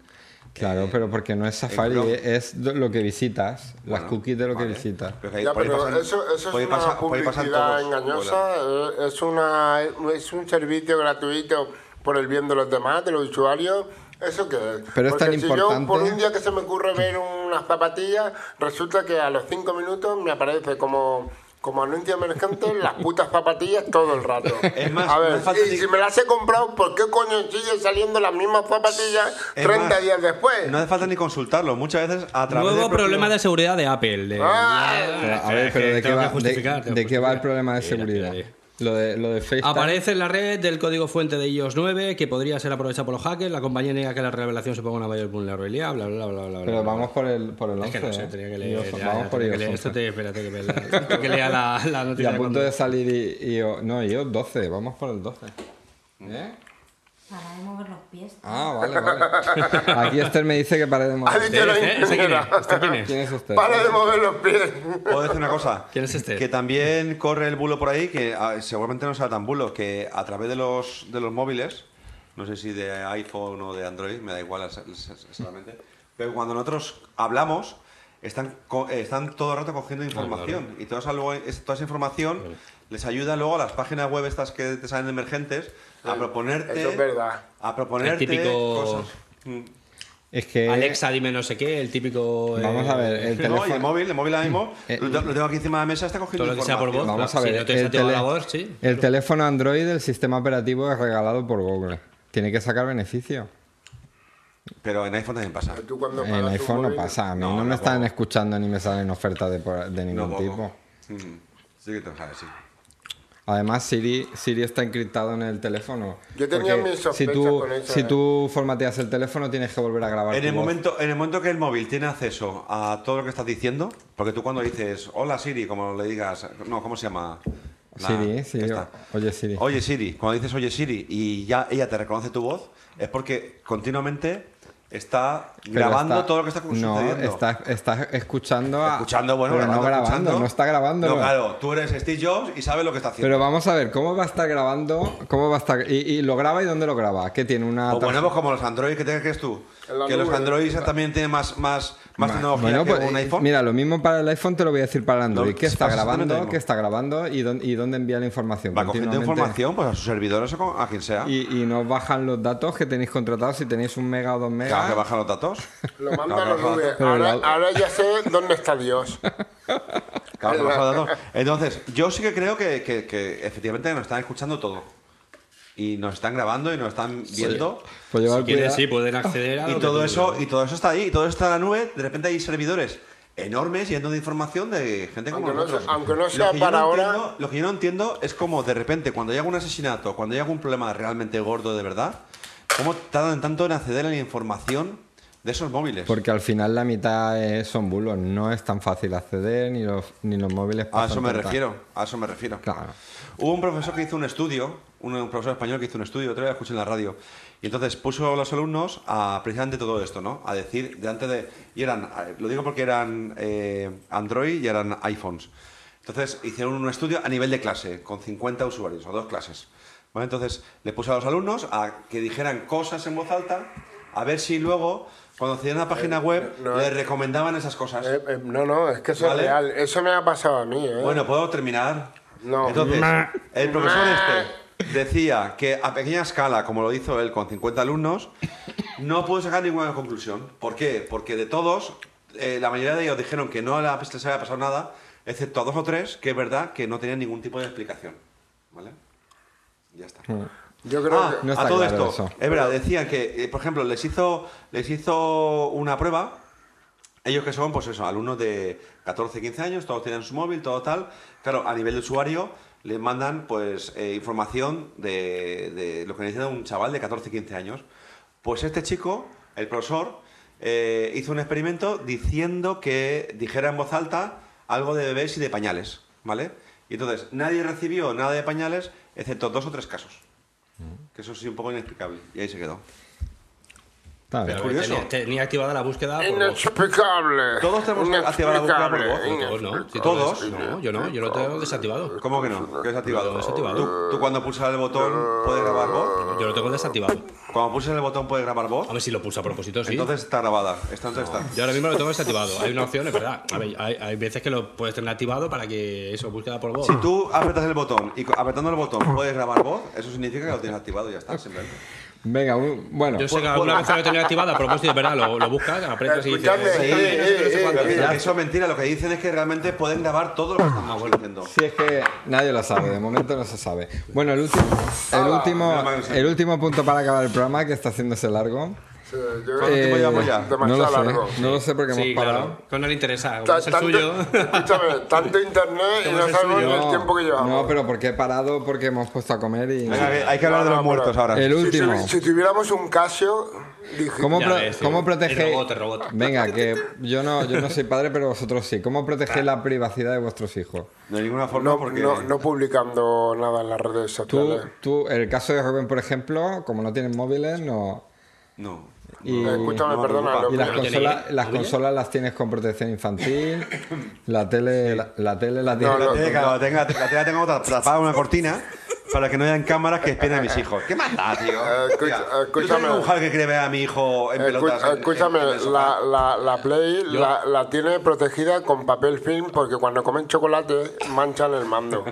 Speaker 1: Claro,
Speaker 2: eh,
Speaker 1: pero porque no es Safari,
Speaker 2: Chrome.
Speaker 1: es do- lo que visitas, las
Speaker 2: bueno,
Speaker 1: cookies de lo
Speaker 2: vale.
Speaker 1: que visitas.
Speaker 2: Pero que ahí-
Speaker 4: Ya,
Speaker 2: por ahí
Speaker 4: pero
Speaker 2: pasan-
Speaker 4: eso, eso
Speaker 2: por ahí
Speaker 4: es una
Speaker 2: pasa- por ahí pasan
Speaker 4: publicidad
Speaker 2: todos.
Speaker 4: engañosa, eh, es, una, es un servicio gratuito por el bien de los demás, de los usuarios. ¿Eso qué es?
Speaker 1: Pero es
Speaker 4: Porque
Speaker 1: tan
Speaker 4: si
Speaker 1: importante-
Speaker 4: yo por un día que se me ocurre ver unas zapatillas, resulta que a los cinco minutos me aparece como, como anuncio emergente las putas zapatillas todo el rato.
Speaker 2: Es más,
Speaker 4: a
Speaker 2: no
Speaker 4: ver,
Speaker 2: hace falta
Speaker 4: y
Speaker 2: ni-
Speaker 4: si me las he comprado, ¿por qué coño siguen saliendo las mismas zapatillas
Speaker 2: Es
Speaker 4: 30
Speaker 2: más,
Speaker 4: días después?
Speaker 2: No hace falta ni consultarlo. Muchas veces a través
Speaker 3: Nuevo
Speaker 2: del propio-
Speaker 3: problema de seguridad de Apple. de-
Speaker 4: Ah,
Speaker 1: Pero, a ver, pero
Speaker 3: Es que
Speaker 1: ¿de qué,
Speaker 3: tengo que
Speaker 1: va, de-
Speaker 3: justificar, eh, tengo
Speaker 1: de
Speaker 3: que
Speaker 1: qué va el
Speaker 3: justificar.
Speaker 1: problema de
Speaker 3: Mira,
Speaker 1: seguridad?
Speaker 3: mira, mira.
Speaker 1: Lo de, lo de FaceTime.
Speaker 3: Aparece en la red del código fuente de iOS 9 que podría ser aprovechado por los hackers. La compañía niega que la revelación suponga una mayor vulnerabilidad, bla, bla, bla, bla. bla, bla,
Speaker 1: Pero
Speaker 3: bla.
Speaker 1: vamos por el, por el 11.
Speaker 3: Es que no sé,
Speaker 1: ¿eh?
Speaker 3: tenía que
Speaker 1: iOS,
Speaker 3: leer. ya,
Speaker 1: vamos
Speaker 3: ya,
Speaker 1: por
Speaker 3: tenía que
Speaker 1: iOS
Speaker 3: leer. Esto
Speaker 1: 11.
Speaker 3: te, espérate que, vea la- tengo que lea la, la
Speaker 1: Y
Speaker 3: noticia.
Speaker 1: a punto
Speaker 3: cuando-
Speaker 1: de salir y, y- o- No, iOS 12. Vamos por el 12. ¿Eh?
Speaker 5: Para de mover los pies.
Speaker 1: Ah, vale, vale. Aquí Esther me dice que pare de
Speaker 4: Ha
Speaker 1: mover.
Speaker 4: dicho la
Speaker 3: ¿Este? ¿Este quién es?
Speaker 4: ingeniera.
Speaker 3: ¿Este quién es?
Speaker 1: ¿Quién es Esther?
Speaker 4: Para de mover los pies.
Speaker 2: Puedo decir una cosa.
Speaker 3: ¿Quién es este?
Speaker 2: Que también corre el bulo por ahí, que ah, seguramente no sea tan bulo, que a través de los, de los móviles, no sé si de iPhone o de Android, me da igual ex- ex- exactamente, pero cuando nosotros hablamos, están, co- eh, están todo el rato
Speaker 3: Ah,
Speaker 2: cogiendo información y toda esa, luego- es- toda esa información les ayuda luego a las páginas web estas que te salen emergentes a proponerte...
Speaker 4: eso es verdad.
Speaker 2: A proponerte
Speaker 3: El típico-
Speaker 2: cosas. Mm.
Speaker 1: Es que.
Speaker 3: Alexa, dime no sé qué, el típico. eh,
Speaker 1: Vamos a ver, el
Speaker 2: No, y el
Speaker 1: teléfono.
Speaker 2: móvil, el móvil ahora mismo,
Speaker 1: Eh,
Speaker 2: lo lo tengo aquí encima de la mesa, está cogiendo
Speaker 3: Todo lo que sea por
Speaker 2: información.
Speaker 3: voz.
Speaker 1: Vamos a
Speaker 3: Si
Speaker 1: ver.
Speaker 3: no tienes
Speaker 1: el,
Speaker 3: activado la voz, sí.
Speaker 1: el teléfono Android del sistema operativo es regalado por Google. Tiene que sacar beneficio.
Speaker 2: Pero en iPhone también pasa.
Speaker 4: Tú cuando
Speaker 1: En
Speaker 4: pagas tu
Speaker 1: iPhone no
Speaker 4: móvil-
Speaker 1: pasa. A mí
Speaker 2: No,
Speaker 1: no, me
Speaker 2: tampoco.
Speaker 1: están escuchando ni me salen ofertas de, por- de ningún
Speaker 2: poco.
Speaker 1: tipo.
Speaker 2: Mm, Sí que te lo sabes, sí.
Speaker 1: Además, Siri, Siri está encriptado en el teléfono.
Speaker 4: Yo tenía
Speaker 1: Porque
Speaker 4: mis sospechas
Speaker 1: si tú,
Speaker 4: con eso,
Speaker 1: Si
Speaker 4: eh.
Speaker 1: tú formateas el teléfono, tienes que volver a grabar.
Speaker 2: En
Speaker 1: tu
Speaker 2: el,
Speaker 1: voz.
Speaker 2: momento, en el momento que el móvil tiene acceso a todo lo que estás diciendo, porque tú cuando dices, hola Siri, como le digas, no, ¿cómo se llama? La-
Speaker 1: Siri, ¿eh? Siri.
Speaker 2: esta.
Speaker 1: Oye, Siri.
Speaker 2: Oye Siri, cuando dices oye Siri y ya ella te reconoce tu voz, es porque continuamente está
Speaker 1: Pero
Speaker 2: grabando
Speaker 1: está-
Speaker 2: todo lo que está sucediendo.
Speaker 1: No, estás está escuchando. a-
Speaker 2: escuchando, bueno,
Speaker 1: pero no grabando,
Speaker 2: escuchando.
Speaker 1: no está grabando.
Speaker 2: No, claro, tú eres Steve Jobs y sabes lo que está haciendo.
Speaker 1: Pero vamos a ver, ¿cómo va a estar grabando? ¿Cómo va a estar? ¿Y, y lo graba y dónde lo graba? ¿Qué tiene una
Speaker 2: o
Speaker 1: tarjeta?
Speaker 2: bueno, pues como los Android, ¿qué te crees tú?
Speaker 4: En la
Speaker 2: Que los
Speaker 4: nube.
Speaker 2: Android también tienen más, más, más tecnología
Speaker 1: Bueno,
Speaker 2: que
Speaker 1: pues,
Speaker 2: un iPhone.
Speaker 1: Mira, lo mismo para el iPhone te lo voy a decir para el Android.
Speaker 2: No,
Speaker 1: ¿Qué está
Speaker 2: pasa exactamente lo
Speaker 1: grabando?
Speaker 2: mismo.
Speaker 1: ¿Qué está grabando? ¿Y dónde, y dónde envía la información?
Speaker 2: Va cogiendo
Speaker 1: Continuamente.
Speaker 2: información pues a sus servidores o con- a quien sea.
Speaker 1: Y, y no os bajan los datos que tenéis contratados si tenéis un mega o dos megas.
Speaker 2: Claro que bajan los datos.
Speaker 4: Lo manda
Speaker 2: Claro
Speaker 4: a
Speaker 2: que
Speaker 4: los
Speaker 2: bajan
Speaker 4: nubes.
Speaker 1: Pero
Speaker 4: Ahora,
Speaker 1: la-
Speaker 4: ahora ya sé dónde está Dios.
Speaker 2: Claro que bajan los datos. Entonces, yo sí que creo que, que- que efectivamente nos están escuchando todo. Y nos están grabando y nos están viendo.
Speaker 1: Pues llevar
Speaker 3: Si quieren,
Speaker 1: cuidado.
Speaker 3: sí, pueden acceder a. lo
Speaker 2: Y
Speaker 3: que
Speaker 2: todo
Speaker 3: tú-
Speaker 2: eso, y todo eso está ahí, y todo eso está en la nube, de repente hay servidores enormes llenos de información de gente como
Speaker 4: Aunque no
Speaker 2: nosotros.
Speaker 4: sea- aunque no
Speaker 2: Lo
Speaker 4: sea
Speaker 2: que yo
Speaker 4: para
Speaker 2: no
Speaker 4: ahora-
Speaker 2: entiendo- lo que yo no entiendo es como de repente, cuando hay algún asesinato, cuando hay algún problema realmente gordo de verdad, cómo tardan tanto en acceder a la información de esos móviles.
Speaker 1: Porque al final la mitad eh, son bulos. No es tan fácil acceder, ni los, ni los móviles
Speaker 2: A
Speaker 1: pasan
Speaker 2: eso me
Speaker 1: tanta-
Speaker 2: refiero, a eso me refiero.
Speaker 1: Claro.
Speaker 2: Hubo un profesor que hizo un estudio, un un profesor español que hizo un estudio, otro día lo escuché en la radio, y entonces puso a los alumnos a precisamente todo esto, ¿no? A decir, delante de... Y eran, eh, lo digo porque eran eh, Android y eran iPhones. Entonces hicieron un estudio a nivel de clase, con 50 usuarios, o dos clases. ¿Vale? Entonces le puso a los alumnos a que dijeran cosas en voz alta, a ver si luego, cuando hacían la página web,
Speaker 4: no,
Speaker 2: les
Speaker 4: eh.
Speaker 2: recomendaban esas cosas.
Speaker 4: Eh, eh, no, no, es que eso
Speaker 2: Vale.
Speaker 4: es real. Eso me ha pasado a mí, ¿eh?
Speaker 2: Bueno, ¿puedo terminar?
Speaker 4: No.
Speaker 2: Entonces,
Speaker 4: Ma.
Speaker 2: el profesor
Speaker 4: Ma.
Speaker 2: este decía que a pequeña escala, como lo hizo él con 50 alumnos, no pudo sacar ninguna conclusión. ¿Por qué? Porque de todos, eh, la mayoría de ellos dijeron que no la- les había pasado nada, excepto a dos o tres, que es verdad que no tenían ningún tipo de explicación. ¿Vale? Ya está.
Speaker 4: Yo creo
Speaker 2: Ah,
Speaker 4: que...
Speaker 1: no
Speaker 2: a
Speaker 1: está
Speaker 2: todo
Speaker 1: claro
Speaker 2: esto,
Speaker 1: eso.
Speaker 2: es verdad, decían que, eh, por ejemplo, les hizo, les hizo una prueba, ellos que son, pues eso, alumnos de 14, 15 años, todos tienen su móvil, todo tal, claro, a nivel de usuario les mandan, pues, eh, información de, de lo que necesita un chaval de 14, 15 años. Pues este chico, el profesor, eh, hizo un experimento diciendo que dijera en voz alta algo de bebés y de pañales, ¿vale? Y entonces, nadie recibió nada de pañales, excepto dos o tres casos. Que eso sí, un poco inexplicable. Y ahí se quedó.
Speaker 1: Está bien.
Speaker 3: Pero
Speaker 2: curioso.
Speaker 3: Tenía, tenía activada la búsqueda por voz.
Speaker 4: Inexplicable.
Speaker 2: Todos tenemos que activar la búsqueda por
Speaker 4: Inexplicable,
Speaker 2: voz.
Speaker 3: Todos, ¿no? Si
Speaker 2: Todos.
Speaker 3: No, yo no, yo lo tengo desactivado.
Speaker 2: ¿Cómo que no? Que es
Speaker 3: Lo
Speaker 2: activado.
Speaker 3: desactivado.
Speaker 2: Tú, tú cuando pulsas el botón puedes grabar voz.
Speaker 3: Yo lo tengo desactivado.
Speaker 2: Cuando pulsas el botón puedes grabar voz.
Speaker 3: A ver si lo puse a propósito, sí.
Speaker 2: Entonces está grabada. Está, entonces está.
Speaker 3: Yo ahora mismo lo tengo desactivado. Hay una opción, es verdad. A ver, hay, hay veces que lo puedes tener activado para que eso, búsqueda por voz.
Speaker 2: Si tú apretas el botón y co- apretando el botón puedes grabar voz, eso significa que lo tienes activado y ya está, simplemente.
Speaker 1: Venga, un- bueno.
Speaker 3: Yo sé que alguna vez lo he tenido activado a propósito, es verdad, lo, lo buscas, aprietas y
Speaker 4: Escuchadme,
Speaker 3: dices...
Speaker 4: eh, eh, eh,
Speaker 2: Pero
Speaker 4: eh,
Speaker 2: que eso es mentira, lo que dicen es que realmente pueden grabar todo lo que
Speaker 4: Ah,
Speaker 2: estamos diciendo.
Speaker 1: Si es que nadie lo sabe, de momento no se sabe. Bueno, el, último el, último,
Speaker 2: menos mal que no sé.
Speaker 1: el último punto para acabar el programa, que está haciéndose largo, Eh,
Speaker 4: Sí, yo
Speaker 2: ¿Cuánto tiempo llevamos ya?
Speaker 1: no lo
Speaker 4: demasiado
Speaker 1: sé,
Speaker 4: largo.
Speaker 1: no lo sé porque hemos
Speaker 3: Sí,
Speaker 1: parado.
Speaker 3: claro. Que no le interesa.
Speaker 4: Ta-
Speaker 3: Uno es el
Speaker 4: tanto-
Speaker 3: suyo.
Speaker 4: Escúchame, tanto internet y
Speaker 3: Como
Speaker 4: no
Speaker 3: es el
Speaker 4: sabemos
Speaker 3: suyo.
Speaker 4: el tiempo que llevamos.
Speaker 1: No, pero porque he parado porque hemos puesto a comer y...
Speaker 2: Venga, que hay que hablar de
Speaker 4: No,
Speaker 2: los
Speaker 4: no,
Speaker 2: muertos
Speaker 4: pero-
Speaker 2: ahora.
Speaker 1: El
Speaker 4: si,
Speaker 1: último.
Speaker 4: tuvi- si tuviéramos un Casio, dije,
Speaker 1: ¿Cómo,
Speaker 3: Ya
Speaker 1: pro-
Speaker 3: ves, sí.
Speaker 1: ¿cómo protege-
Speaker 3: El robot, el robot.
Speaker 1: Venga, que yo no, yo no soy padre, pero vosotros sí. ¿Cómo protegéis la privacidad de vuestros hijos?
Speaker 2: De ninguna forma,
Speaker 4: no,
Speaker 2: porque.
Speaker 4: no, no publicando nada en las redes
Speaker 1: Tú,
Speaker 4: sociales.
Speaker 1: tú, en el caso de Rubén, por ejemplo, como no tienen móviles, no.
Speaker 2: no.
Speaker 1: Y,
Speaker 4: Eh, escúchame,
Speaker 2: no,
Speaker 4: perdona.
Speaker 2: no,
Speaker 1: y las,
Speaker 3: ¿no tenéis
Speaker 1: consolas, las
Speaker 3: móviles?
Speaker 1: consolas las tienes con protección infantil, la tele la, la tele la tienes.
Speaker 4: No, no.
Speaker 2: Eh, claro, tenga, la tela tengo otra- tapada una cortina para que no hayan cámaras que espien a mis hijos. ¿Qué más da, tío?
Speaker 4: Eh, escucha-
Speaker 2: Mira, Yo
Speaker 4: escúchame.
Speaker 2: soy una mujer que quiere ver a mi hijo en
Speaker 4: Escu-
Speaker 2: pelotas. en- en-
Speaker 4: escúchame,
Speaker 2: en el sofá.
Speaker 4: la, la, la Play la, la tiene protegida con papel film porque cuando comen chocolate manchan el mando.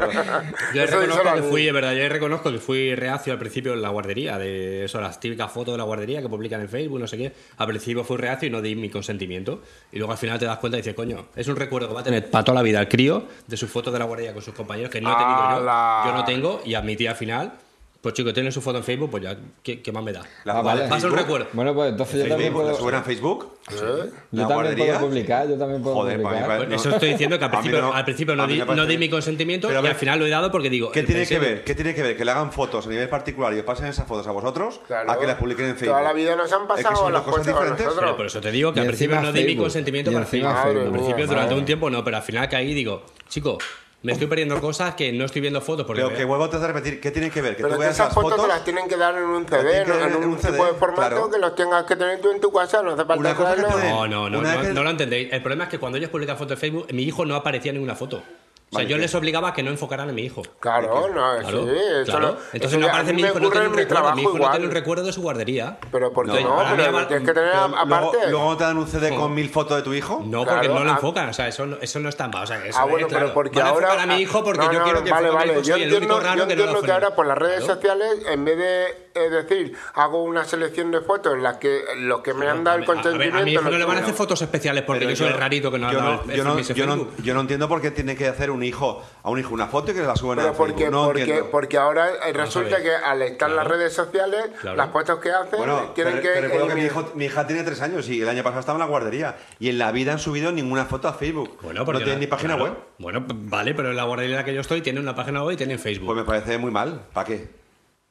Speaker 3: Yo
Speaker 4: Eso dice
Speaker 3: reconozco
Speaker 4: la-
Speaker 3: que fui, es verdad, yo reconozco que fui reacio al principio en la guardería, de eso, las típicas fotos de la guardería que publican en Facebook, no sé qué. Al principio fui reacio y no di mi consentimiento. Y luego al final te das cuenta y dices, coño, es un recuerdo que va a tener para toda la vida el crío de sus fotos de la guardería con sus compañeros que no he tenido yo.
Speaker 4: ¡Hala!
Speaker 3: Yo no tengo y admití al final, pues chico, tienen su foto en Facebook, pues ya, ¿qué, qué más me da?
Speaker 2: La-
Speaker 1: Ah, vale.
Speaker 3: Pasa un recuerdo.
Speaker 1: Bueno, pues entonces yo también
Speaker 2: Facebook, ¿La
Speaker 1: puedo.
Speaker 2: suben a Facebook?
Speaker 4: ¿Eh?
Speaker 1: Yo
Speaker 2: la
Speaker 1: también puedo
Speaker 2: guardería.
Speaker 1: publicar, yo también puedo
Speaker 2: Joder, para mí
Speaker 1: publicar.
Speaker 2: parece-
Speaker 3: Eso estoy diciendo que al
Speaker 2: A mí
Speaker 3: principio
Speaker 2: no-
Speaker 3: no, al principio no
Speaker 2: a mí
Speaker 3: di,
Speaker 2: me parece
Speaker 3: no di
Speaker 2: bien.
Speaker 3: mi consentimiento
Speaker 2: Pero a
Speaker 3: y
Speaker 2: ver,
Speaker 3: al final lo he dado porque digo...
Speaker 2: ¿Qué
Speaker 3: el
Speaker 2: tiene que
Speaker 3: pensé-
Speaker 2: ver? ¿Qué tiene que ver? Que le hagan fotos a nivel particular y os pasen esas fotos a vosotros
Speaker 4: Claro.
Speaker 2: a que las publiquen en Facebook.
Speaker 4: Toda la vida nos han
Speaker 2: Es
Speaker 4: pasado
Speaker 2: que son
Speaker 4: las
Speaker 2: dos cosas
Speaker 4: cosas
Speaker 2: diferentes.
Speaker 4: nosotros.
Speaker 3: Pero por eso te digo
Speaker 1: Y
Speaker 3: que al principio
Speaker 1: encima
Speaker 3: no di mi
Speaker 1: Facebook.
Speaker 3: consentimiento
Speaker 1: Y
Speaker 3: para
Speaker 1: encima
Speaker 4: Madre
Speaker 1: Facebook.
Speaker 4: mía.
Speaker 3: Al principio
Speaker 4: Madre
Speaker 3: durante
Speaker 4: mía.
Speaker 3: un tiempo no, pero al final caí y digo, chico, me estoy perdiendo cosas que no estoy viendo fotos porque
Speaker 2: Pero que vuelvo antes de repetir, ¿qué tiene que ver? Que
Speaker 4: Pero
Speaker 2: tú
Speaker 4: que
Speaker 2: veas
Speaker 4: esas
Speaker 2: esas
Speaker 4: fotos, te
Speaker 2: fotos.
Speaker 4: las tienen que dar en un
Speaker 2: tienen
Speaker 4: CD,
Speaker 2: que dar
Speaker 4: en,
Speaker 2: en
Speaker 4: un
Speaker 2: un
Speaker 4: tipo
Speaker 2: CD,
Speaker 4: de formato
Speaker 2: claro.
Speaker 4: que los tengas que tener tú en tu casa, no hace falta
Speaker 2: Una cosa que
Speaker 4: traerlo.
Speaker 2: te den-
Speaker 3: no, no, no,
Speaker 2: Una
Speaker 3: no,
Speaker 2: vez que-
Speaker 3: no lo entendéis. El problema es que cuando ellos publican fotos en Facebook, mi hijo no aparecía en ninguna foto. O sea,
Speaker 2: Vale,
Speaker 3: yo
Speaker 2: sí.
Speaker 3: les obligaba a que no enfocaran a mi hijo.
Speaker 4: Claro, no,
Speaker 3: Claro,
Speaker 4: sí, eso
Speaker 3: claro.
Speaker 4: lo- eso
Speaker 3: Entonces no
Speaker 4: que a
Speaker 3: aparece
Speaker 4: mí
Speaker 3: mi
Speaker 4: me
Speaker 3: hijo, no
Speaker 4: ocurre
Speaker 3: tiene
Speaker 4: en
Speaker 3: un
Speaker 4: mi
Speaker 3: recuerdo,
Speaker 4: trabajo
Speaker 3: mi hijo no tiene un
Speaker 4: igual.
Speaker 3: recuerdo de su guardería.
Speaker 4: Pero ¿por qué
Speaker 3: No,
Speaker 4: no?
Speaker 3: para mí
Speaker 4: Pero
Speaker 3: habla-
Speaker 4: tienes que tener a-
Speaker 2: Luego,
Speaker 4: aparte.
Speaker 2: luego te dan un CD con mil fotos de tu hijo.
Speaker 3: No,
Speaker 4: Claro,
Speaker 3: porque no lo
Speaker 4: ah-
Speaker 3: enfocan, o sea, eso no, eso no está mal. O sea, eso
Speaker 4: Ah,
Speaker 3: es,
Speaker 4: bueno,
Speaker 3: claro.
Speaker 4: pero porque
Speaker 3: Van a
Speaker 4: ahora.
Speaker 3: enfocar a mi hijo porque
Speaker 4: No,
Speaker 3: yo
Speaker 4: no,
Speaker 3: quiero que
Speaker 4: Vale,
Speaker 3: enfoquen a mi
Speaker 4: vale.
Speaker 3: hijo,
Speaker 4: Yo
Speaker 3: soy el único
Speaker 4: entiendo,
Speaker 3: raro
Speaker 4: yo
Speaker 3: que no lo
Speaker 4: entiendo que
Speaker 3: enfocan.
Speaker 4: ahora por las redes
Speaker 3: Claro.
Speaker 4: sociales, en vez de eh, decir, hago una selección de fotos en las que los que me han dado el
Speaker 3: A- a- a ver,
Speaker 4: consentimiento.
Speaker 3: A mi hijo no
Speaker 4: los
Speaker 3: le van a
Speaker 4: que-
Speaker 3: hacer fotos especiales porque
Speaker 2: Pero
Speaker 3: yo soy el rarito que no ha
Speaker 2: yo
Speaker 3: dado el-
Speaker 2: yo
Speaker 3: el
Speaker 2: no,
Speaker 3: permiso
Speaker 2: yo, no,
Speaker 3: Facebook.
Speaker 2: yo no entiendo por qué tiene que hacer un hijo a un hijo una foto y que la suban a
Speaker 4: Pero porque,
Speaker 2: Facebook. No
Speaker 4: porque,
Speaker 2: entiendo.
Speaker 4: porque ahora eh, resulta
Speaker 3: ver.
Speaker 4: que al estar en las
Speaker 3: Claro.
Speaker 4: redes sociales,
Speaker 3: Claro.
Speaker 4: las fotos que hacen,
Speaker 2: Bueno,
Speaker 4: tienen
Speaker 2: pero,
Speaker 4: que.
Speaker 2: pero recuerdo que mi,
Speaker 4: eh,
Speaker 2: hijo- mi hija tiene tres años y el año pasado estaba en la guardería y en la vida han subido ninguna foto a Facebook.
Speaker 3: Bueno,
Speaker 2: no
Speaker 3: porque
Speaker 2: tienen
Speaker 3: la-
Speaker 2: ni página
Speaker 3: claro.
Speaker 2: web.
Speaker 3: Bueno, p- vale, pero en la guardería en la que yo estoy tiene una página web y tiene Facebook.
Speaker 2: Pues
Speaker 3: Pues,
Speaker 2: me parece muy mal. ¿Para qué?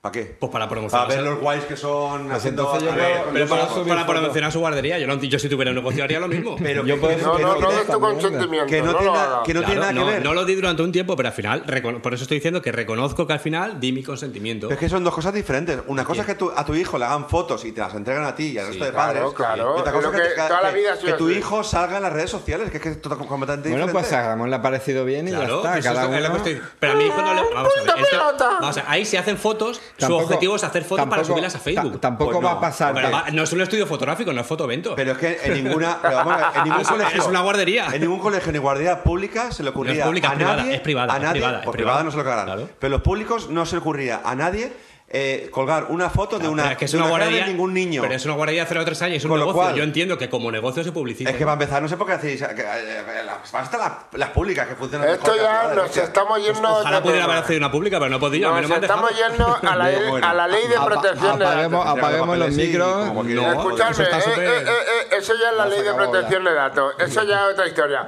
Speaker 2: ¿Para qué?
Speaker 1: Pues,
Speaker 3: para promocionar.
Speaker 2: Para ver los guays que son haciendo.
Speaker 1: entonces yo
Speaker 2: a
Speaker 1: creo-
Speaker 2: ver,
Speaker 1: pero
Speaker 3: Pero
Speaker 1: Yo
Speaker 3: para,
Speaker 1: puedo subir
Speaker 3: para
Speaker 1: fotos.
Speaker 3: promocionar su guardería, yo, no, yo si tuviera un negocio haría lo mismo.
Speaker 2: pero
Speaker 1: Yo
Speaker 2: que-
Speaker 1: puedo
Speaker 2: que-
Speaker 4: No,
Speaker 1: subir-
Speaker 2: que
Speaker 4: no,
Speaker 1: no
Speaker 4: todo
Speaker 1: tiene
Speaker 4: es tu
Speaker 1: familia.
Speaker 4: consentimiento.
Speaker 2: que no
Speaker 4: no
Speaker 2: tiene
Speaker 4: lo
Speaker 2: nada-
Speaker 4: hagas.
Speaker 2: que no tiene
Speaker 3: Claro,
Speaker 2: nada que ver.
Speaker 3: no lo di durante un tiempo, pero al final, recono- por eso estoy diciendo que reconozco que al final di mi consentimiento.
Speaker 2: Pero es que son dos cosas diferentes. Una cosa es que tu- a tu hijo le hagan fotos y te las entregan a ti y al resto de
Speaker 4: claro,
Speaker 2: padres.
Speaker 4: claro.
Speaker 2: Y otra cosa
Speaker 4: Lo
Speaker 2: es que,
Speaker 4: que
Speaker 2: te-
Speaker 4: toda la
Speaker 2: que-
Speaker 4: vida ha sido
Speaker 2: que tu
Speaker 4: así.
Speaker 2: hijo salga en las redes sociales, que es que es todo completamente
Speaker 1: Bueno,
Speaker 2: diferente.
Speaker 1: pues a Ramón le ha parecido bien y
Speaker 3: Claro, pues
Speaker 1: ya está.
Speaker 3: eso es
Speaker 1: Cada
Speaker 3: lo que
Speaker 1: uno...
Speaker 3: estoy- pero a mi hijo no le. Vamos a
Speaker 4: ¡Punta
Speaker 3: ver. esto-
Speaker 4: pelota!
Speaker 3: vamos a ver, ahí se hacen fotos, su objetivo es hacer fotos para
Speaker 1: tampoco-
Speaker 3: subirlas a Facebook.
Speaker 1: ta- tampoco
Speaker 2: Pues no.
Speaker 1: va a pasar.
Speaker 3: Pero
Speaker 1: que-
Speaker 3: va- no es un estudio fotográfico, no es fotovento. Ah,
Speaker 2: Pero es que en ninguna. pero vamos a ver, en ningún
Speaker 3: Es-
Speaker 2: colegio.
Speaker 3: es una guardería.
Speaker 2: En ningún colegio ni guardería pública se le ocurría.
Speaker 3: No es pública,
Speaker 2: a
Speaker 3: es privada,
Speaker 2: nadie,
Speaker 3: es privada,
Speaker 2: A
Speaker 3: es
Speaker 2: nadie,
Speaker 3: privada, es
Speaker 2: pues
Speaker 3: privada.
Speaker 2: no se lo cagarán.
Speaker 3: Claro.
Speaker 2: Pero los públicos no se le ocurría a nadie eh, colgar una foto de una.
Speaker 3: Pero es que es
Speaker 2: de
Speaker 3: una
Speaker 2: una cara de
Speaker 3: guardería.
Speaker 2: ningún niño.
Speaker 3: Pero es una guardería de 0 a 3 años, es un
Speaker 2: Con lo
Speaker 3: negocio.
Speaker 2: cual-
Speaker 3: Yo entiendo que como negocio se publicita.
Speaker 2: Es que para empezar, no sé por qué hacéis. que, eh, eh, las- Hasta las, las públicas que funcionan.
Speaker 4: Esto
Speaker 2: mejor que las
Speaker 4: ya
Speaker 2: privadas,
Speaker 4: nos
Speaker 2: hostia.
Speaker 4: estamos yendo a
Speaker 3: Pues Ojalá
Speaker 4: otro
Speaker 3: pudiera
Speaker 4: tema.
Speaker 3: haber sido una pública, pero no podía. a mí no me
Speaker 4: Nos
Speaker 3: han dejado.
Speaker 4: estamos yendo a la,
Speaker 2: Digo, bueno,
Speaker 4: a la ley de
Speaker 1: apa-
Speaker 4: protección de
Speaker 1: apaguemos,
Speaker 4: datos.
Speaker 1: apaguemos los
Speaker 2: Papeles, sí,
Speaker 1: micros.
Speaker 2: como que-
Speaker 3: No.
Speaker 2: Joder,
Speaker 4: Escuchadme,
Speaker 3: Eso está
Speaker 4: eh,
Speaker 3: súper-
Speaker 4: eh, eh, eh, eso ya es la
Speaker 1: Ya se
Speaker 4: ley de
Speaker 1: acabó ya.
Speaker 4: protección de datos. Eso ya es otra historia.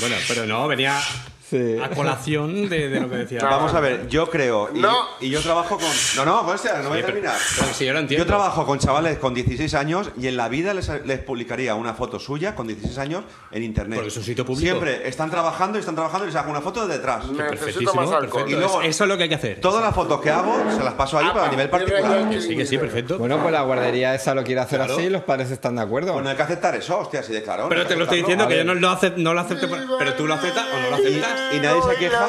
Speaker 3: Bueno, pero no, venía
Speaker 1: Sí.
Speaker 3: a colación de, de lo que decía.
Speaker 2: Vamos a ver, yo creo. Y,
Speaker 4: No.
Speaker 2: y yo trabajo con. No, no, hostia, no voy a
Speaker 3: pero-
Speaker 2: terminar.
Speaker 3: pero si yo lo entiendo.
Speaker 2: Yo trabajo con chavales con 16 años y en la vida les, les publicaría una foto suya con 16 años en internet.
Speaker 3: Porque es un sitio público.
Speaker 2: Siempre están trabajando y están trabajando y les hago una foto de detrás.
Speaker 4: Necesito más
Speaker 3: Perfectísimo,
Speaker 4: alcohol.
Speaker 3: perfecto.
Speaker 2: Y luego-
Speaker 3: Eso es lo que hay que hacer.
Speaker 2: Todas las fotos que hago se las paso a
Speaker 3: Ah,
Speaker 2: ellos para a nivel particular.
Speaker 3: Sí, que sí, perfecto.
Speaker 1: Bueno, pues la guardería esa lo quiere hacer
Speaker 3: Claro.
Speaker 1: así y los padres están de acuerdo.
Speaker 2: Bueno, hay que aceptar eso, hostia, así de claro. hay
Speaker 3: pero te
Speaker 2: que
Speaker 3: lo estoy
Speaker 2: aceptarlo.
Speaker 3: diciendo que
Speaker 1: A
Speaker 3: yo
Speaker 1: ver.
Speaker 3: no lo, acep- no lo acepto. por- Pero tú lo aceptas o no lo aceptas.
Speaker 2: Y- y nadie se queja.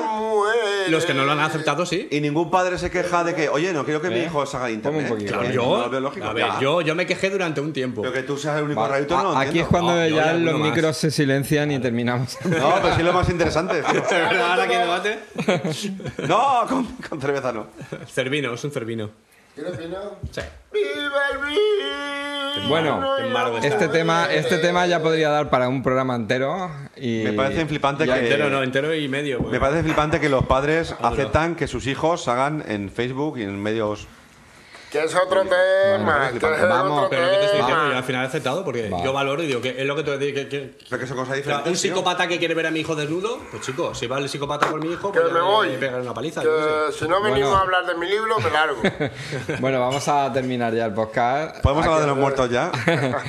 Speaker 3: Los que no lo han aceptado, sí.
Speaker 2: Y ningún padre se queja de que, oye, no quiero que mi
Speaker 1: ¿Eh?
Speaker 2: hijo salga de
Speaker 1: Ponme un
Speaker 2: internet.
Speaker 1: poquito.
Speaker 3: Claro,
Speaker 2: Eh,
Speaker 3: yo,
Speaker 2: no lo veo lógico,
Speaker 3: a ver,
Speaker 2: ya.
Speaker 3: yo, yo me quejé durante un tiempo.
Speaker 2: Pero que tú seas el único
Speaker 1: Va-
Speaker 2: rarito, no lo
Speaker 1: a- aquí es
Speaker 2: entiendo.
Speaker 1: cuando
Speaker 3: No, yo
Speaker 1: ya
Speaker 3: ya
Speaker 1: los
Speaker 3: uno más.
Speaker 1: micros se silencian y terminamos.
Speaker 2: No, pero sí es lo más interesante. tío.
Speaker 3: ¿De verdad ahora que debate?
Speaker 2: No, con, con cerveza no.
Speaker 3: Cervino, es un cervino. Sí.
Speaker 4: ¡Viva el vino!
Speaker 1: Bueno,
Speaker 3: Qué malo que
Speaker 1: Este
Speaker 3: está.
Speaker 1: tema, este tema ya podría dar para un programa entero. Y
Speaker 2: Me parece flipante
Speaker 1: Ya
Speaker 2: que-
Speaker 3: Entero no, entero y medio. pues.
Speaker 2: Me
Speaker 3: porque-
Speaker 2: parece flipante que los padres aceptan que sus hijos hagan en Facebook y en medios
Speaker 4: Que es otro tema.
Speaker 1: vale,
Speaker 4: que es
Speaker 1: vamos,
Speaker 4: otro
Speaker 3: Pero lo que te estoy
Speaker 4: tema.
Speaker 3: diciendo, yo al final he aceptado porque
Speaker 1: Vale.
Speaker 3: yo valoro y digo que es lo que tú dices. Que, que-
Speaker 2: Pero que son cosas
Speaker 3: o sea,
Speaker 2: diferentes.
Speaker 3: un
Speaker 2: tío.
Speaker 3: psicópata que quiere ver a mi hijo desnudo, pues chico, si va el psicópata por mi hijo,
Speaker 4: Que
Speaker 3: pues ya
Speaker 4: me
Speaker 3: le-
Speaker 4: voy.
Speaker 3: le pegaré una paliza. yo qué sé.
Speaker 4: Que si no venimos
Speaker 1: Bueno.
Speaker 4: a hablar de mi libro, me largo.
Speaker 1: Bueno, vamos a terminar ya el podcast.
Speaker 2: Podemos
Speaker 1: Aquí-
Speaker 2: hablar de los muertos ya.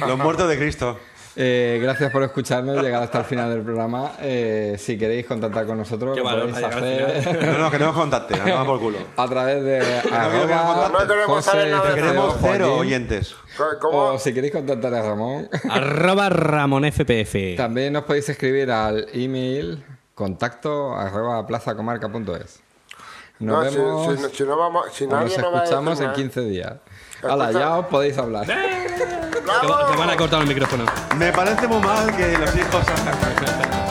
Speaker 2: los muertos de Cristo.
Speaker 1: Eh, gracias por escucharnos, llegado hasta el final del programa. Eh, si queréis contactar con nosotros,
Speaker 3: Qué
Speaker 1: lo
Speaker 3: valor
Speaker 1: podéis
Speaker 3: para llegar al
Speaker 1: hacer
Speaker 2: No, no, que no nos contacten, no nos por culo.
Speaker 1: a través de
Speaker 2: queremos
Speaker 1: arroba
Speaker 2: contacto.
Speaker 4: No queremos
Speaker 1: José
Speaker 4: saber nada de
Speaker 1: F.
Speaker 2: Queremos
Speaker 1: Joaquín.
Speaker 2: cero oyentes.
Speaker 4: Co-
Speaker 1: O
Speaker 4: ¿Cómo?
Speaker 1: si queréis contactar a Ramón,
Speaker 3: Arroba Ramón FPF.
Speaker 1: también nos podéis escribir al email contacto arroba plazacomarca.es. Nos
Speaker 4: No, si,
Speaker 1: vemos
Speaker 4: si no- si no vamos, si
Speaker 1: o nos
Speaker 4: nadie nos va a decir
Speaker 1: escuchamos en
Speaker 4: nada.
Speaker 1: 15 días. Hala,
Speaker 4: Escucha-
Speaker 1: ya os podéis hablar.
Speaker 3: Te,
Speaker 4: ¡Bravo!
Speaker 3: van a cortar el micrófono.
Speaker 2: Me parece muy mal que los hijos.